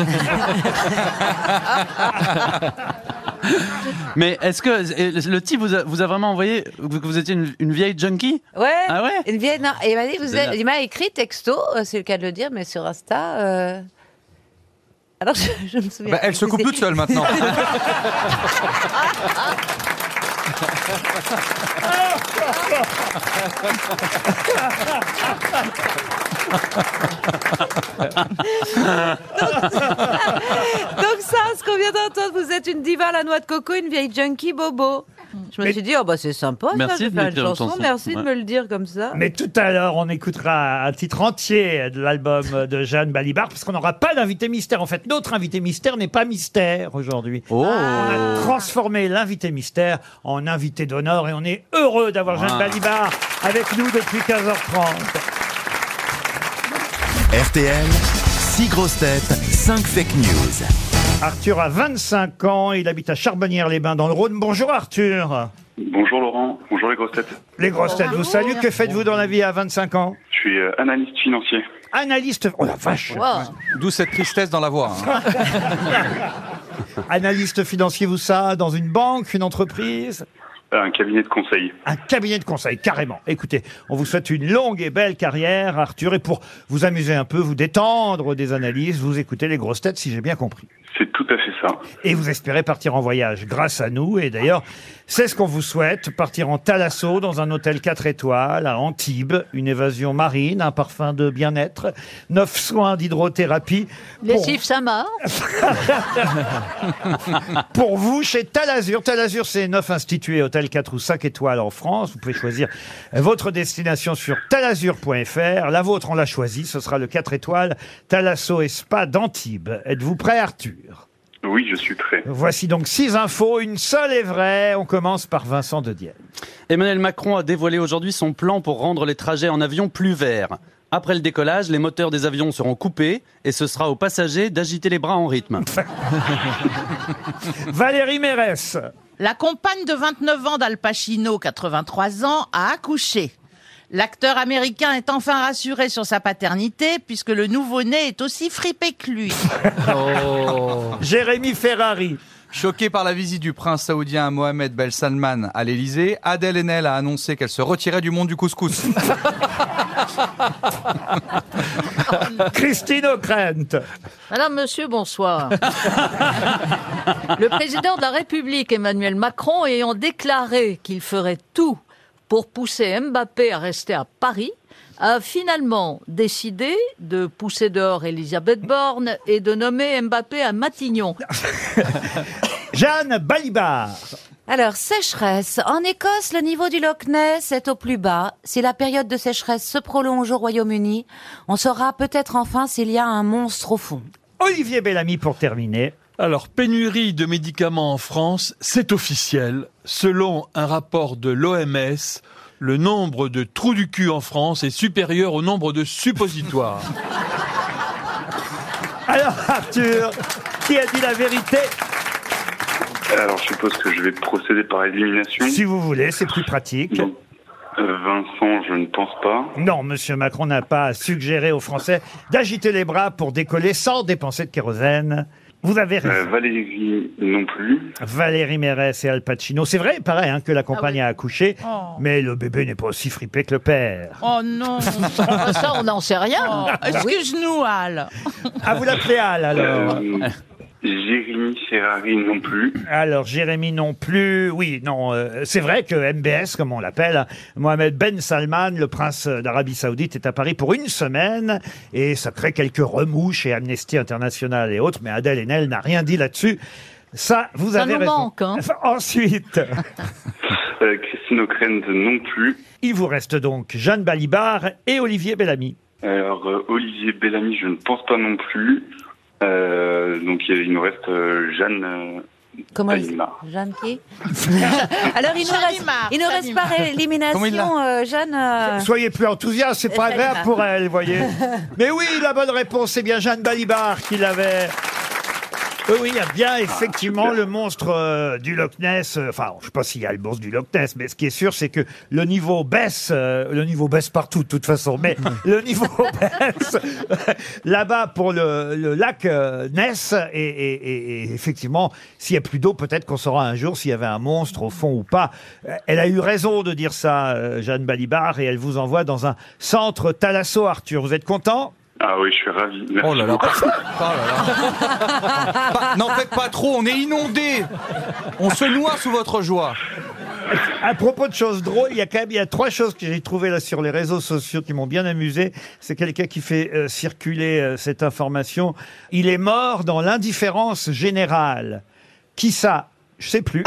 Speaker 4: Mais est-ce que et le le type vous a, vous a vraiment envoyé que vous étiez une, une vieille junkie
Speaker 14: Ouais.
Speaker 4: Ah ouais
Speaker 14: Une vieille- non, et il m'a dit, vous
Speaker 4: C'est
Speaker 14: êtes-
Speaker 4: là.
Speaker 14: il m'a écrit texto, euh, c'est le cas de le dire, mais sur Insta. euh, Alors je, je me souviens.
Speaker 5: Bah, elle se coupe toute seule maintenant.
Speaker 13: hein?
Speaker 14: Donc ça, ce qu'on vient d'entendre, vous êtes une diva à la noix de coco, une vieille junkie bobo. Je me suis dit, oh bah c'est sympa,
Speaker 2: Merci
Speaker 14: ça, je vais
Speaker 2: de
Speaker 14: faire
Speaker 2: me
Speaker 14: une
Speaker 2: dire une
Speaker 14: chanson,
Speaker 2: chanson.
Speaker 14: merci de
Speaker 2: Ouais.
Speaker 14: me le dire comme ça.
Speaker 2: Mais tout à l'heure, on écoutera un titre entier de l'album de Jeanne Balibar, parce qu'on n'aura pas d'invité mystère. En fait, notre invité mystère n'est pas mystère aujourd'hui. On a transformé l'invité mystère en invité d'honneur et on est heureux d'avoir Jeanne
Speaker 1: Ah.
Speaker 2: Balibar avec nous depuis 15h30.
Speaker 1: RTL, 6 grosses têtes, 5 fake news.
Speaker 2: Arthur a 25 ans, il habite à Charbonnières-les-Bains dans le Rhône. Bonjour Arthur.
Speaker 17: Bonjour Laurent, bonjour les grosses têtes.
Speaker 2: Les grosses têtes vous saluent. Que faites-vous dans la vie à 25 ans
Speaker 17: Je suis euh, analyste financier.
Speaker 2: Analyste. Oh la vache
Speaker 5: D'où cette tristesse dans la voix. hein.
Speaker 2: Analyste financier, vous ça Dans une banque, une entreprise
Speaker 17: euh, Un cabinet de conseil.
Speaker 2: un cabinet de conseil, carrément. Écoutez, on vous souhaite une longue et belle carrière, Arthur, et pour vous amuser un peu, vous détendre des analyses, vous écoutez les grosses têtes, si j'ai bien compris.
Speaker 17: C'est tout à fait ça.
Speaker 2: Et vous espérez partir en voyage grâce à nous. Et d'ailleurs, c'est ce qu'on vous souhaite, partir en Thalasso dans un hôtel 4 étoiles à Antibes, une évasion marine, un parfum de bien-être, neuf soins d'hydrothérapie.
Speaker 15: Les
Speaker 2: Pour-
Speaker 15: chiffres, ça marche.
Speaker 2: pour vous chez Talazur. Talazur, c'est neuf institués, hôtel 4 ou 5 étoiles en France. Vous pouvez choisir votre destination sur talazur.fr. La vôtre, on l'a choisie, ce sera le 4 étoiles Talasso et Spa d'Antibes. Êtes-vous prêt, Arthur
Speaker 17: Oui, je suis prêt.
Speaker 2: Voici donc six infos, une seule est vraie. On commence par Vincent de Dienne.
Speaker 4: Emmanuel Macron a dévoilé aujourd'hui son plan pour rendre les trajets en avion plus verts. Après le décollage, les moteurs des avions seront coupés et ce sera aux passagers d'agiter les bras en rythme.
Speaker 2: Valérie Mérès.
Speaker 6: La compagne de 29 ans d'Al Pacino, 83 ans, a accouché. L'acteur américain est enfin rassuré sur sa paternité puisque le nouveau-né est aussi fripé que lui.
Speaker 2: Jérémy Ferrari.
Speaker 5: Oh. Choqué par la visite du prince saoudien Mohamed Ben Salman à l'Elysée, Adèle Haenel a annoncé qu'elle se retirait du monde du couscous.
Speaker 2: Christine O'Krent.
Speaker 15: Madame, monsieur, bonsoir. Le président de la République, Emmanuel Macron, ayant déclaré qu'il ferait tout pour pousser Mbappé à rester à Paris, a finalement décidé de pousser dehors Elisabeth Borne et de nommer Mbappé à Matignon.
Speaker 2: Jeanne Balibar.
Speaker 7: Alors, sécheresse. En Écosse, le niveau du Loch Ness est au plus bas. Si la période de sécheresse se prolonge au Royaume-Uni, on saura peut-être enfin s'il y a un monstre au fond.
Speaker 2: Olivier Bellamy pour terminer.
Speaker 8: Alors, pénurie de médicaments en France, c'est officiel. Selon un rapport de l'OMS, le nombre de trous du cul en France est supérieur au nombre de suppositoires.
Speaker 2: Alors Arthur, qui a dit la vérité
Speaker 17: Euh, Alors, je suppose que je vais procéder par élimination.
Speaker 2: Si vous voulez, c'est plus pratique.
Speaker 17: Euh, Vincent, je ne pense pas.
Speaker 2: Non, Monsieur Macron n'a pas suggéré aux Français d'agiter les bras pour décoller sans dépenser de kérosène. Vous avez raison.
Speaker 17: Euh, Valérie non plus.
Speaker 2: Valérie Mérès et Al Pacino. C'est vrai, pareil, hein, que la compagne a accouché,
Speaker 6: Oh.
Speaker 2: mais le bébé n'est pas aussi fripé que le père.
Speaker 6: Oh non Oh,
Speaker 15: Ça, on n'en sait rien. Ah
Speaker 6: Excuse-nous, Al.
Speaker 2: Ah, vous l'appelez Al, alors
Speaker 17: Euh, Jérémy Ferrari non plus.
Speaker 2: Alors, Jérémy non plus. Oui, non, euh, c'est vrai que MBS, comme on l'appelle, hein, Mohamed Ben Salman, le prince d'Arabie Saoudite, est à Paris pour une semaine et ça crée quelques remous chez Amnesty International et autres, mais Adèle Haenel n'a rien dit là-dessus. Ça, vous
Speaker 15: Ça
Speaker 2: avez
Speaker 15: nous
Speaker 2: raison.
Speaker 15: manque, hein.
Speaker 2: Ensuite,
Speaker 17: Euh, Christine O'Krent non plus.
Speaker 2: il vous reste donc Jeanne Balibar et Olivier Bellamy.
Speaker 17: Alors, euh, Olivier Bellamy, je ne pense pas non plus. Euh, donc, il il nous reste euh, Jeanne. euh,
Speaker 7: Comment elle-
Speaker 17: Palima.
Speaker 7: Jeanne qui Alors, il nous reste, il nous reste par
Speaker 2: Comment il
Speaker 7: élimination, euh, Jeanne. euh,
Speaker 2: Soyez plus enthousiaste, c'est pas agréable pour elle, voyez. Mais oui, la bonne réponse, c'est bien Jeanne Balibar qui l'avait. Oui, oui, il y a bien effectivement le monstre euh, du Loch Ness. euh, Enfin, je ne sais pas s'il y a le monstre du Loch Ness, mais ce qui est sûr, c'est que le niveau baisse. euh, le niveau baisse partout, de toute façon. Mais le niveau baisse là-bas pour le, le lac euh, Ness. Et, et- et- et effectivement, s'il n'y a plus d'eau, peut-être qu'on saura un jour s'il y avait un monstre au fond ou pas. Euh, Elle a eu raison de dire ça, euh, Jeanne Balibar, et elle vous envoie dans un centre Thalasso, Arthur. Vous êtes content
Speaker 17: Ah oui, je suis ravi. Merci beaucoup.
Speaker 4: Oh
Speaker 5: Pas- N'en faites pas trop, on est inondé. On se noie sous votre joie.
Speaker 2: À propos de choses drôles, il y a quand même il y a trois choses que j'ai trouvées là sur les réseaux sociaux qui m'ont bien amusé. C'est quelqu'un qui fait euh, circuler euh, cette information. Il est mort dans l'indifférence générale. Qui ça Je sais plus.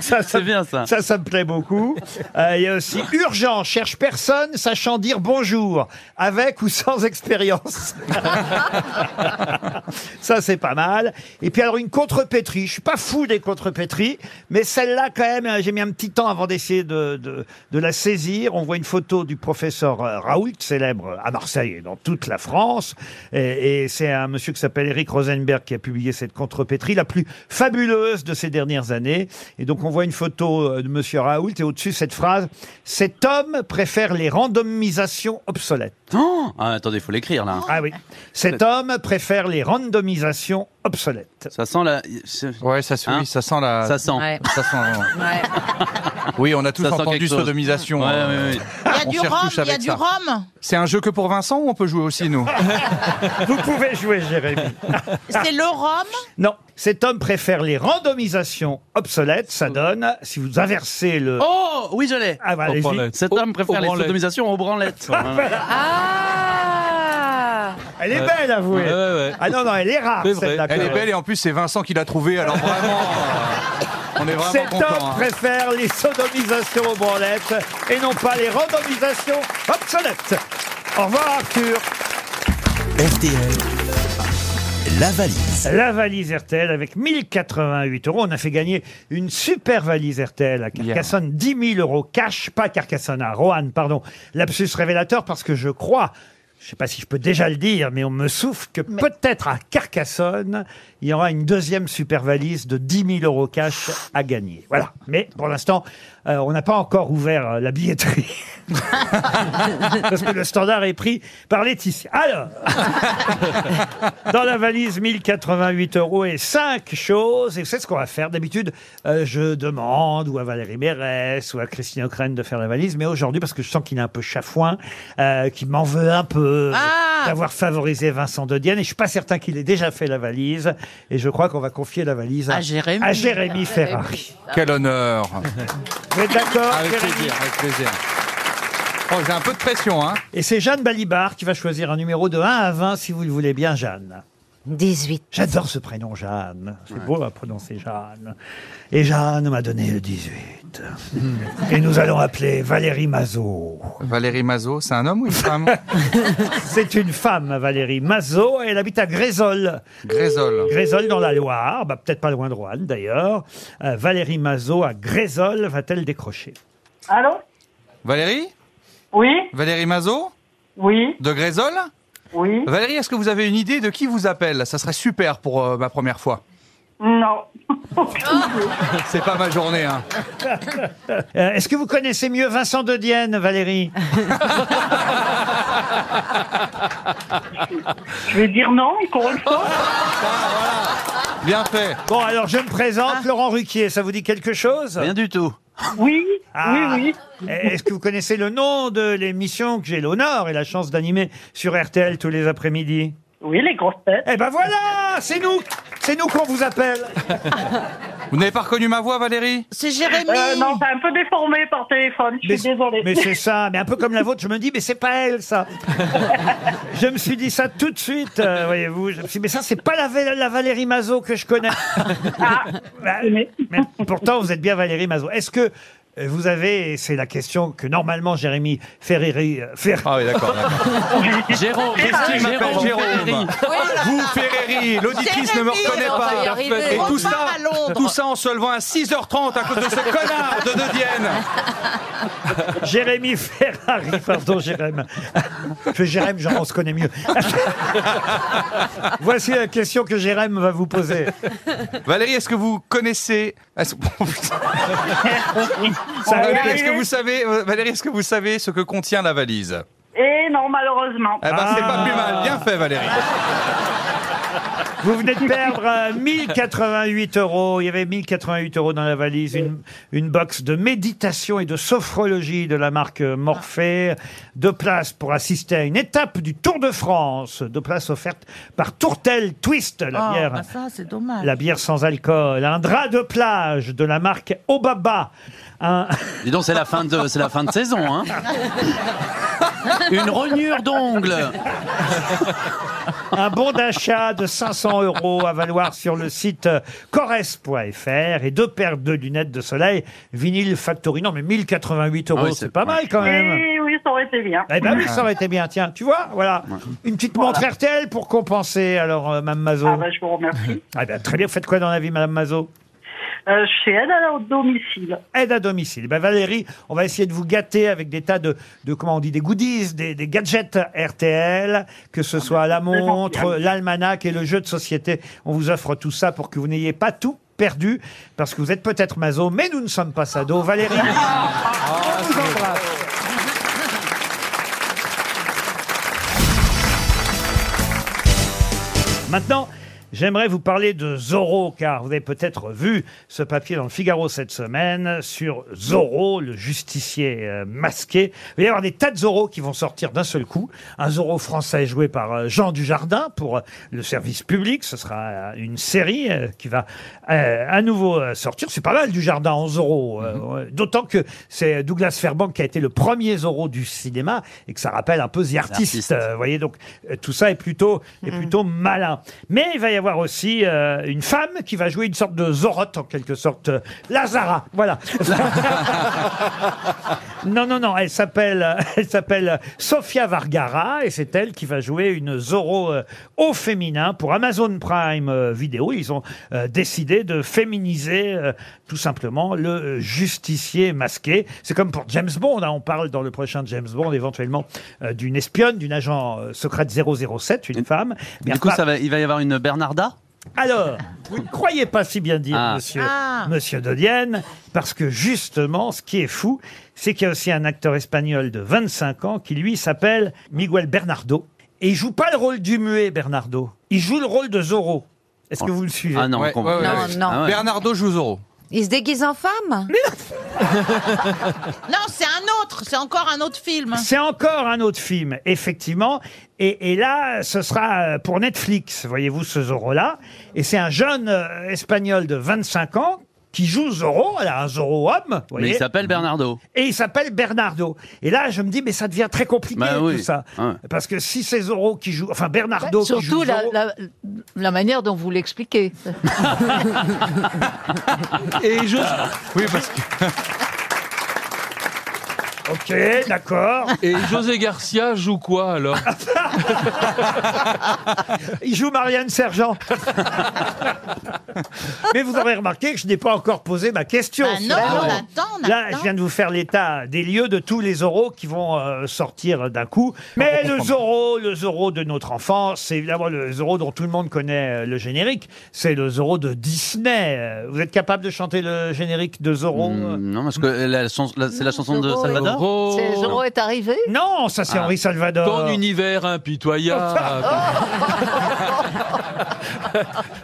Speaker 2: ça, c'est bien ça. Ça, ça me plaît beaucoup. Euh, Il y a aussi urgent, cherche personne sachant dire bonjour, avec ou sans expérience. Ça, c'est pas mal. Et puis alors, une contrepétrie. Je suis pas fou des contrepétries, mais celle-là, quand même, euh, j'ai mis un petit temps avant d'essayer de, de, de la saisir. On voit une photo du professeur euh, Raoult, célèbre à Marseille et dans toute la France. Et, et c'est un monsieur qui s'appelle Eric Rosenberg qui a publié cette contrepétrie, la plus fabuleuse de ces dernières années. Et donc, on voit une photo euh, de monsieur Raoult et au-dessus, cette phrase « Cet homme préfère les randomisations obsolètes ».
Speaker 4: Ah, attendez, il faut l'écrire là.
Speaker 2: Ah oui. Cet homme préfère les randomisations obsolètes.
Speaker 4: Ça sent la.
Speaker 5: Ouais, ça, se- oui, ça sent la.
Speaker 4: Hein Ça sent.
Speaker 5: Ouais. Ça sent- Oui, on a tous
Speaker 4: Ça sent
Speaker 5: entendu
Speaker 4: quelque chose.
Speaker 5: sodomisation.
Speaker 4: Ouais,
Speaker 5: euh,
Speaker 4: ouais, ouais.
Speaker 6: Il y a
Speaker 5: on
Speaker 6: du
Speaker 5: se
Speaker 6: rhum,
Speaker 5: retouche
Speaker 6: il y a
Speaker 5: avec
Speaker 6: du
Speaker 5: ça.
Speaker 6: rhum.
Speaker 5: C'est un jeu que pour Vincent ou on peut jouer aussi, nous
Speaker 2: Vous pouvez jouer, Jérémy.
Speaker 6: C'est le rhum.
Speaker 2: Non, cet homme préfère les randomisations obsolètes, ça donne, si vous inversez le...
Speaker 4: Oh, oui, je l'ai.
Speaker 2: Ah, bah, allez-y.
Speaker 4: Cet homme préfère les sodomisations aux branlettes.
Speaker 14: Ah,
Speaker 2: Elle est belle, avouez. Ah non, non, elle est rare.
Speaker 5: C'est vrai.
Speaker 2: celle-là,
Speaker 5: Elle
Speaker 2: quand
Speaker 5: est
Speaker 2: même.
Speaker 5: belle et en plus, c'est Vincent qui l'a trouvée, alors vraiment. euh, on est vraiment
Speaker 2: Cet
Speaker 5: contents,
Speaker 2: homme
Speaker 5: hein.
Speaker 2: préfère les sodomisations aux branlettes et non pas les randomisations obsolètes. Au revoir, Arthur.
Speaker 1: RTL, la valise.
Speaker 2: La valise RTL avec 1088 euros. On a fait gagner une super valise RTL à Carcassonne. 10 000 euros cash, pas Carcassonne, à Roanne, pardon. Lapsus révélateur parce que je crois, je sais pas si je peux déjà le dire, mais on me souffle que peut-être à Carcassonne, il y aura une deuxième super valise de 10 000 euros cash à gagner. Voilà. Mais pour l'instant, euh, on n'a pas encore ouvert euh, la billetterie. parce que le standard est pris par Laetitia. Alors, dans la valise, 1088 euros et cinq choses. Et c'est ce qu'on va faire. D'habitude, euh, je demande ou à Valérie Mérès ou à Christine O'Crane de faire la valise. Mais aujourd'hui, parce que je sens qu'il est un peu chafouin, euh, qu'il m'en veut un peu euh, d'avoir favorisé Vincent Dodienne. Et je suis pas certain qu'il ait déjà fait la valise. Et je crois qu'on va confier la valise à, à Jérémy, Ferrari.
Speaker 5: Quel honneur.
Speaker 2: Vous êtes d'accord
Speaker 5: Avec
Speaker 2: Jérémy
Speaker 5: plaisir, avec plaisir. Oh, j'ai un peu de pression, hein.
Speaker 2: Et c'est Jeanne Balibar qui va choisir un numéro de 1 à 20, si vous le voulez bien, Jeanne.
Speaker 7: 18.
Speaker 2: J'adore ce prénom, Jeanne. C'est beau à prononcer Jeanne. Et Jeanne m'a donné le 18. Et nous allons appeler Valérie Mazot.
Speaker 5: Valérie Mazot, c'est un homme ou une femme
Speaker 2: C'est une femme, Valérie Mazot. Elle habite à Grézol.
Speaker 5: Grézol.
Speaker 2: Grézol dans la Loire. Bah, Peut-être pas loin de Roanne, d'ailleurs. Euh, Valérie Mazot à Grézol va-t-elle décrocher
Speaker 18: Allô
Speaker 5: Valérie
Speaker 18: Oui
Speaker 5: Valérie Mazot
Speaker 18: Oui.
Speaker 5: De Grézol
Speaker 18: Oui.
Speaker 5: Valérie, est-ce que vous avez une idée de qui vous appelle Ça serait super pour euh, ma première fois.
Speaker 18: Non.
Speaker 5: C'est pas ma journée, hein.
Speaker 2: Euh, Est-ce que vous connaissez mieux Vincent de Dienne, Valérie
Speaker 18: Je vais dire non, encore une fois.
Speaker 5: Bien fait.
Speaker 2: Bon, alors je me présente, Laurent Ruquier, ça vous dit quelque chose Rien
Speaker 4: du tout.
Speaker 18: Ah. Oui,
Speaker 2: oui, oui. Est-ce que vous connaissez le nom de l'émission que j'ai l'honneur et la chance d'animer sur RTL tous les après-midi
Speaker 18: Oui, les grosses têtes.
Speaker 2: Eh ben voilà, c'est nous, c'est nous qu'on vous appelle.
Speaker 5: Vous n'avez pas reconnu ma voix, Valérie
Speaker 6: C'est Jérémy.
Speaker 18: Euh, non, t'es un peu déformé par téléphone, je suis désolée.
Speaker 2: Mais c'est ça, mais un peu comme la vôtre, je me dis, mais c'est pas elle, ça. je me suis dit ça tout de suite, euh, voyez-vous. Je me suis dit, mais ça, c'est pas la, Val- la Valérie
Speaker 18: Ah,
Speaker 2: Mazot que je connais. Bah, mais pourtant, vous êtes bien Valérie Mazot. Est-ce que vous avez, et c'est la question que normalement Jérémy Ferreri... euh,
Speaker 5: Ah oui, d'accord, Jérôme, Christine m'appelle Jérôme. Vous, Ferreri, l'auditrice ne me
Speaker 2: Ferreri,
Speaker 5: reconnaît
Speaker 2: on va y
Speaker 5: pas.
Speaker 2: arriver.
Speaker 5: Et tout ça,
Speaker 2: Repart à Londres.
Speaker 5: tout ça en se levant à 6h30 à cause de ce connard de De Dienne.
Speaker 2: Jérémy Ferrari, pardon Jérémy. Je Jérémy, genre on se connaît mieux. Voici la question que Jérémy va vous poser.
Speaker 5: Valérie, est-ce que vous connaissez... est-ce- Oh, putain.
Speaker 18: Ça va
Speaker 5: Valérie,
Speaker 18: aller.
Speaker 5: est-ce que vous savez, euh, Valérie, est-ce que vous savez ce que contient la valise
Speaker 18: Et non, malheureusement.
Speaker 5: Eh ben, c'est pas plus mal. Bien fait, Valérie.
Speaker 2: Vous venez de perdre euh, 1088 euros. Il y avait 1088 euros dans la valise. Une, une box de méditation et de sophrologie de la marque euh, Morphée. Deux places pour assister à une étape du Tour de France. Deux places offertes par Tourtel Twist, la
Speaker 6: Oh,
Speaker 2: bière.
Speaker 6: bah ça, c'est dommage.
Speaker 2: La bière sans alcool, un drap de plage de la marque Obaba, un,
Speaker 4: Dis donc, c'est la fin de, c'est la fin de saison, hein Une rognure d'ongle
Speaker 2: un bon d'achat de 500 euros à valoir sur le site euh, cores.fr et deux paires de lunettes de soleil vinyle factory. Non, mais 1088 euros,
Speaker 4: Ah oui,
Speaker 2: c'est
Speaker 4: c'est-
Speaker 2: pas mal quand même.
Speaker 18: Oui, oui, ça aurait été bien.
Speaker 2: Eh ben oui, ça aurait été bien. Tiens, tu vois, voilà. Une petite montre RTL pour compenser, alors, euh, Mme Mazot.
Speaker 18: Ah ben, je vous remercie.
Speaker 2: Ah ben, très bien. Vous faites quoi dans la vie, Mme Mazot
Speaker 18: Euh, je suis aide à domicile.
Speaker 2: Aide à domicile. Ben, Valérie, on va essayer de vous gâter avec des tas de, de comment on dit, des goodies, des, des gadgets RTL, que ce soit la
Speaker 18: hein.
Speaker 2: montre, l'almanach et le jeu de société. On vous offre tout ça pour que vous n'ayez pas tout perdu, parce que vous êtes peut-être Mazot, mais nous ne sommes pas Sado. Valérie, on vous embrasse. Maintenant, j'aimerais vous parler de Zorro, car vous avez peut-être vu ce papier dans le Figaro cette semaine sur Zorro, le justicier euh, masqué. Il va y avoir des tas de Zorro qui vont sortir d'un seul coup. Un Zorro français joué par euh, Jean Dujardin pour euh, le service public. Ce sera euh, une série euh, qui va euh, à nouveau euh, sortir. C'est pas mal, Dujardin en Zorro. euh, ouais. D'autant que c'est Douglas Fairbank qui a été le premier Zorro du cinéma et que ça rappelle un peu The Artist.
Speaker 4: Artist.
Speaker 2: euh, vous voyez, donc euh, tout ça est plutôt, est plutôt malin. Mais il va y avoir aussi euh, une femme qui va jouer une sorte de Zorotte, en quelque sorte. euh, Lazara, voilà. non, non, non, elle s'appelle, elle s'appelle Sofia Vargara et c'est elle qui va jouer une Zorro euh, au féminin pour Amazon Prime euh, Vidéo. Ils ont euh, décidé de féminiser euh, tout simplement le euh, justicier masqué. C'est comme pour James Bond. hein. On parle dans le prochain James Bond éventuellement euh, d'une espionne, d'une agent euh, secrète 007, une femme. Mais
Speaker 4: Du coup,
Speaker 2: pas-
Speaker 4: ça va, il va y avoir une Bernarda
Speaker 2: alors, vous ne croyez pas si bien dire,
Speaker 4: Ah.
Speaker 2: monsieur,
Speaker 4: Ah.
Speaker 2: monsieur Dodienne, parce que justement, ce qui est fou, c'est qu'il y a aussi un acteur espagnol de 25 ans qui, lui, s'appelle Miguel Bernardo. Et il joue pas le rôle du muet, Bernardo. Il joue le rôle de Zorro. Est-ce que vous le suivez
Speaker 4: Ah non,
Speaker 5: Ouais,
Speaker 4: com-
Speaker 5: ouais, ouais,
Speaker 4: Non,
Speaker 5: ouais.
Speaker 4: non. Ah ouais.
Speaker 5: Bernardo Jouzoro.
Speaker 7: Il se déguise en femme
Speaker 6: Non, c'est un autre, c'est encore un autre film.
Speaker 2: C'est encore un autre film, effectivement. Et, et là, ce sera euh, pour Netflix, voyez-vous, ce Zorro-là. Et c'est un jeune euh, Espagnol de 25 ans qui joue Zorro. Elle a un Zorro homme. vous
Speaker 4: Mais
Speaker 2: voyez.
Speaker 4: il s'appelle Bernardo.
Speaker 2: Et il s'appelle Bernardo. Et là, je me dis, mais ça devient très compliqué
Speaker 4: Bah oui.
Speaker 2: tout ça.
Speaker 4: Ouais.
Speaker 2: Parce que si c'est Zorro qui joue, enfin Bernardo qui joue
Speaker 15: Surtout la,
Speaker 2: Zorro-
Speaker 15: la- la manière dont vous l'expliquez.
Speaker 5: Et je... Oui, parce que...
Speaker 2: Ok, d'accord.
Speaker 8: Et José Garcia joue
Speaker 5: Oh,
Speaker 8: quoi alors
Speaker 2: Il joue Marianne Sergent. mais vous aurez remarqué que je n'ai pas encore posé ma question.
Speaker 6: Bah non,
Speaker 2: finalement.
Speaker 6: on attend, on
Speaker 2: Là,
Speaker 6: attend.
Speaker 2: je viens de vous faire l'état des lieux de tous les Zorros qui vont euh, sortir d'un coup. Mais le Zorro, le Zorro de notre enfance, c'est évidemment le Zorro dont tout le monde connaît euh, le générique. C'est le Zorro de Disney. Euh, Vous êtes capable de chanter le générique de Zorro euh,
Speaker 4: Hmm, Non, parce que la chans- la- c'est la chanson de
Speaker 15: Zorro est-
Speaker 4: Salvador
Speaker 15: C'est Zorro est arrivé
Speaker 2: Non, ça c'est
Speaker 4: Ah.
Speaker 2: Henri Salvador.
Speaker 8: Ton univers impitoyable.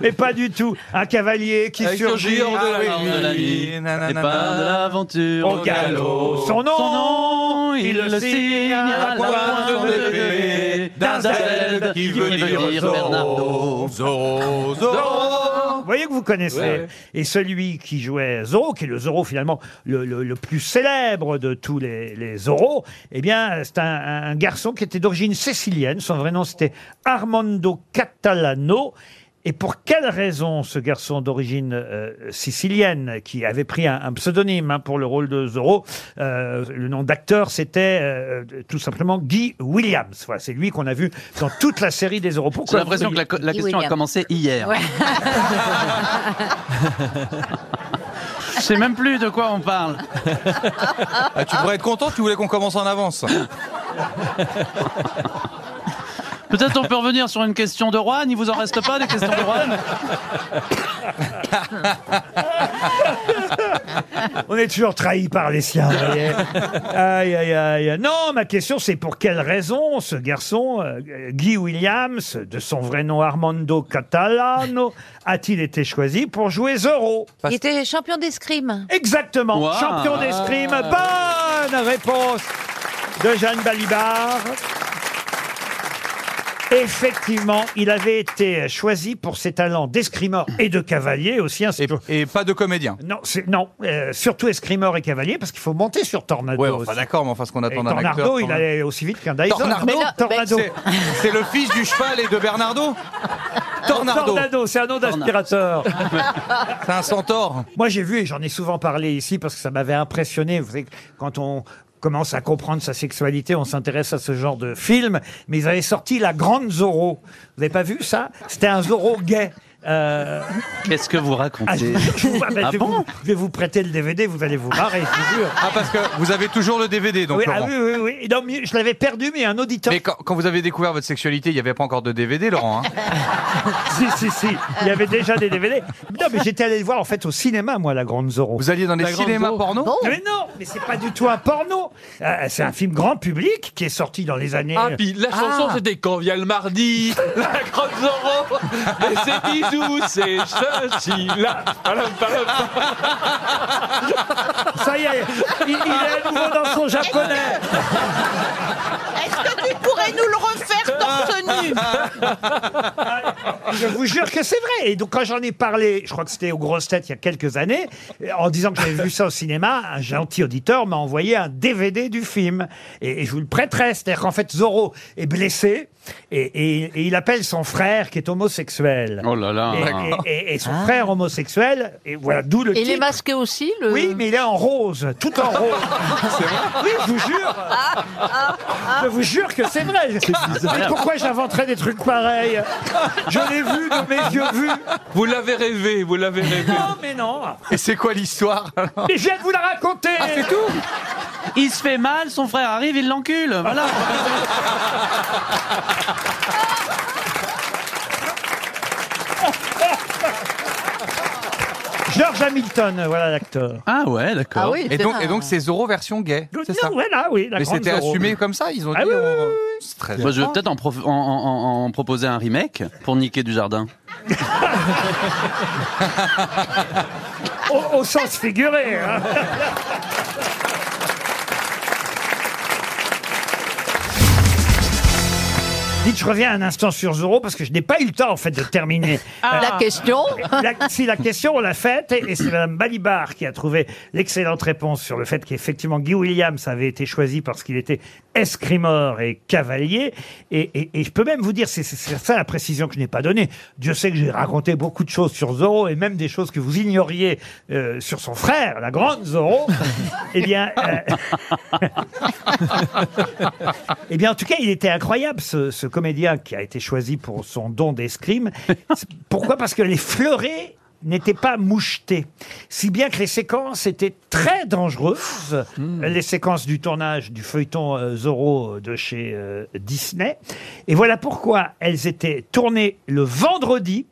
Speaker 2: Mais pas du tout. Un cavalier qui
Speaker 8: Avec le
Speaker 2: surgit
Speaker 8: géant de la
Speaker 2: Ah oui,
Speaker 8: lande.
Speaker 2: oui.
Speaker 4: de la nuit, et pas
Speaker 5: Nanana.
Speaker 4: de l'aventure
Speaker 2: au galop. Son nom, il le signe à la pointe de l'épée d'un zèle
Speaker 4: qui veut dire Bernardo.
Speaker 5: Zorro, Zorro.
Speaker 2: Vous voyez que vous connaissez.
Speaker 5: Ouais.
Speaker 2: Et celui qui jouait Zorro, qui est le Zorro finalement le, le- le plus célèbre de tous les, les Zorros, eh bien, c'est un, un garçon qui était d'origine sicilienne. Son vrai nom, c'était Armando Catalano. Et pour quelle raison ce garçon d'origine euh, sicilienne, qui avait pris un, un pseudonyme hein, pour le rôle de Zorro, euh, le nom d'acteur c'était euh, tout simplement Guy Williams. Voilà, c'est lui qu'on a vu dans toute la série des Zorro.
Speaker 4: J'ai l'impression que la, co- la
Speaker 2: Guy
Speaker 4: question a
Speaker 2: Williams.
Speaker 4: commencé hier. Je sais même plus de quoi on parle.
Speaker 5: Ah, tu pourrais être content, tu voulais qu'on commence en avance.
Speaker 4: Peut-être on peut revenir sur une question de Rouen. Il vous en reste pas des questions de Rouen
Speaker 2: On est toujours trahi par les siens. vous voyez. aïe, aïe, aïe. Non, ma question, c'est pour quelle raison ce garçon, euh, Guy Williams, de son vrai nom Armando Catalano, a-t-il été choisi pour jouer Zorro
Speaker 7: Il était champion d'escrime.
Speaker 2: Exactement,
Speaker 7: Wow.
Speaker 2: champion d'escrime.
Speaker 5: Ah.
Speaker 2: Bonne réponse de Jeanne Balibar. Effectivement, il avait été choisi pour ses talents d'escrimeur et de cavalier aussi. Et,
Speaker 5: pas de comédien.
Speaker 2: Non, c'est- non euh, surtout escrimeur et cavalier parce qu'il faut monter sur Tornado.
Speaker 5: Ouais,
Speaker 2: aussi.
Speaker 5: enfin d'accord, mais enfin ce qu'on
Speaker 2: Et
Speaker 5: attend d'un acteur.
Speaker 2: Tornado,
Speaker 5: quand
Speaker 2: il
Speaker 5: même.
Speaker 2: allait aussi vite qu'un Dyson.
Speaker 5: Tornado,
Speaker 2: Tornado.
Speaker 5: C'est- C'est le fils du cheval et de Bernardo Tornado.
Speaker 2: Tornado, c'est un nom d'aspirateur.
Speaker 5: C'est un centaure.
Speaker 2: Moi, j'ai vu, et j'en ai souvent parlé ici, parce que ça m'avait impressionné. Vous savez, que quand on commence à comprendre sa sexualité, on s'intéresse à ce genre de film. Mais ils avaient sorti La Grande Zorro. Vous n'avez pas vu ça C'était un Zorro gay. Euh,
Speaker 4: Qu'est-ce que vous
Speaker 2: ah, je,
Speaker 4: racontez
Speaker 2: je vous- ah, bah,
Speaker 4: Ah
Speaker 2: je vais
Speaker 4: bon
Speaker 2: vous- je vais vous prêter le DVD, vous allez vous marrer, je vous jure.
Speaker 5: Ah parce que vous avez toujours le DVD donc
Speaker 2: oui, ah
Speaker 5: Laurent.
Speaker 2: oui, oui, oui. Non, mais je l'avais perdu, mais un auditeur.
Speaker 5: Mais quand, quand vous avez découvert votre sexualité, il n'y avait pas encore de DVD Laurent. hein.
Speaker 2: si, si, si. Il y avait déjà des DVD. Non, mais j'étais allé le voir en fait au cinéma, moi, La Grande Zorro.
Speaker 5: Vous alliez dans les La Grande cinémas Zorro. porno Bon.
Speaker 2: Mais non, mais c'est pas du tout un porno. Euh, c'est un film grand public qui est sorti dans les années.
Speaker 8: Ah, puis la chanson, c'était Quand vient le mardi, la grande Zorro, et c'est bisous, c'est ceci, là. Palam, palam, palam.
Speaker 2: Ça y est, il, il est à nouveau dans son japonais.
Speaker 6: Est-ce que tu pourrais nous le refaire torse nu
Speaker 2: Je vous jure que c'est vrai. Et donc, quand j'en ai parlé, je crois que c'était aux grosses têtes il y a quelques années, euh, en disant que j'avais vu ça au cinéma, un gentil auditeur m'a envoyé un DVD du film. Et, et je vous le prêterai. C'est-à-dire qu'en fait, Zorro est blessé et, et- et il appelle son frère qui est homosexuel.
Speaker 4: Oh là là.
Speaker 2: Et, et- et- et son frère homosexuel, et voilà, d'où le
Speaker 15: Et il
Speaker 2: titre.
Speaker 15: est masqué aussi le...
Speaker 2: Oui, mais il est en rose, tout en rose. Oui, je vous jure.
Speaker 15: Ah,
Speaker 2: Je vous jure que c'est vrai.
Speaker 8: bizarre.
Speaker 2: Mais pourquoi j'inventerais des trucs pareils Je l'ai vu de mes yeux vus.
Speaker 8: Vous l'avez rêvé, vous l'avez rêvé.
Speaker 2: Non, mais non.
Speaker 5: Et c'est quoi l'histoire alors
Speaker 2: Mais je viens de vous la raconter.
Speaker 4: Ah, c'est tout Il se fait mal, son frère arrive, il l'encule. Voilà.
Speaker 2: George Hamilton, voilà l'acteur.
Speaker 4: Ah ouais, d'accord.
Speaker 2: Ah oui,
Speaker 5: et,
Speaker 2: c'est
Speaker 5: donc,
Speaker 2: ça.
Speaker 5: et donc c'est Zorro version gay.
Speaker 2: Non,
Speaker 5: C'est ça
Speaker 2: voilà, oui, la
Speaker 5: Mais
Speaker 2: grande
Speaker 5: c'était
Speaker 2: Zorro.
Speaker 5: assumé comme ça, ils ont dit.
Speaker 2: Ah oui, oui,
Speaker 5: on-
Speaker 2: oui,
Speaker 5: C'est très
Speaker 4: Moi, je vais
Speaker 5: bien.
Speaker 4: peut-être en, prof- en- en- en- en proposer un remake pour niquer du jardin.
Speaker 2: Au, au sens figuré. hein. Dites, je reviens un instant sur Zorro parce que je n'ai pas eu le temps en fait de terminer. Euh,
Speaker 15: Ah. La question
Speaker 2: La- Si la question on l'a faite et, et c'est Madame Balibar qui a trouvé l'excellente réponse sur le fait qu'effectivement Guy Williams avait été choisi parce qu'il était escrimeur et cavalier et, et- et je peux même vous dire c'est c'est- c'est ça la précision que je n'ai pas donnée. Dieu sait que j'ai raconté beaucoup de choses sur Zorro et même des choses que vous ignoriez euh, sur son frère, la grande Zorro. eh bien. euh, eh bien, en tout cas, il était incroyable, ce, ce comédien qui a été choisi pour son don d'escrime. C'est- Pourquoi Parce que les fleurets n'étaient pas mouchetés. Si bien que les séquences étaient très dangereuses, les séquences du tournage du feuilleton euh, Zorro de chez euh, Disney. Et voilà pourquoi elles étaient tournées le vendredi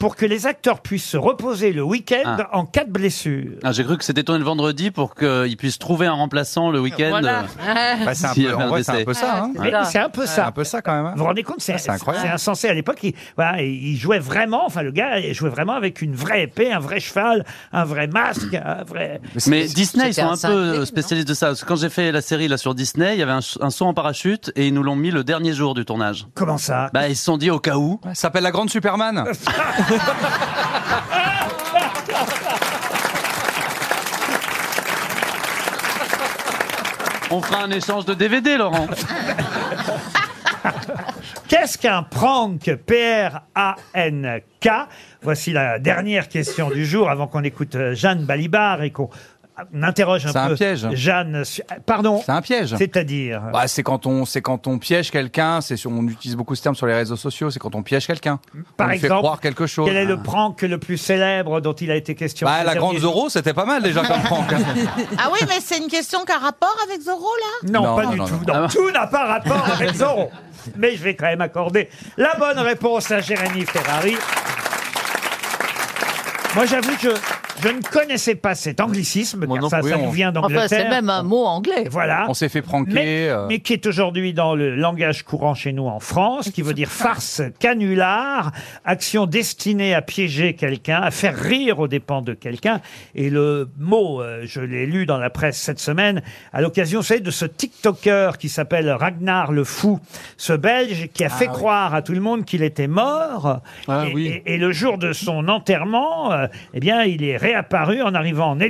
Speaker 2: pour que les acteurs puissent se reposer le week-end
Speaker 4: Ah.
Speaker 2: en cas de blessure.
Speaker 4: Ah, J'ai cru que c'était tourné le vendredi pour qu'il puisse trouver un remplaçant le week-end.
Speaker 2: Voilà.
Speaker 4: euh,
Speaker 2: Bah, c'est un
Speaker 4: s'il y
Speaker 2: peu-
Speaker 4: avait
Speaker 2: en vrai,
Speaker 4: décès.
Speaker 2: c'est un peu ça, hein. Mais c'est un peu ça.
Speaker 5: C'est un peu ça quand même. hein.
Speaker 2: Vous vous rendez compte, c'est
Speaker 5: Ah, c'est incroyable.
Speaker 2: c'est insensé à l'époque. Il, voilà, il jouait vraiment, enfin le gars il jouait vraiment avec une vraie épée, un vrai cheval, un vrai masque, un vrai.
Speaker 4: Mais Disney, ils sont un peu euh, spécialistes de ça. Parce que quand j'ai fait la série là sur Disney, il y avait un, ch- un saut en parachute et ils nous l'ont mis le dernier jour du tournage.
Speaker 2: Comment ça
Speaker 4: Bah, ils se sont dit au cas où.
Speaker 5: Ça s'appelle la grande Superman.
Speaker 4: On fera un échange de DVD, Laurent.
Speaker 2: Qu'est-ce qu'un prank P-R-A-N-K Voici la dernière question du jour avant qu'on écoute euh, Jeanne Balibar et qu'on euh, interroge un
Speaker 5: C'est un
Speaker 2: peu
Speaker 5: piège.
Speaker 2: Jeanne. su- euh, Pardon
Speaker 5: C'est un piège.
Speaker 2: C'est-à-dire
Speaker 5: Bah, c'est quand on c'est quand on piège quelqu'un, c'est sur- on utilise beaucoup ce terme sur les réseaux sociaux, c'est quand on piège quelqu'un. on
Speaker 2: Par
Speaker 5: lui
Speaker 2: exemple,
Speaker 5: fait croire quelque chose.
Speaker 2: Quel est le prank le plus célèbre dont il a été question
Speaker 5: Ah. Bah,
Speaker 2: ces
Speaker 5: la grande
Speaker 2: derniers
Speaker 5: Zorro, c'était pas mal déjà hein. comme prank.
Speaker 6: Ah oui, mais c'est une question qui a rapport avec Zorro, là
Speaker 2: Non,
Speaker 5: Non,
Speaker 2: pas
Speaker 5: non,
Speaker 2: du
Speaker 5: non,
Speaker 2: tout.
Speaker 5: non.
Speaker 2: Non, tout n'a pas rapport avec Zorro. Mais je vais quand même accorder la bonne réponse à Jérémy Ferrari. Moi, j'avoue que je, je ne connaissais pas cet anglicisme, car ça,
Speaker 5: plus,
Speaker 2: ça
Speaker 5: on-
Speaker 2: nous vient d'Angleterre.
Speaker 15: Enfin, c'est même un mot anglais.
Speaker 2: Voilà.
Speaker 5: On s'est fait pranker.
Speaker 2: Mais,
Speaker 5: euh,
Speaker 2: mais qui est aujourd'hui dans le langage courant chez nous en France, qui veut dire farce canular, action destinée à piéger quelqu'un, à faire rire aux dépens de quelqu'un. Et le mot, euh, je l'ai lu dans la presse cette semaine, à l'occasion, vous savez, de ce TikToker qui s'appelle Ragnar le Fou, ce Belge qui a fait
Speaker 5: Ah oui. Ah
Speaker 2: croire à tout le monde qu'il était mort. et, et- et le jour de son enterrement, euh, eh bien, il est réapparu en arrivant en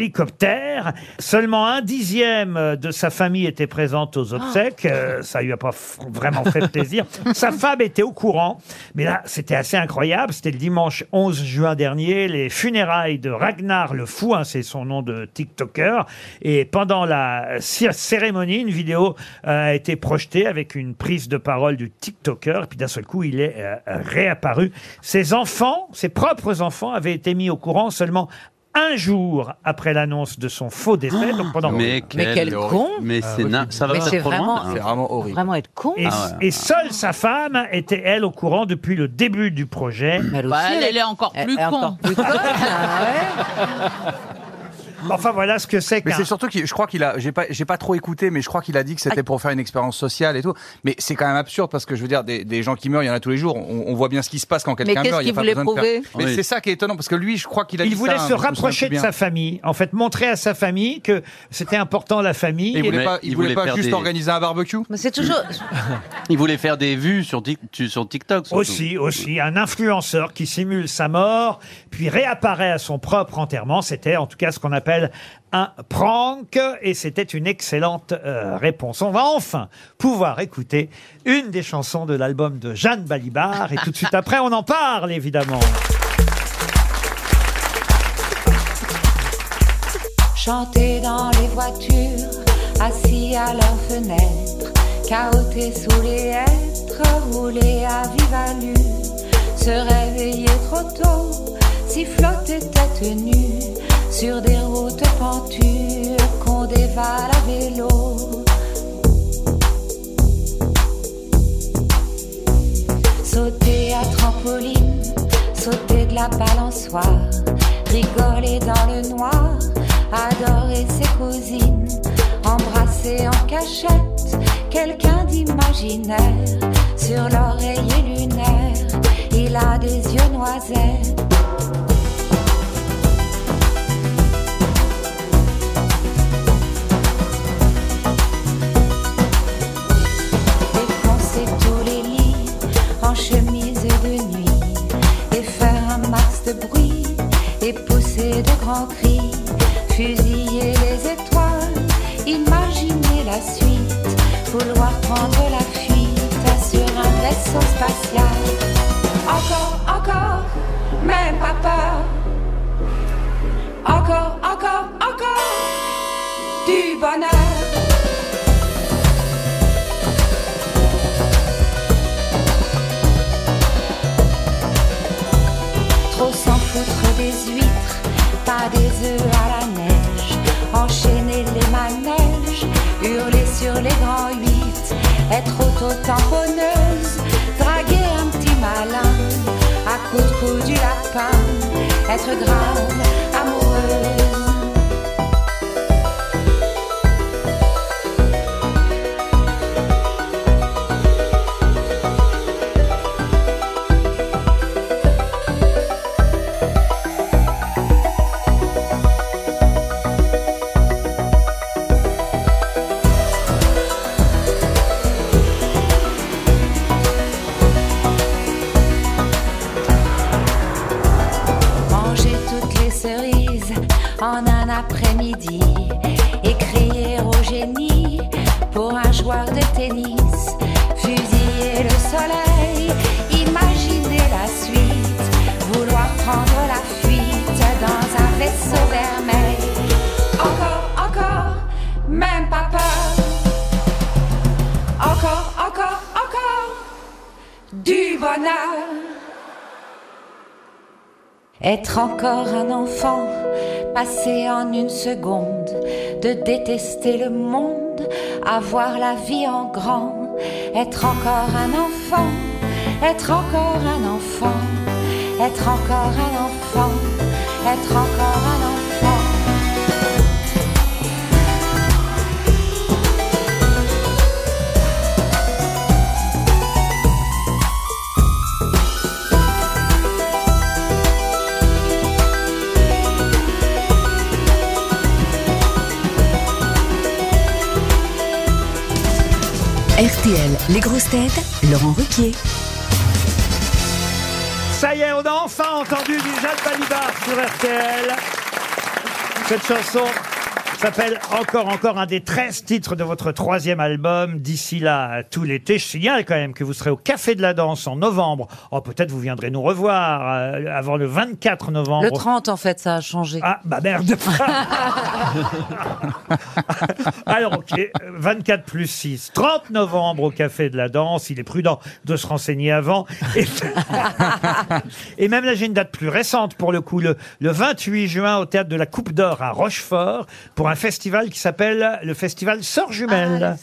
Speaker 2: hélicoptère. Seulement un dixième euh, de sa famille était présente aux obsèques. Euh, ça lui a pas f- vraiment fait plaisir. sa femme était au courant. Mais là, c'était assez incroyable. C'était le dimanche 11 juin dernier, les funérailles de Ragnar le Fou, hein, c'est son nom de TikToker. Et pendant la cir- cérémonie, une vidéo euh, a été projetée avec une prise de parole du TikToker. Et puis d'un seul coup, il est euh, réapparu. Ses enfants, ses propres enfants, avaient été mis au courant seulement un jour après l'annonce de son faux décès. Donc pendant Ah,
Speaker 4: Mais quel, Ah, Mais c'est na- ça va
Speaker 3: Mais
Speaker 4: pas
Speaker 3: c'est
Speaker 4: trop loin.
Speaker 3: vraiment-
Speaker 4: hein. Ah,
Speaker 3: c'est
Speaker 5: horrible.
Speaker 3: Vraiment être con.
Speaker 2: Et, et seule sa femme était, elle, au courant depuis le début du projet.
Speaker 6: Bah, elle, elle est encore plus con.
Speaker 2: Enfin, voilà ce que c'est
Speaker 5: Mais
Speaker 2: qu'un...
Speaker 5: c'est surtout que je crois qu'il a, j'ai pas, j'ai pas trop écouté, mais je crois qu'il a dit que
Speaker 2: Ah.
Speaker 5: c'était pour faire une expérience sociale et tout. Mais c'est quand même absurde parce que je veux dire, des, des gens qui meurent, il y en a tous les jours. On, on voit bien ce qui se passe quand quelqu'un
Speaker 2: qu'est-ce
Speaker 5: meurt. il y a
Speaker 2: qu'il
Speaker 5: pas
Speaker 2: voulait
Speaker 5: besoin de faire-
Speaker 2: prouver
Speaker 5: Mais
Speaker 2: Oui.
Speaker 5: c'est ça qui est étonnant parce que lui, je crois qu'il a.
Speaker 2: Il
Speaker 5: dit
Speaker 2: voulait
Speaker 5: ça,
Speaker 2: se
Speaker 5: hein, je me souviens
Speaker 2: rapprocher
Speaker 5: plus
Speaker 2: de sa
Speaker 5: bien.
Speaker 2: famille, en fait, montrer à sa famille que c'était important la famille.
Speaker 5: Et il voulait pas, il voulait pas juste
Speaker 4: des-
Speaker 5: organiser un barbecue.
Speaker 3: Mais c'est toujours.
Speaker 4: Il voulait faire des vues sur, Tik- tu- sur TikTok. surtout.
Speaker 2: Aussi, aussi, un influenceur qui simule sa mort, puis réapparaît à son propre enterrement. C'était en tout cas ce qu'on appelle un prank, et c'était une excellente euh, réponse. On va enfin pouvoir écouter une des chansons de l'album de Jeanne Balibar, et tout de suite après, on en parle évidemment.
Speaker 13: Chanter dans les voitures, assis à leurs fenêtres, cahoter sous les hêtres, rouler à vive allure, se réveiller trop tôt, siffloter tête nue, sur des routes pentues qu'on dévale à vélo. Sauter à trampoline, sauter de la balançoire, rigoler dans le noir, adorer ses cousines, embrasser en cachette quelqu'un d'imaginaire sur l'oreiller lunaire. Il a des yeux noisettes. Défoncer tous les lits en chemise de nuit et faire un max de bruit et pousser de grands cris, fusiller les étoiles, imaginer la suite, vouloir prendre la fuite sur un vaisseau spatial. Encore, encore, même pas peur. Encore, encore, encore, du bonheur. Trop s'en foutre des huîtres, pas des œufs à la neige. Enchaîner les manèges, hurler sur les grands huit. Être auto-tamponneuse, draguer un petit malin. À coups de coups du lapin, être grave, amoureuse. Manger toutes les cerises en un après-midi et crier au génie pour un joueur de tennis. Fusiller le soleil, imaginez la suite, vouloir prendre la fuite dans un vaisseau vermeil. Encore, encore, même pas peur. Encore, encore, encore, du bonheur. Être encore un enfant, passer en une seconde, de détester le monde, avoir la vie en grand, être encore un enfant, être encore un enfant, être encore un enfant, être encore un enfant.
Speaker 9: RTL, les grosses têtes, Laurent Ruquier.
Speaker 2: Ça y est, on a enfin entendu du Jacques Balibar sur RTL. Cette chanson s'appelle encore, encore un des 13 titres de votre troisième album, d'ici là, tout l'été. Je signale quand même que vous serez au Café de la Danse en novembre. Oh, peut-être vous viendrez nous revoir euh, avant le 24 novembre.
Speaker 7: Le 30, en fait, ça a changé. Ah,
Speaker 2: Ah, bah merde Ah. Alors, ok, euh, 24 plus 6, 30 novembre au Café de la Danse. Il est prudent de se renseigner avant. Et, et même là, j'ai une date plus récente pour le coup, le, le 28 juin au Théâtre de la Coupe d'Or à Rochefort pour un festival qui s'appelle le Festival Sœurs
Speaker 7: Ah,
Speaker 2: Jumelles.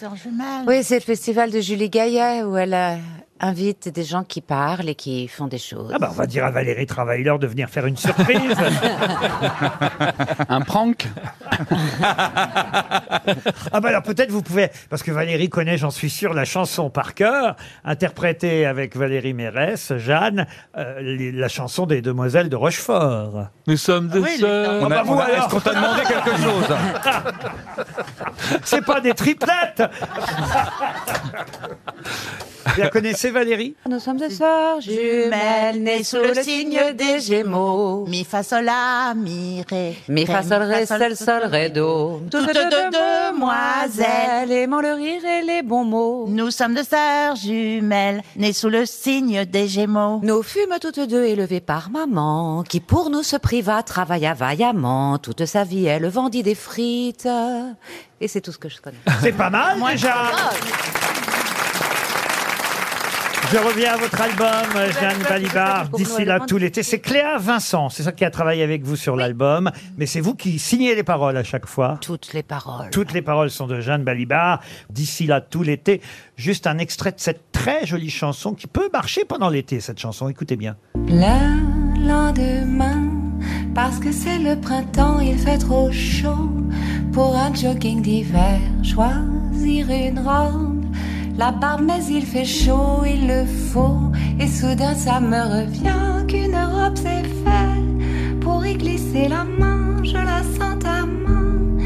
Speaker 7: Oui, c'est le festival de Julie Gaillet où elle euh, invite des gens qui parlent et qui font des choses.
Speaker 2: Ah bah on va dire à Valérie Travailleur de venir faire une surprise.
Speaker 4: Un prank
Speaker 2: ah bah alors peut-être vous pouvez, parce que Valérie connaît, j'en suis sûr, la chanson par cœur, interprétée avec Valérie Mérès, Jeanne, euh, les- la chanson des demoiselles de Rochefort.
Speaker 8: Nous sommes des sœurs.
Speaker 2: Ah bah vous alors.
Speaker 8: Est-ce qu'on t'a demandé quelque chose
Speaker 2: C'est pas des triplettes Vous la connaissez Valérie
Speaker 7: Nous sommes des sœurs jumelles nées sous le signe des Gémeaux.
Speaker 6: Mi fa sol la mi ré.
Speaker 7: Mi fa sol ré sol sol ré do.
Speaker 6: Toutes deux demoiselles
Speaker 7: aimant le rire et les bons mots.
Speaker 6: Nous sommes deux sœurs jumelles nées sous le signe des Gémeaux.
Speaker 7: Nous fûmes toutes deux élevées par maman, qui pour nous se priva, travailla vaillamment. Toute sa vie, elle vendit des frites. Et c'est tout ce que je connais.
Speaker 2: C'est pas mal déjà Je reviens à votre album,
Speaker 7: Bah,
Speaker 2: euh, Jeanne Balibar, d'ici là tout l'été. C'est Cléa Vincent, c'est ça qui a travaillé avec vous sur l'album, mais c'est vous qui signez les paroles à chaque fois.
Speaker 7: Toutes les paroles.
Speaker 2: Toutes les paroles sont de Jeanne Balibar, d'ici là tout l'été. Juste un extrait de cette très jolie chanson qui peut marcher pendant l'été, cette chanson. Écoutez bien.
Speaker 13: Le lendemain, parce que c'est le printemps, il fait trop chaud. Pour un jogging d'hiver, choisir une robe. La barbe, mais il fait chaud, il le faut. Et soudain, ça me revient qu'une robe s'est faite. Pour y glisser la main, je la sens ta main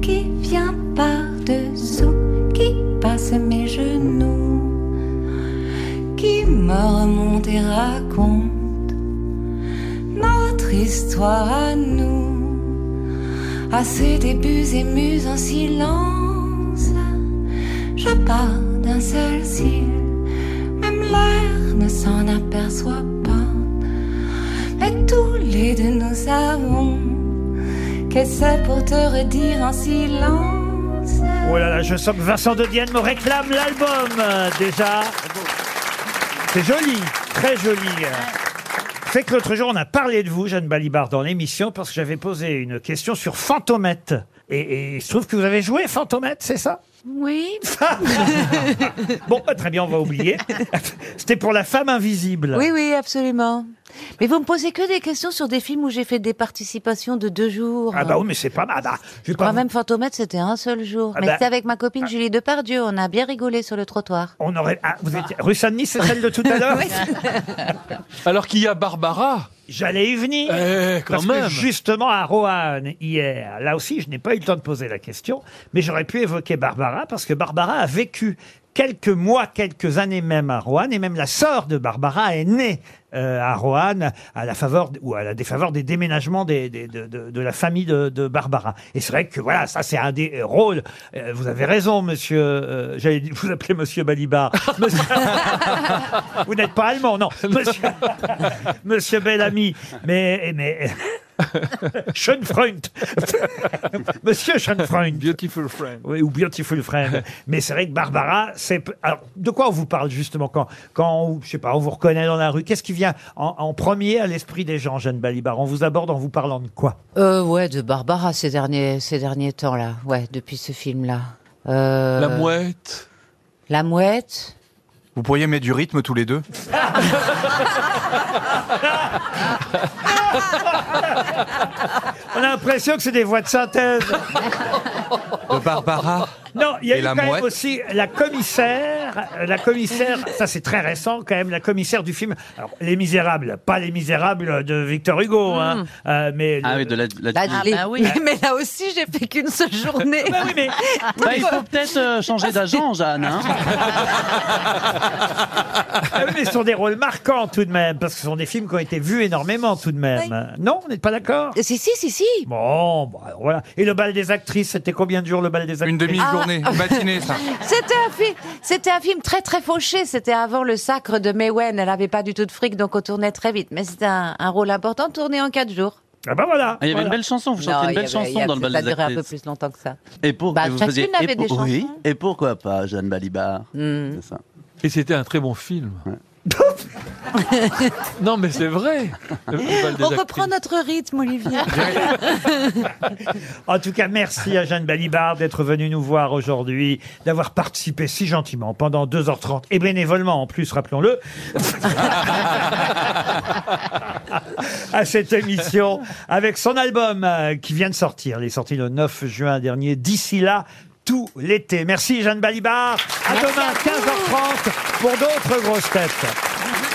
Speaker 13: qui vient par-dessous, qui passe mes genoux, qui me remonte et raconte notre histoire à nous, à ses débuts émus en silence. Je pars d'un seul cil, même l'air ne s'en aperçoit pas. Mais tous les deux nous savons que c'est pour te redire en silence.
Speaker 2: Oh là là, je sens que Vincent de Dienne me réclame l'album euh, déjà. C'est joli, très joli. C'est que l'autre jour, on a parlé de vous, Jeanne Balibar, dans l'émission, parce que j'avais posé une question sur Fantomette. Et, et il se trouve que vous avez joué Fantomette, c'est ça
Speaker 7: Oui.
Speaker 2: Bon, bah, très bien, on va oublier. C'était pour la femme invisible.
Speaker 7: Oui, oui, absolument. Mais vous me posez que des questions sur des films où j'ai fait des participations de deux jours.
Speaker 2: Ah bah oui, mais c'est pas mal. Ah bah, je vais pas
Speaker 7: Quand
Speaker 2: vous-
Speaker 7: même, Fantomètre, c'était un seul jour.
Speaker 2: Ah
Speaker 7: mais
Speaker 2: bah-
Speaker 7: c'était avec ma copine Julie Depardieu. On a bien rigolé sur le trottoir.
Speaker 2: On aurait. Ah, vous étiez. Rue Saint-Denis, c'est celle de tout à l'heure
Speaker 8: Alors qu'il y a Barbara.
Speaker 2: J'allais y venir.
Speaker 8: Eh, quand
Speaker 2: parce
Speaker 8: même.
Speaker 2: que justement, à Roanne, hier, là aussi, je n'ai pas eu le temps de poser la question, mais j'aurais pu évoquer Barbara, parce que Barbara a vécu quelques mois, quelques années même à Roanne, et même la sœur de Barbara est née euh, à Roanne à la faveur ou à la défaveur des déménagements des- des- de, de- de la famille de, de Barbara. Et c'est vrai que voilà, ça c'est un des euh, rôles. Euh, vous avez raison, monsieur. euh, J'allais vous appeler monsieur Balibar. Monsieur- vous n'êtes pas allemand, non, monsieur, monsieur Bellamy. Mais mais Schönfreund. Monsieur Schönfreund.
Speaker 8: Beautiful friend.
Speaker 2: Oui, ou Beautiful friend. Mais c'est vrai que Barbara, c'est. Alors, de quoi on vous parle justement quand, quand on- je sais pas, on vous reconnaît dans la rue Qu'est-ce qui vient en, en premier à l'esprit des gens, Jeanne Balibar On vous aborde en vous parlant de quoi
Speaker 3: Euh, ouais, de Barbara ces derniers, ces derniers temps-là. Ouais, depuis ce film-là. Euh,
Speaker 8: La mouette.
Speaker 3: La mouette.
Speaker 5: Vous pourriez mettre du rythme tous les deux
Speaker 2: On a l'impression que c'est des voix de synthèse.
Speaker 5: De Barbara
Speaker 2: Non, il y a
Speaker 5: Ah. Et
Speaker 2: eu
Speaker 5: la
Speaker 2: quand même
Speaker 5: mouette
Speaker 2: aussi la commissaire, euh, la commissaire, ça c'est très récent quand même, la commissaire du film, alors Les Misérables, pas Les Misérables de Victor
Speaker 3: Hmm.
Speaker 2: Hugo, hein, euh, mais...
Speaker 4: Ah oui, de la, la-
Speaker 7: Bah,
Speaker 14: les- Mais là aussi, j'ai fait qu'une seule journée.
Speaker 4: Bah, il faut peut-être euh, changer d'agent, Jeanne. hein.
Speaker 2: Ah oui, mais ce sont des rôles marquants tout de même, parce que ce sont des films qui ont été vus énormément tout de même. Non, vous n'êtes pas d'accord
Speaker 3: Euh, Si, si, si, si.
Speaker 2: Bon, bon, alors voilà. Et le bal des actrices, c'était combien de jours le bal des actrices Ah. Une
Speaker 5: demi-journée,
Speaker 2: une
Speaker 5: matinée, ça.
Speaker 7: Ah. C'était un, film, c'était un film très très fauché, c'était avant le sacre de Mewen, elle avait pas du tout de fric donc on tournait très vite, mais c'était un, un rôle important tourné en quatre jours.
Speaker 2: Ah bah voilà.
Speaker 4: Ah, il y avait une belle chanson, vous
Speaker 7: Non,
Speaker 4: chantez une
Speaker 7: il y
Speaker 4: belle
Speaker 7: avait- il y
Speaker 4: chanson
Speaker 7: a-
Speaker 4: dans le bal
Speaker 7: ça
Speaker 4: des
Speaker 7: durait un peu
Speaker 4: actrices.
Speaker 7: plus longtemps que ça.
Speaker 4: Et pour
Speaker 7: Bah,
Speaker 4: et vous
Speaker 7: chacune
Speaker 4: faisiez
Speaker 7: avait
Speaker 4: et
Speaker 7: des
Speaker 4: pour- oui,
Speaker 7: chansons.
Speaker 4: et pourquoi pas Jeanne Balibar
Speaker 7: Hmm.
Speaker 4: C'est ça.
Speaker 8: Et c'était un très bon film. non, mais c'est vrai. Euh, Le bal des
Speaker 14: On
Speaker 8: actrices.
Speaker 14: reprend notre rythme, Olivier.
Speaker 2: En tout cas, merci à Jeanne Balibard d'être venue nous voir aujourd'hui, d'avoir participé si gentiment pendant 2h30 et bénévolement en plus, rappelons-le, à cette émission avec son album euh, qui vient de sortir. Il est sorti le 9 juin dernier. D'ici là, tout l'été. Merci Jeanne Balibard. À demain, 15h30 pour d'autres grosses têtes.